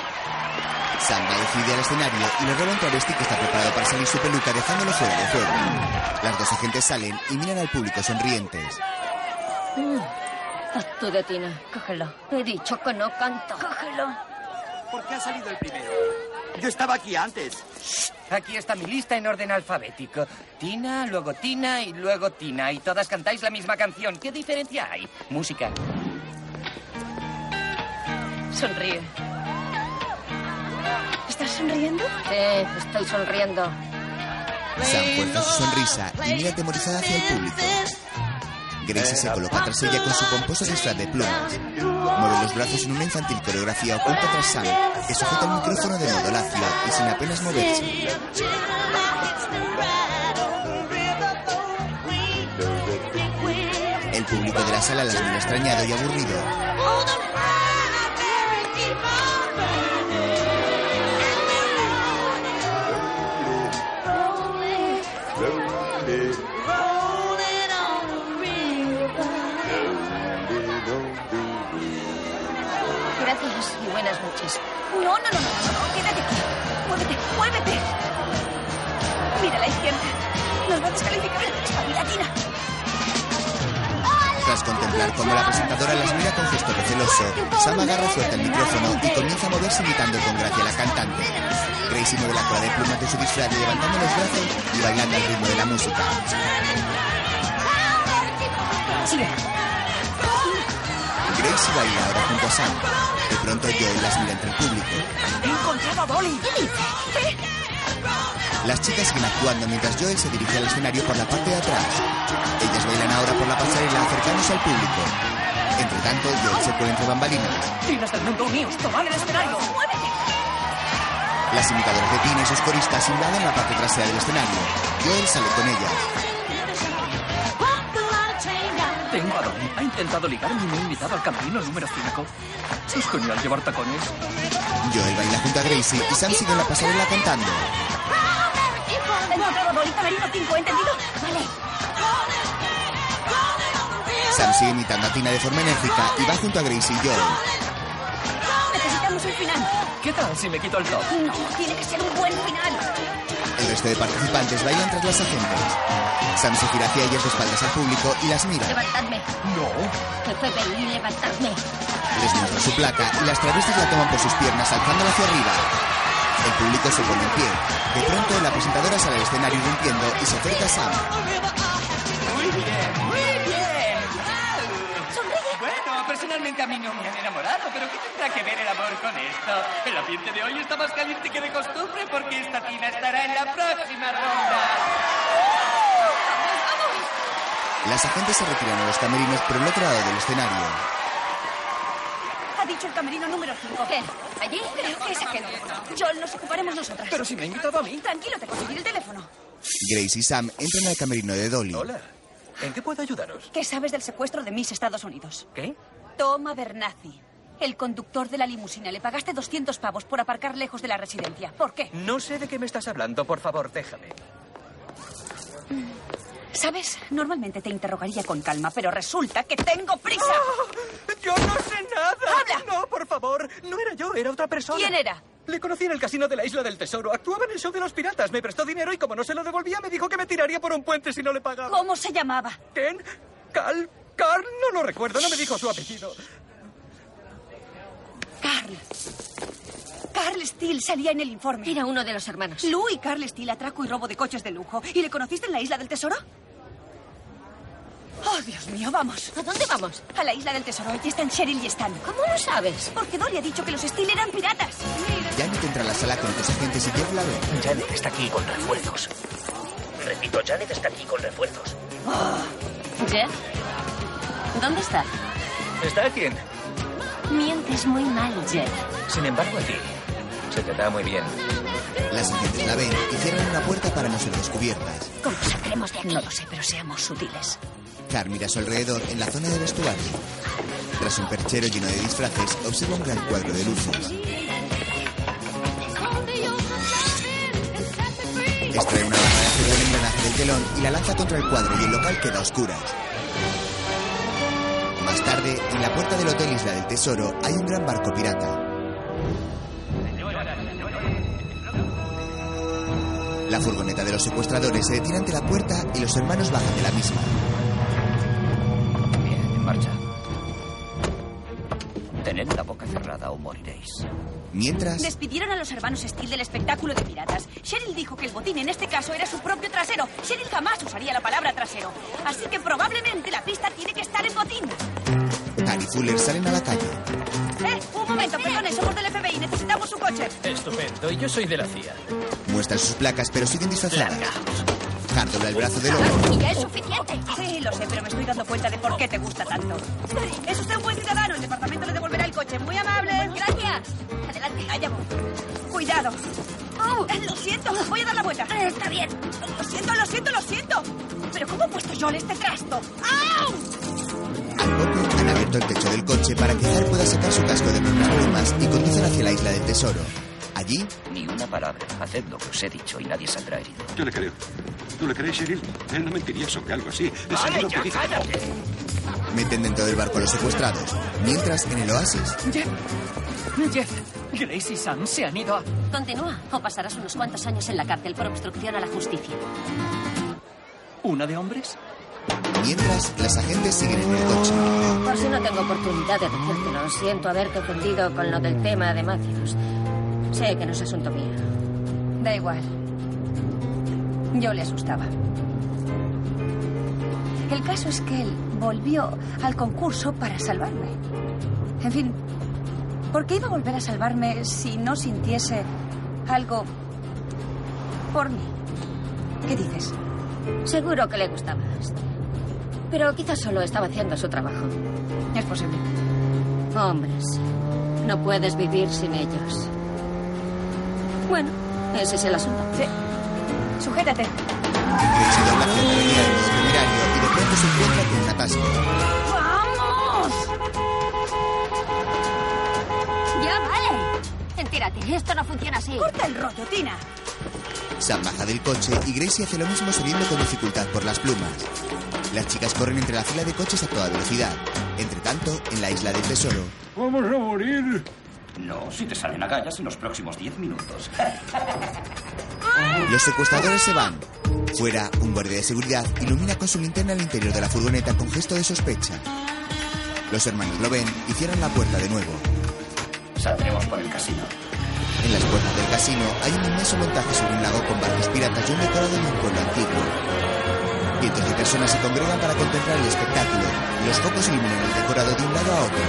Speaker 1: Sam va decide al escenario y le roba un travesti que está preparado para salir su peluca dejándolo fuera de juego. Las dos agentes salen y miran al público sonrientes.
Speaker 14: Mm. Acto de Tina, cógelo. He dicho que no canto. Cógelo.
Speaker 6: ¿Por qué ha salido el primero? Yo estaba aquí antes. Aquí está mi lista en orden alfabético. Tina, luego Tina y luego Tina. Y todas cantáis la misma canción. ¿Qué diferencia hay? Música.
Speaker 14: Sonríe.
Speaker 3: ¿Estás sonriendo?
Speaker 14: Sí, estoy sonriendo.
Speaker 1: Sam fuerza su sonrisa y mira atemorizada hacia el público. Gracie se coloca tras ella con su pomposo disfraz de plumas. Mueve los brazos en una infantil coreografía oculta tras Sam, que sujeta el micrófono de modo lacio y sin apenas moverse. El público de la sala las mira extrañado y aburrido.
Speaker 14: Gracias y buenas noches.
Speaker 3: No, no, no, no, no, quédate aquí. Muévete, muévete. Mira a la izquierda. Nos va a descalificar. Espabila, Tina.
Speaker 1: Tras contemplar cómo la presentadora las mira con gesto receloso, Sam agarra fuerte el micrófono y comienza a moverse imitando con gracia a la cantante. Gracie mueve la cola de plumas de su disfraz levantando los brazos y bailando al ritmo de la música.
Speaker 3: Sigue.
Speaker 1: Gracie baila ahora junto a Sam. De pronto Joel las mira entre el público.
Speaker 3: He encontrado a Dolly. ¿Qué?
Speaker 1: Las chicas siguen actuando mientras Joel se dirige al escenario por la parte de atrás. Ellas bailan ahora por la pasarela acercándose al público. Entre tanto, Joel se pone entre bambalinas.
Speaker 3: Tinas del mundo unidos, tomad el escenario. Muévete.
Speaker 1: Las imitadoras de Tina y sus coristas invaden la parte trasera del escenario. Joel sale con ellas.
Speaker 4: Tengo a Donnie. Ha intentado ligarme y me ha invitado al camerino número 5. Es genial llevar tacones.
Speaker 1: Joel baila junto a Gracie y Sam sigue en la pasarela cantando.
Speaker 3: He encontrado a Dolly, camerino 5, ¿entendido? Vale.
Speaker 1: Sam sigue imitando a Tina de forma enérgica y va junto a Gracie y Joel.
Speaker 3: Necesitamos un final.
Speaker 4: ¿Qué tal si me quito el top?
Speaker 3: No, tiene que ser un buen final.
Speaker 1: El resto de participantes bailan tras las agentes. Sam se gira hacia ellas de espaldas al público y las mira.
Speaker 14: Levantadme. No. El FBI, levantadme.
Speaker 1: Les muestra su placa y las travestis la toman por sus piernas alzándola hacia arriba. El público se pone en pie. De pronto, la presentadora sale al escenario irrumpiendo y se acerca a Sam.
Speaker 6: Muy bien, muy bien. Bueno, personalmente a mí no me han enamorado, pero ¿qué tendrá que ver el amor con esto? El ambiente de hoy está más caliente que de costumbre porque esta tina estará en la próxima ronda.
Speaker 1: Las agentes se retiran a los camerinos por el otro lado del escenario.
Speaker 3: Ha dicho el camerino número 5. ¿Qué? ¿Allí? Creo que es aquel. Joel, nos ocuparemos nosotras. Pero si me ha invitado a mí. Tranquilo, te conseguiré el teléfono.
Speaker 1: Grace y Sam entran al camerino de Dolly.
Speaker 13: ¿En qué puedo ayudaros?
Speaker 3: ¿Qué sabes del secuestro de Miss Estados Unidos?
Speaker 13: ¿Qué?
Speaker 3: Toma Bernazzi, el conductor de la limusina. Le pagaste 200 pavos por aparcar lejos de la residencia. ¿Por qué?
Speaker 13: No sé de qué me estás hablando, por favor, déjame.
Speaker 3: ¿Sabes? Normalmente te interrogaría con calma, pero resulta que tengo prisa.
Speaker 13: ¡Ah! ¡Yo no sé nada! ¡Habla! No, por favor, no era yo, era otra persona.
Speaker 3: ¿Quién era?
Speaker 13: Le conocí en el casino de la Isla del Tesoro. Actuaba en el show de los piratas. Me prestó dinero y como no se lo devolvía, me dijo que me tiraría por un puente si no le pagaba.
Speaker 3: ¿Cómo se llamaba?
Speaker 13: ¿Ken? ¿Cal? ¿Car? No lo recuerdo, no me dijo su apellido.
Speaker 3: Carl. Carl Steele salía en el informe.
Speaker 14: Era uno de los hermanos.
Speaker 3: Lou y Carl Steele, atraco y robo de coches de lujo. ¿Y le conociste en la isla del tesoro? Oh, Dios mío, vamos. ¿A dónde vamos? A la isla del tesoro. Allí están Cheryl y Stan. ¿Cómo lo sabes? Porque Dory ha dicho que los Steel eran piratas.
Speaker 1: Janet entra a la sala con tus agentes y Jeff la ve.
Speaker 13: Janet está aquí con refuerzos. Repito, Janet está aquí con refuerzos.
Speaker 14: Jeff, ¿dónde está?
Speaker 56: ¿Está quién?
Speaker 14: Mientes muy mal, Jeff.
Speaker 56: Sin embargo, a ti. Se te da muy bien.
Speaker 1: Las agentes la ven y cierran una puerta para no ser descubiertas.
Speaker 57: ¿Cómo saldremos de aquí? No lo sé, pero seamos sutiles.
Speaker 1: Car mira a su alrededor en la zona de vestuario. Tras un perchero lleno de disfraces, observa un gran cuadro de luces. Extrae una barra de acero del engranaje del telón y la lanza contra el cuadro y el local queda a oscuras. Más tarde, en la puerta del hotel Isla del Tesoro hay un gran barco pirata. La furgoneta de los secuestradores se detiene ante la puerta y los hermanos bajan de la misma.
Speaker 13: En marcha. Tened la boca cerrada o moriréis.
Speaker 1: Mientras,
Speaker 3: Despidieron a los hermanos Steele del espectáculo de piratas. Cheryl dijo que el botín en este caso era su propio trasero. Cheryl jamás usaría la palabra trasero. Así que probablemente la pista tiene que estar en botín.
Speaker 1: Tar y Fuller salen a la calle.
Speaker 3: ¡Eh! Un momento, perdone, somos del FBI, necesitamos su coche.
Speaker 56: Estupendo, y yo soy de la CIA.
Speaker 1: Muestran sus placas, pero siguen disfrazadas. Car dobla el brazo del hombre.
Speaker 3: Ah, ya es suficiente. Sí, lo sé, pero me estoy dando cuenta de por qué te gusta tanto. Es usted un buen ciudadano. El departamento le devolverá el coche. Muy amable. Gracias. Adelante. Allá voy. Cuidado. Lo siento, voy a dar la vuelta. Está bien. Lo siento, lo siento, lo siento. Pero ¿cómo he puesto yo en este trasto? ¡Au!
Speaker 1: Han abierto el techo del coche para que Car pueda sacar su casco de plumas y conducen hacia la isla del tesoro. Allí,
Speaker 13: Ni una palabra. Haced lo que os he dicho y nadie saldrá herido.
Speaker 10: Yo le creo. ¿Tú le crees, Cheryl? Él no mentiría sobre algo así. Es seguro que dice-
Speaker 1: meten dentro del barco a los secuestrados. Mientras, en el oasis,
Speaker 58: Jeff. Jeff. Grace y Sam se han ido a...
Speaker 59: Continúa o pasarás unos cuantos años en la cárcel por obstrucción a la justicia.
Speaker 58: ¿Una de hombres?
Speaker 1: mientras, las agentes siguen en el coche.
Speaker 14: Por si no tengo oportunidad de decírtelo, siento haberte ofendido con lo del tema de Matthews. Sé que no es asunto mío.
Speaker 60: Da igual. Yo le asustaba. El caso es que él volvió al concurso para salvarme. En fin, ¿por qué iba a volver a salvarme si no sintiese algo por mí? ¿Qué dices?
Speaker 14: Seguro que le gustabas. Pero quizás solo estaba haciendo su trabajo.
Speaker 60: Es posible.
Speaker 14: Hombres, no puedes vivir sin ellos. Bueno, ese es el asunto.
Speaker 60: Sujétate.
Speaker 1: Grace dobla hacia el temerario y de pronto se encuentra con un atasco.
Speaker 57: ¡Vamos! Ya vale. Entérate, esto no funciona así. Corta el rollo, Tina.
Speaker 1: Sam baja del coche y Gracie hace lo mismo subiendo con dificultad por las plumas. Las chicas corren entre la fila de coches a toda velocidad. Entre tanto, en la isla del tesoro,
Speaker 61: Vamos a morir. No, si te salen agallas en los próximos 10 minutos.
Speaker 1: los secuestradores se van. Fuera, un guardia de seguridad ilumina con su linterna el interior de la furgoneta con gesto de sospecha. Los hermanos lo ven y cierran la puerta de nuevo.
Speaker 61: Saldremos por el casino.
Speaker 1: En las puertas del casino hay un inmenso montaje sobre un lago con barcos piratas y un decorado de un pueblo antiguo. Cientos de personas se congregan para contemplar el espectáculo. Los focos iluminan el decorado de un lado a otro.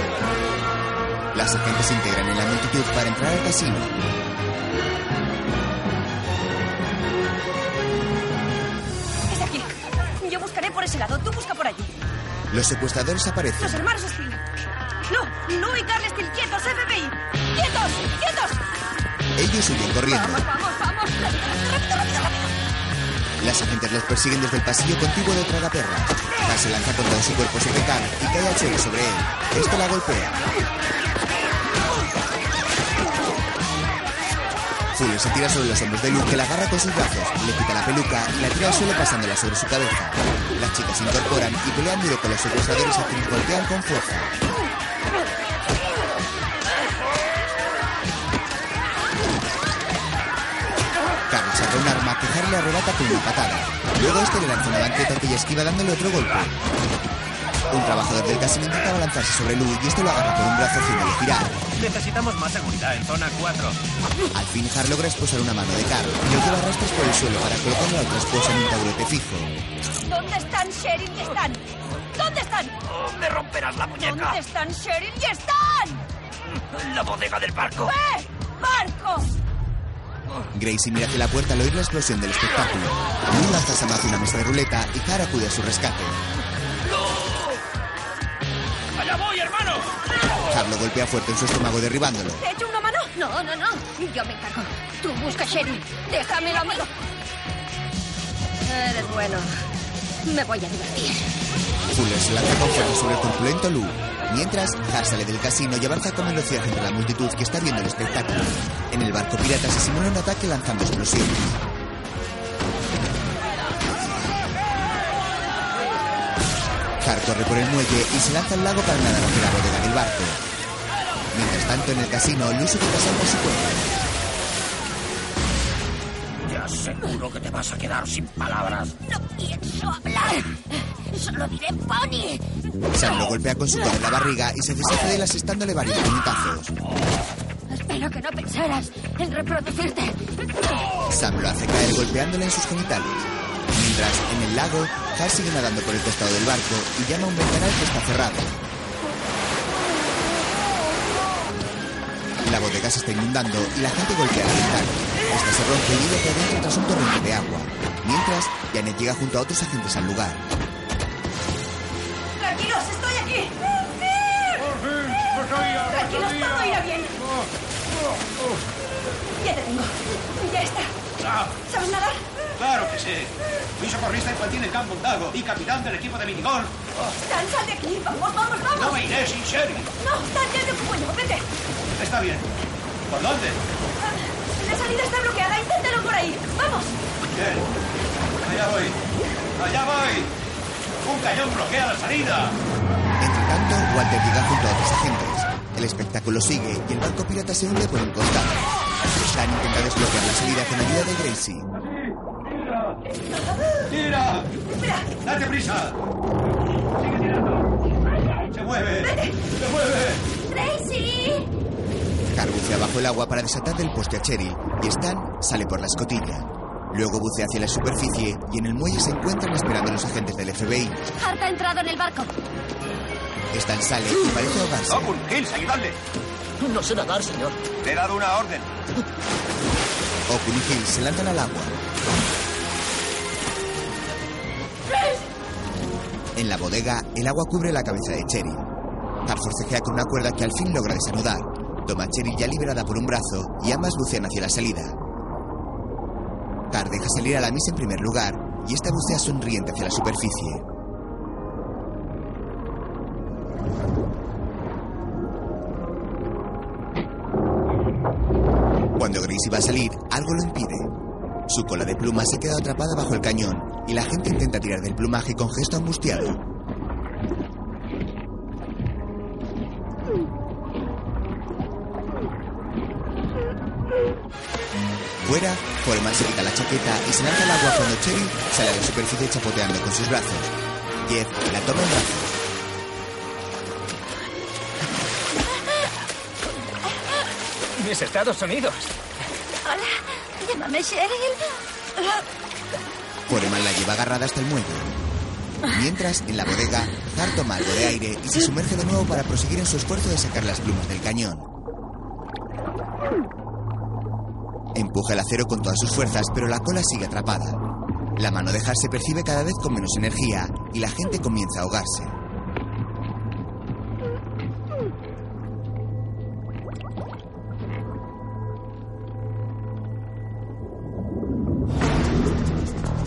Speaker 1: Las agentes se integran en la multitud para entrar al casino.
Speaker 3: Es aquí. Yo buscaré por ese lado. Tú busca por allí.
Speaker 1: Los secuestradores aparecen.
Speaker 3: Los hermanos Steele. No, no y Carl Steele. Quietos, FBI. Quietos, quietos.
Speaker 1: Ellos huyen corriendo.
Speaker 3: Vamos, vamos, vamos. Rápido, rápido, rápido, rápido.
Speaker 1: Las agentes los persiguen desde el pasillo contiguo de otra perra. Car se lanza contra su cuerpo sobre Khan y cae a Cheryl sobre él. Esto la golpea. Fuller se tira sobre los hombros de Luke que la agarra con sus brazos, le quita la peluca y la tira al suelo pasándola sobre su cabeza. Las chicas se incorporan y pelean duro con los secuestradores a quienes golpean con fuerza. Carl saca un arma que Harry le arrebata con una patada. Luego este le lanza una banqueta que ella esquiva dándole otro golpe. Un trabajador del casino intentaba lanzarse sobre Lou y este lo agarra por un brazo haciéndolo girar.
Speaker 9: Necesitamos más seguridad en zona 4.
Speaker 1: Al fin, Har logra expulsar una mano de Carl y lo lleva a rastros por el suelo para colocar la otra esposa en un taburete fijo.
Speaker 6: ¿Dónde están Cheryl y están? ¿Dónde están?
Speaker 21: ¡Me romperás la muñeca!
Speaker 6: ¿Dónde están Cheryl y están?
Speaker 21: ¡La bodega del barco!
Speaker 6: ¡Eh! ¡Marco!
Speaker 1: Gracie mira hacia la puerta al oír la explosión del espectáculo. Lou lanza a Samaz una mesa de ruleta y Har acude a su rescate.
Speaker 31: ¡Allá voy, hermano!
Speaker 1: Har lo golpea fuerte en su estómago derribándolo.
Speaker 14: ¿Te echo una mano? No, no, no. Yo me encargo. Tú busca a Sherry. Déjamelo a mí. Eres bueno. Me voy a divertir.
Speaker 1: Fuller se lanza con fuerza sobre el corpulento Lou. Mientras, Har sale del casino y avanza con velocidad entre la multitud que está viendo el espectáculo. En el barco pirata se simula un ataque lanzando explosivos. Har corre por el muelle y se lanza al lago para nadar hacia la bodega del barco. Mientras tanto, en el casino, Lou sujeta salta a su cuerpo.
Speaker 31: Te aseguro que te vas a quedar sin palabras.
Speaker 14: No pienso hablar. Solo diré Bonnie.
Speaker 1: Sam lo golpea con su codo en la barriga y se deshace de él asestándole varios puñetazos.
Speaker 14: Espero que no pensaras en reproducirte.
Speaker 1: Sam lo hace caer golpeándole en sus genitales. Mientras, en el lago, Har sigue nadando por el costado del barco y llama a un ventanal que está cerrado. La bodega se está inundando y la gente golpea la ventana. Esta se rompe y ella cae dentro tras un torrente de agua. Mientras, Janet llega junto a otros agentes al lugar.
Speaker 6: Tranquilos, estoy aquí. Tranquilos,
Speaker 31: Rosalía.
Speaker 6: todo irá bien. Ya te tengo. Ya está. ¿Sabes nadar?
Speaker 10: Ah, Claro que sí. Fui socorrista infantil en Camp Montago y capitán del equipo de minigolf.
Speaker 6: Stan, sal de aquí. Vamos, vamos, vamos.
Speaker 10: No me iré sin Sherry.
Speaker 6: No, Stan, ya te puedo. Vete.
Speaker 10: Está bien. ¿Por dónde?
Speaker 6: La salida está bloqueada. Inténtalo por ahí. Vamos.
Speaker 10: Bien. Allá voy. Allá voy. Un cañón bloquea la salida.
Speaker 1: Entre tanto, Walter llega junto a otros agentes. El espectáculo sigue y el barco pirata se hunde por un costado. Stan intenta desbloquear la salida con ayuda de Gracie.
Speaker 10: ¡Tira! ¡Date prisa! ¡Se mueve! ¡Se mueve!
Speaker 6: ¡Tracy!
Speaker 1: Carl bucea bajo el agua para desatar del poste a Cheryl y Stan sale por la escotilla. Luego bucea hacia la superficie y en el muelle se encuentran esperando los agentes del FBI.
Speaker 14: Hart ha entrado en el barco.
Speaker 1: Stan sale y parece ahogarse.
Speaker 16: Hills, ayudadle.
Speaker 23: No sé nadar, señor.
Speaker 16: Le he dado una orden.
Speaker 1: Okun y Hill se lanzan al agua. En la bodega, el agua cubre la cabeza de Cherry. Hart forcejea con una cuerda que al fin logra desanudar. Toma a Cherry ya liberada por un brazo y ambas bucean hacia la salida. Hart deja salir a la misa en primer lugar y esta bucea sonriente hacia la superficie. Cuando Gracie va a salir, algo lo impide. Su cola de pluma se queda atrapada bajo el cañón y la gente intenta tirar del plumaje con gesto angustiado. Fuera, Foreman se quita la chaqueta y se lanza al agua cuando Cherry sale a la superficie chapoteando con sus brazos. Jeff la toma en brazos.
Speaker 7: Mis Estados Unidos.
Speaker 6: Hola. Llámame Cheryl.
Speaker 1: Foreman la lleva agarrada hasta el muelle. Mientras, en la bodega, Hart toma algo de aire y se sumerge de nuevo para proseguir en su esfuerzo de sacar las plumas del cañón. Empuja el acero con todas sus fuerzas, pero la cola sigue atrapada. La mano de Hart se percibe cada vez con menos energía y la gente comienza a ahogarse.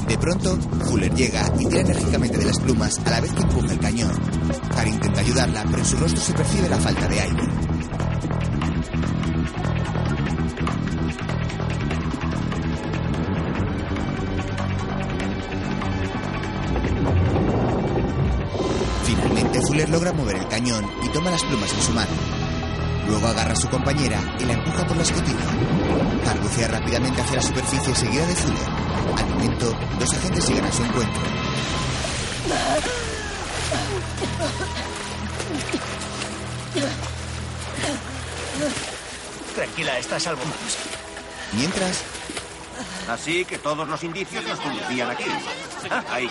Speaker 1: De pronto, Fuller llega y tira enérgicamente de las plumas a la vez que empuja el cañón. Hart intenta ayudarla, pero en su rostro se percibe la falta de aire. Finalmente, Fuller logra mover el cañón y toma las plumas en su mano. Luego agarra a su compañera y la empuja por la escotilla. Hart bucea rápidamente hacia la superficie seguida de Fuller. Al momento, dos agentes llegan a su encuentro.
Speaker 6: Tranquila, está a salvo.
Speaker 1: Mientras,
Speaker 16: Así que todos los indicios nos conducían aquí. Ah, ahí.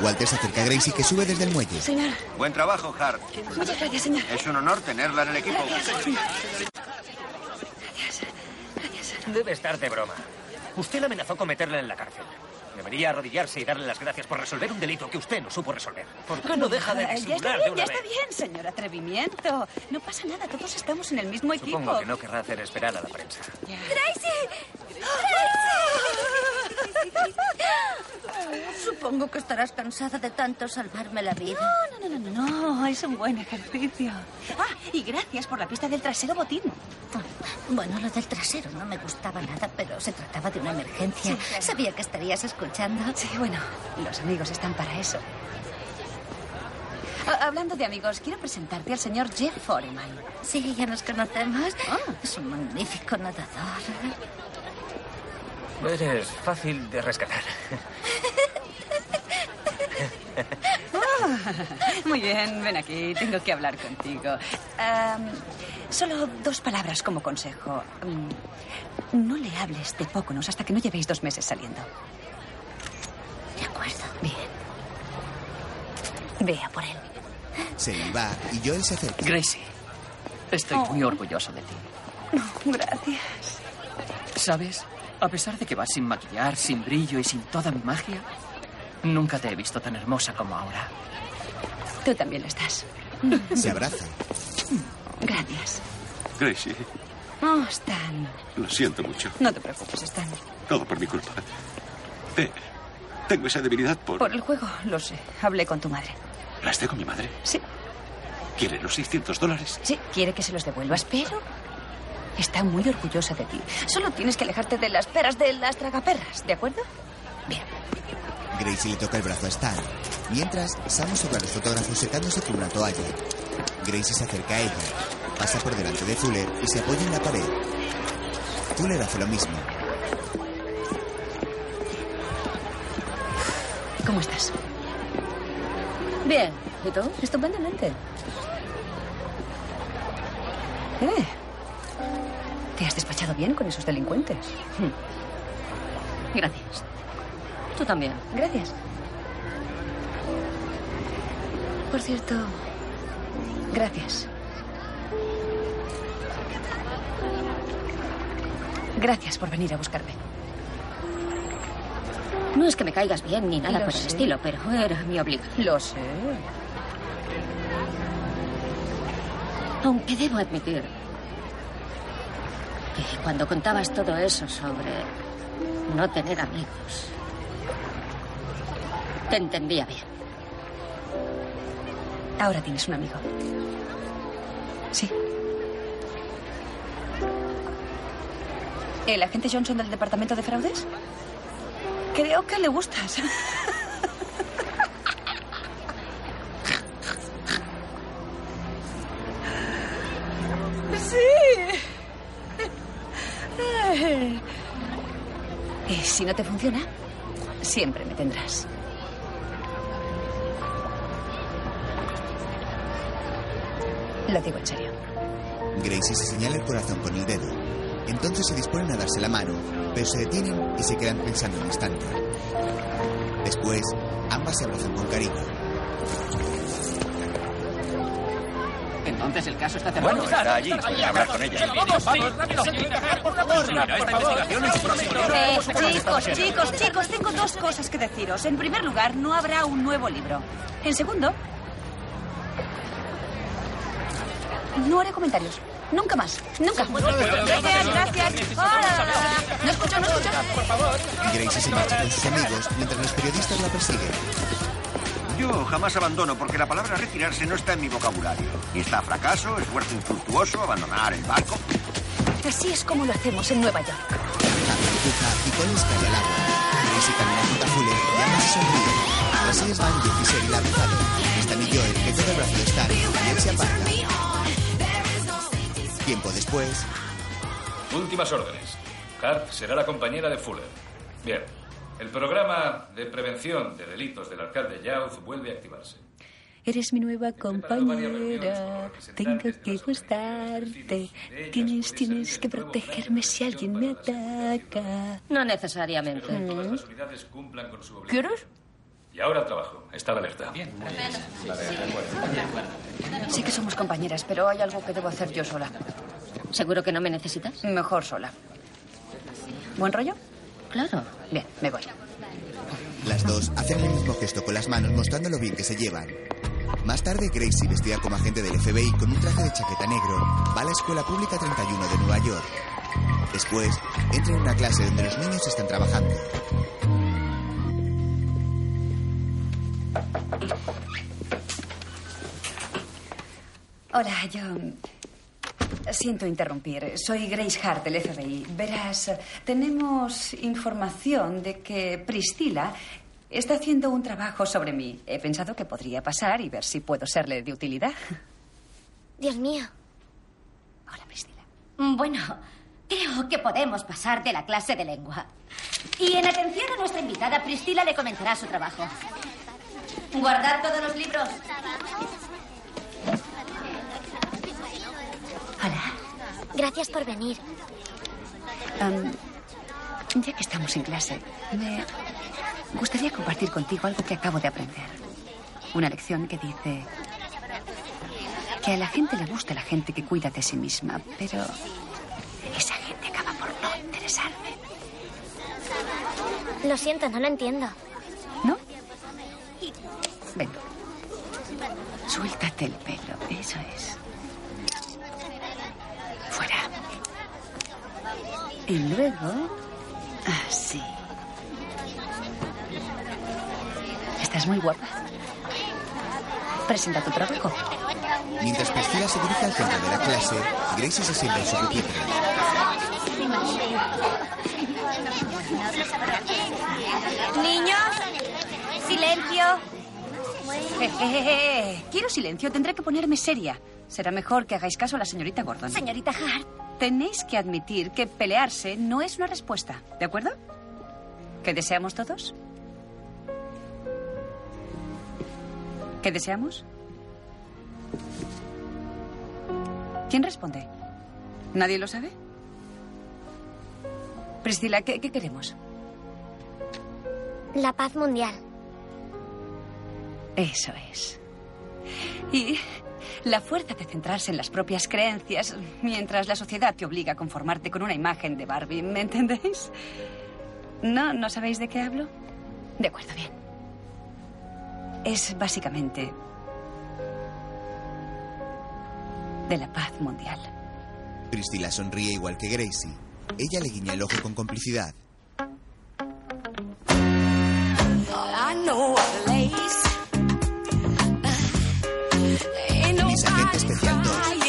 Speaker 1: Walter se acerca a Gracie que sube desde el muelle.
Speaker 16: Señor. Buen trabajo, Hart.
Speaker 3: Muchas gracias, señor.
Speaker 16: Es un honor tenerla en el equipo.
Speaker 13: Debe estar de broma. Usted la amenazó con meterla en la cárcel. Debería arrodillarse y darle las gracias por resolver un delito que usted no supo resolver. ¿Por qué Ah, no deja de
Speaker 3: Ya está bien,
Speaker 13: disimular de
Speaker 3: ya
Speaker 13: una
Speaker 3: está
Speaker 13: vez?
Speaker 3: bien, señor atrevimiento. No pasa nada, todos estamos en el mismo equipo.
Speaker 13: Supongo que no querrá hacer esperar a la prensa.
Speaker 7: Supongo que estarás cansada de tanto salvarme la vida.
Speaker 3: No, no, no, no, no, es un buen ejercicio. Ah, y gracias por la pista del trasero botín.
Speaker 7: Bueno, lo del trasero no me gustaba nada, pero se trataba de una emergencia. Sabía que estarías escuchando.
Speaker 3: Sí, bueno, los amigos están para eso. Ah, hablando de amigos, quiero presentarte al señor Jeff Foreman.
Speaker 7: Sí, ya nos conocemos.
Speaker 3: Ah.
Speaker 7: Es un magnífico nadador.
Speaker 13: Eres Pues fácil de rescatar.
Speaker 3: Ah, muy bien, ven aquí, tengo que hablar contigo. Am, solo dos palabras como consejo. Mm, No le hables de Póconos hasta que no llevéis dos meses saliendo.
Speaker 7: De acuerdo.
Speaker 3: Bien. Vea por él.
Speaker 1: se le va y Joel se acerca.
Speaker 4: Gracie, estoy
Speaker 1: Oh.
Speaker 4: muy orgulloso de ti.
Speaker 3: Gracias.
Speaker 4: ¿Sabes? A pesar de que vas sin maquillar, sin brillo y sin toda mi magia, nunca te he visto tan hermosa como ahora.
Speaker 3: Tú también lo estás.
Speaker 1: Se abraza.
Speaker 3: Gracias.
Speaker 10: Gracie,
Speaker 3: Oh, Stan.
Speaker 10: lo siento mucho.
Speaker 3: No te preocupes, Stan.
Speaker 10: Todo por mi culpa. Te- tengo esa debilidad por...
Speaker 3: Por el juego, lo sé. Hablé con tu madre.
Speaker 10: ¿Hablaste con mi madre?
Speaker 3: Sí.
Speaker 10: ¿Quiere los 600 dólares?
Speaker 3: Sí, quiere que se los devuelvas, pero está muy orgullosa de ti. Solo tienes que alejarte de las peras de las tragaperras, ¿de acuerdo?
Speaker 1: Gracie le toca el brazo a Stan. Mientras, Sam observa a los fotógrafos secándose con una toalla. Gracie se acerca a ella, pasa por delante de Fuller y se apoya en la pared. Fuller hace lo mismo.
Speaker 3: ¿Cómo estás?
Speaker 7: Bien. ¿Y tú? Estupendamente.
Speaker 3: Eh, ¿Te has despachado bien con esos delincuentes? Hmm.
Speaker 7: Gracias. Tú también.
Speaker 3: Gracias. Por cierto, gracias. Gracias por venir a buscarme.
Speaker 7: No es que me caigas bien ni nada
Speaker 3: Lo
Speaker 7: por el
Speaker 3: sé.
Speaker 7: estilo, pero era mi obligación.
Speaker 3: Lo sé.
Speaker 7: Aunque debo admitir que cuando contabas todo eso sobre no tener amigos, te entendía bien.
Speaker 3: Ahora tienes un amigo. Sí. ¿El agente Johnson del Departamento de Fraudes? Creo que le gustas. Sí. Ay. Y Eh, si no te funciona, siempre me tendrás. Lo digo en serio.
Speaker 1: Gracie se señala el corazón con el dedo. Entonces se disponen a darse la mano, pero se detienen y se quedan pensando un instante. Después, ambas se abrazan con cariño.
Speaker 4: Entonces el caso está
Speaker 6: Bueno, está allí. Puede hablar con ella.
Speaker 62: Vamos, vamos, rápido. Por favor,
Speaker 6: Mira, esta investigación es un próximo libro.
Speaker 3: Eh, chicos, chicos, chicos, tengo dos cosas que deciros. En primer lugar, no habrá un nuevo libro. En segundo, no haré comentarios. Nunca más. Nunca. Gracias, gracias. Hola. No escucho, no escucho. Por favor.
Speaker 1: Gracie se marcha con sus amigos mientras los periodistas la persiguen.
Speaker 16: Yo jamás abandono porque la palabra retirarse no está en mi vocabulario. Ni está fracaso, esfuerzo infructuoso, abandonar el barco.
Speaker 3: Así es como lo hacemos en Nueva York.
Speaker 1: Empuja y Collins cae al agua. Gracie camina junto a Fuller y ambos se sonríen. Así es Van, Jeff y Sherry la abrazan. Están y Joel, que todo el brazo de Stan, y él se aparta. Tiempo después,
Speaker 5: Últimas órdenes. Hart será la compañera de Fuller. Bien. El programa de prevención de delitos del alcalde Youth vuelve a activarse.
Speaker 63: Eres mi nueva compañera. Tengo que gustarte. Tienes, tienes que protegerme si alguien me ataca.
Speaker 14: No necesariamente.
Speaker 5: Las unidades cumplan con su obligación. Y ahora al trabajo. Estar alerta. Bien.
Speaker 14: Sí que somos compañeras, pero hay algo que debo hacer yo sola. ¿Seguro que no me necesitas? Mejor sola. ¿Buen rollo? Claro. Bien, me voy.
Speaker 1: Las dos hacen el mismo gesto con las manos mostrando lo bien que se llevan. Más tarde, Gracie, vestida como agente del FBI con un traje de chaqueta negro, va a la Escuela Pública 31 de Nueva York. Después, entra en una clase donde los niños están trabajando.
Speaker 3: Hola, yo. Siento interrumpir. Soy Grace Hart del FBI. Verás, tenemos información de que Priscila está haciendo un trabajo sobre mí. He pensado que podría pasar y ver si puedo serle de utilidad.
Speaker 7: Dios mío. Hola, Priscila. Bueno, creo que podemos pasar de la clase de lengua. Y en atención a nuestra invitada, Priscila le comentará su trabajo. Guardad todos los libros. Gracias por venir.
Speaker 3: Am, ya que estamos en clase, me gustaría compartir contigo algo que acabo de aprender. Una lección que dice que a la gente le gusta la gente que cuida de sí misma, pero esa gente acaba por no interesarme.
Speaker 7: Lo siento, no lo entiendo.
Speaker 3: Ven. Suéltate el pelo, eso es. Fuera. Y luego, así. Estás muy guapa. Presenta tu trabajo.
Speaker 1: Mientras Priscila se dirige al centro de la clase, Gracie se sienta en su pupitre.
Speaker 7: Niños, silencio.
Speaker 3: Eh, Jejeje. Quiero silencio, tendré que ponerme seria. Será mejor que hagáis caso a la señorita Gordon.
Speaker 7: Señorita Hart.
Speaker 3: Tenéis que admitir que pelearse no es una respuesta, ¿de acuerdo? ¿Qué deseamos todos? ¿Qué deseamos? ¿Quién responde? ¿Nadie lo sabe? Priscila, ¿qué, qué queremos?
Speaker 7: La paz mundial.
Speaker 3: Eso
Speaker 14: Pues,
Speaker 3: es. Y la fuerza de centrarse en las propias creencias mientras la sociedad te obliga a conformarte con una imagen de Barbie, ¿me entendéis? ¿No? ¿No sabéis de qué hablo? De acuerdo, bien. Es básicamente de la paz mundial.
Speaker 1: Priscila sonríe igual que Gracie. Ella le guiña el ojo con complicidad.
Speaker 3: Ah, Eh,
Speaker 1: Mis agentes especial 2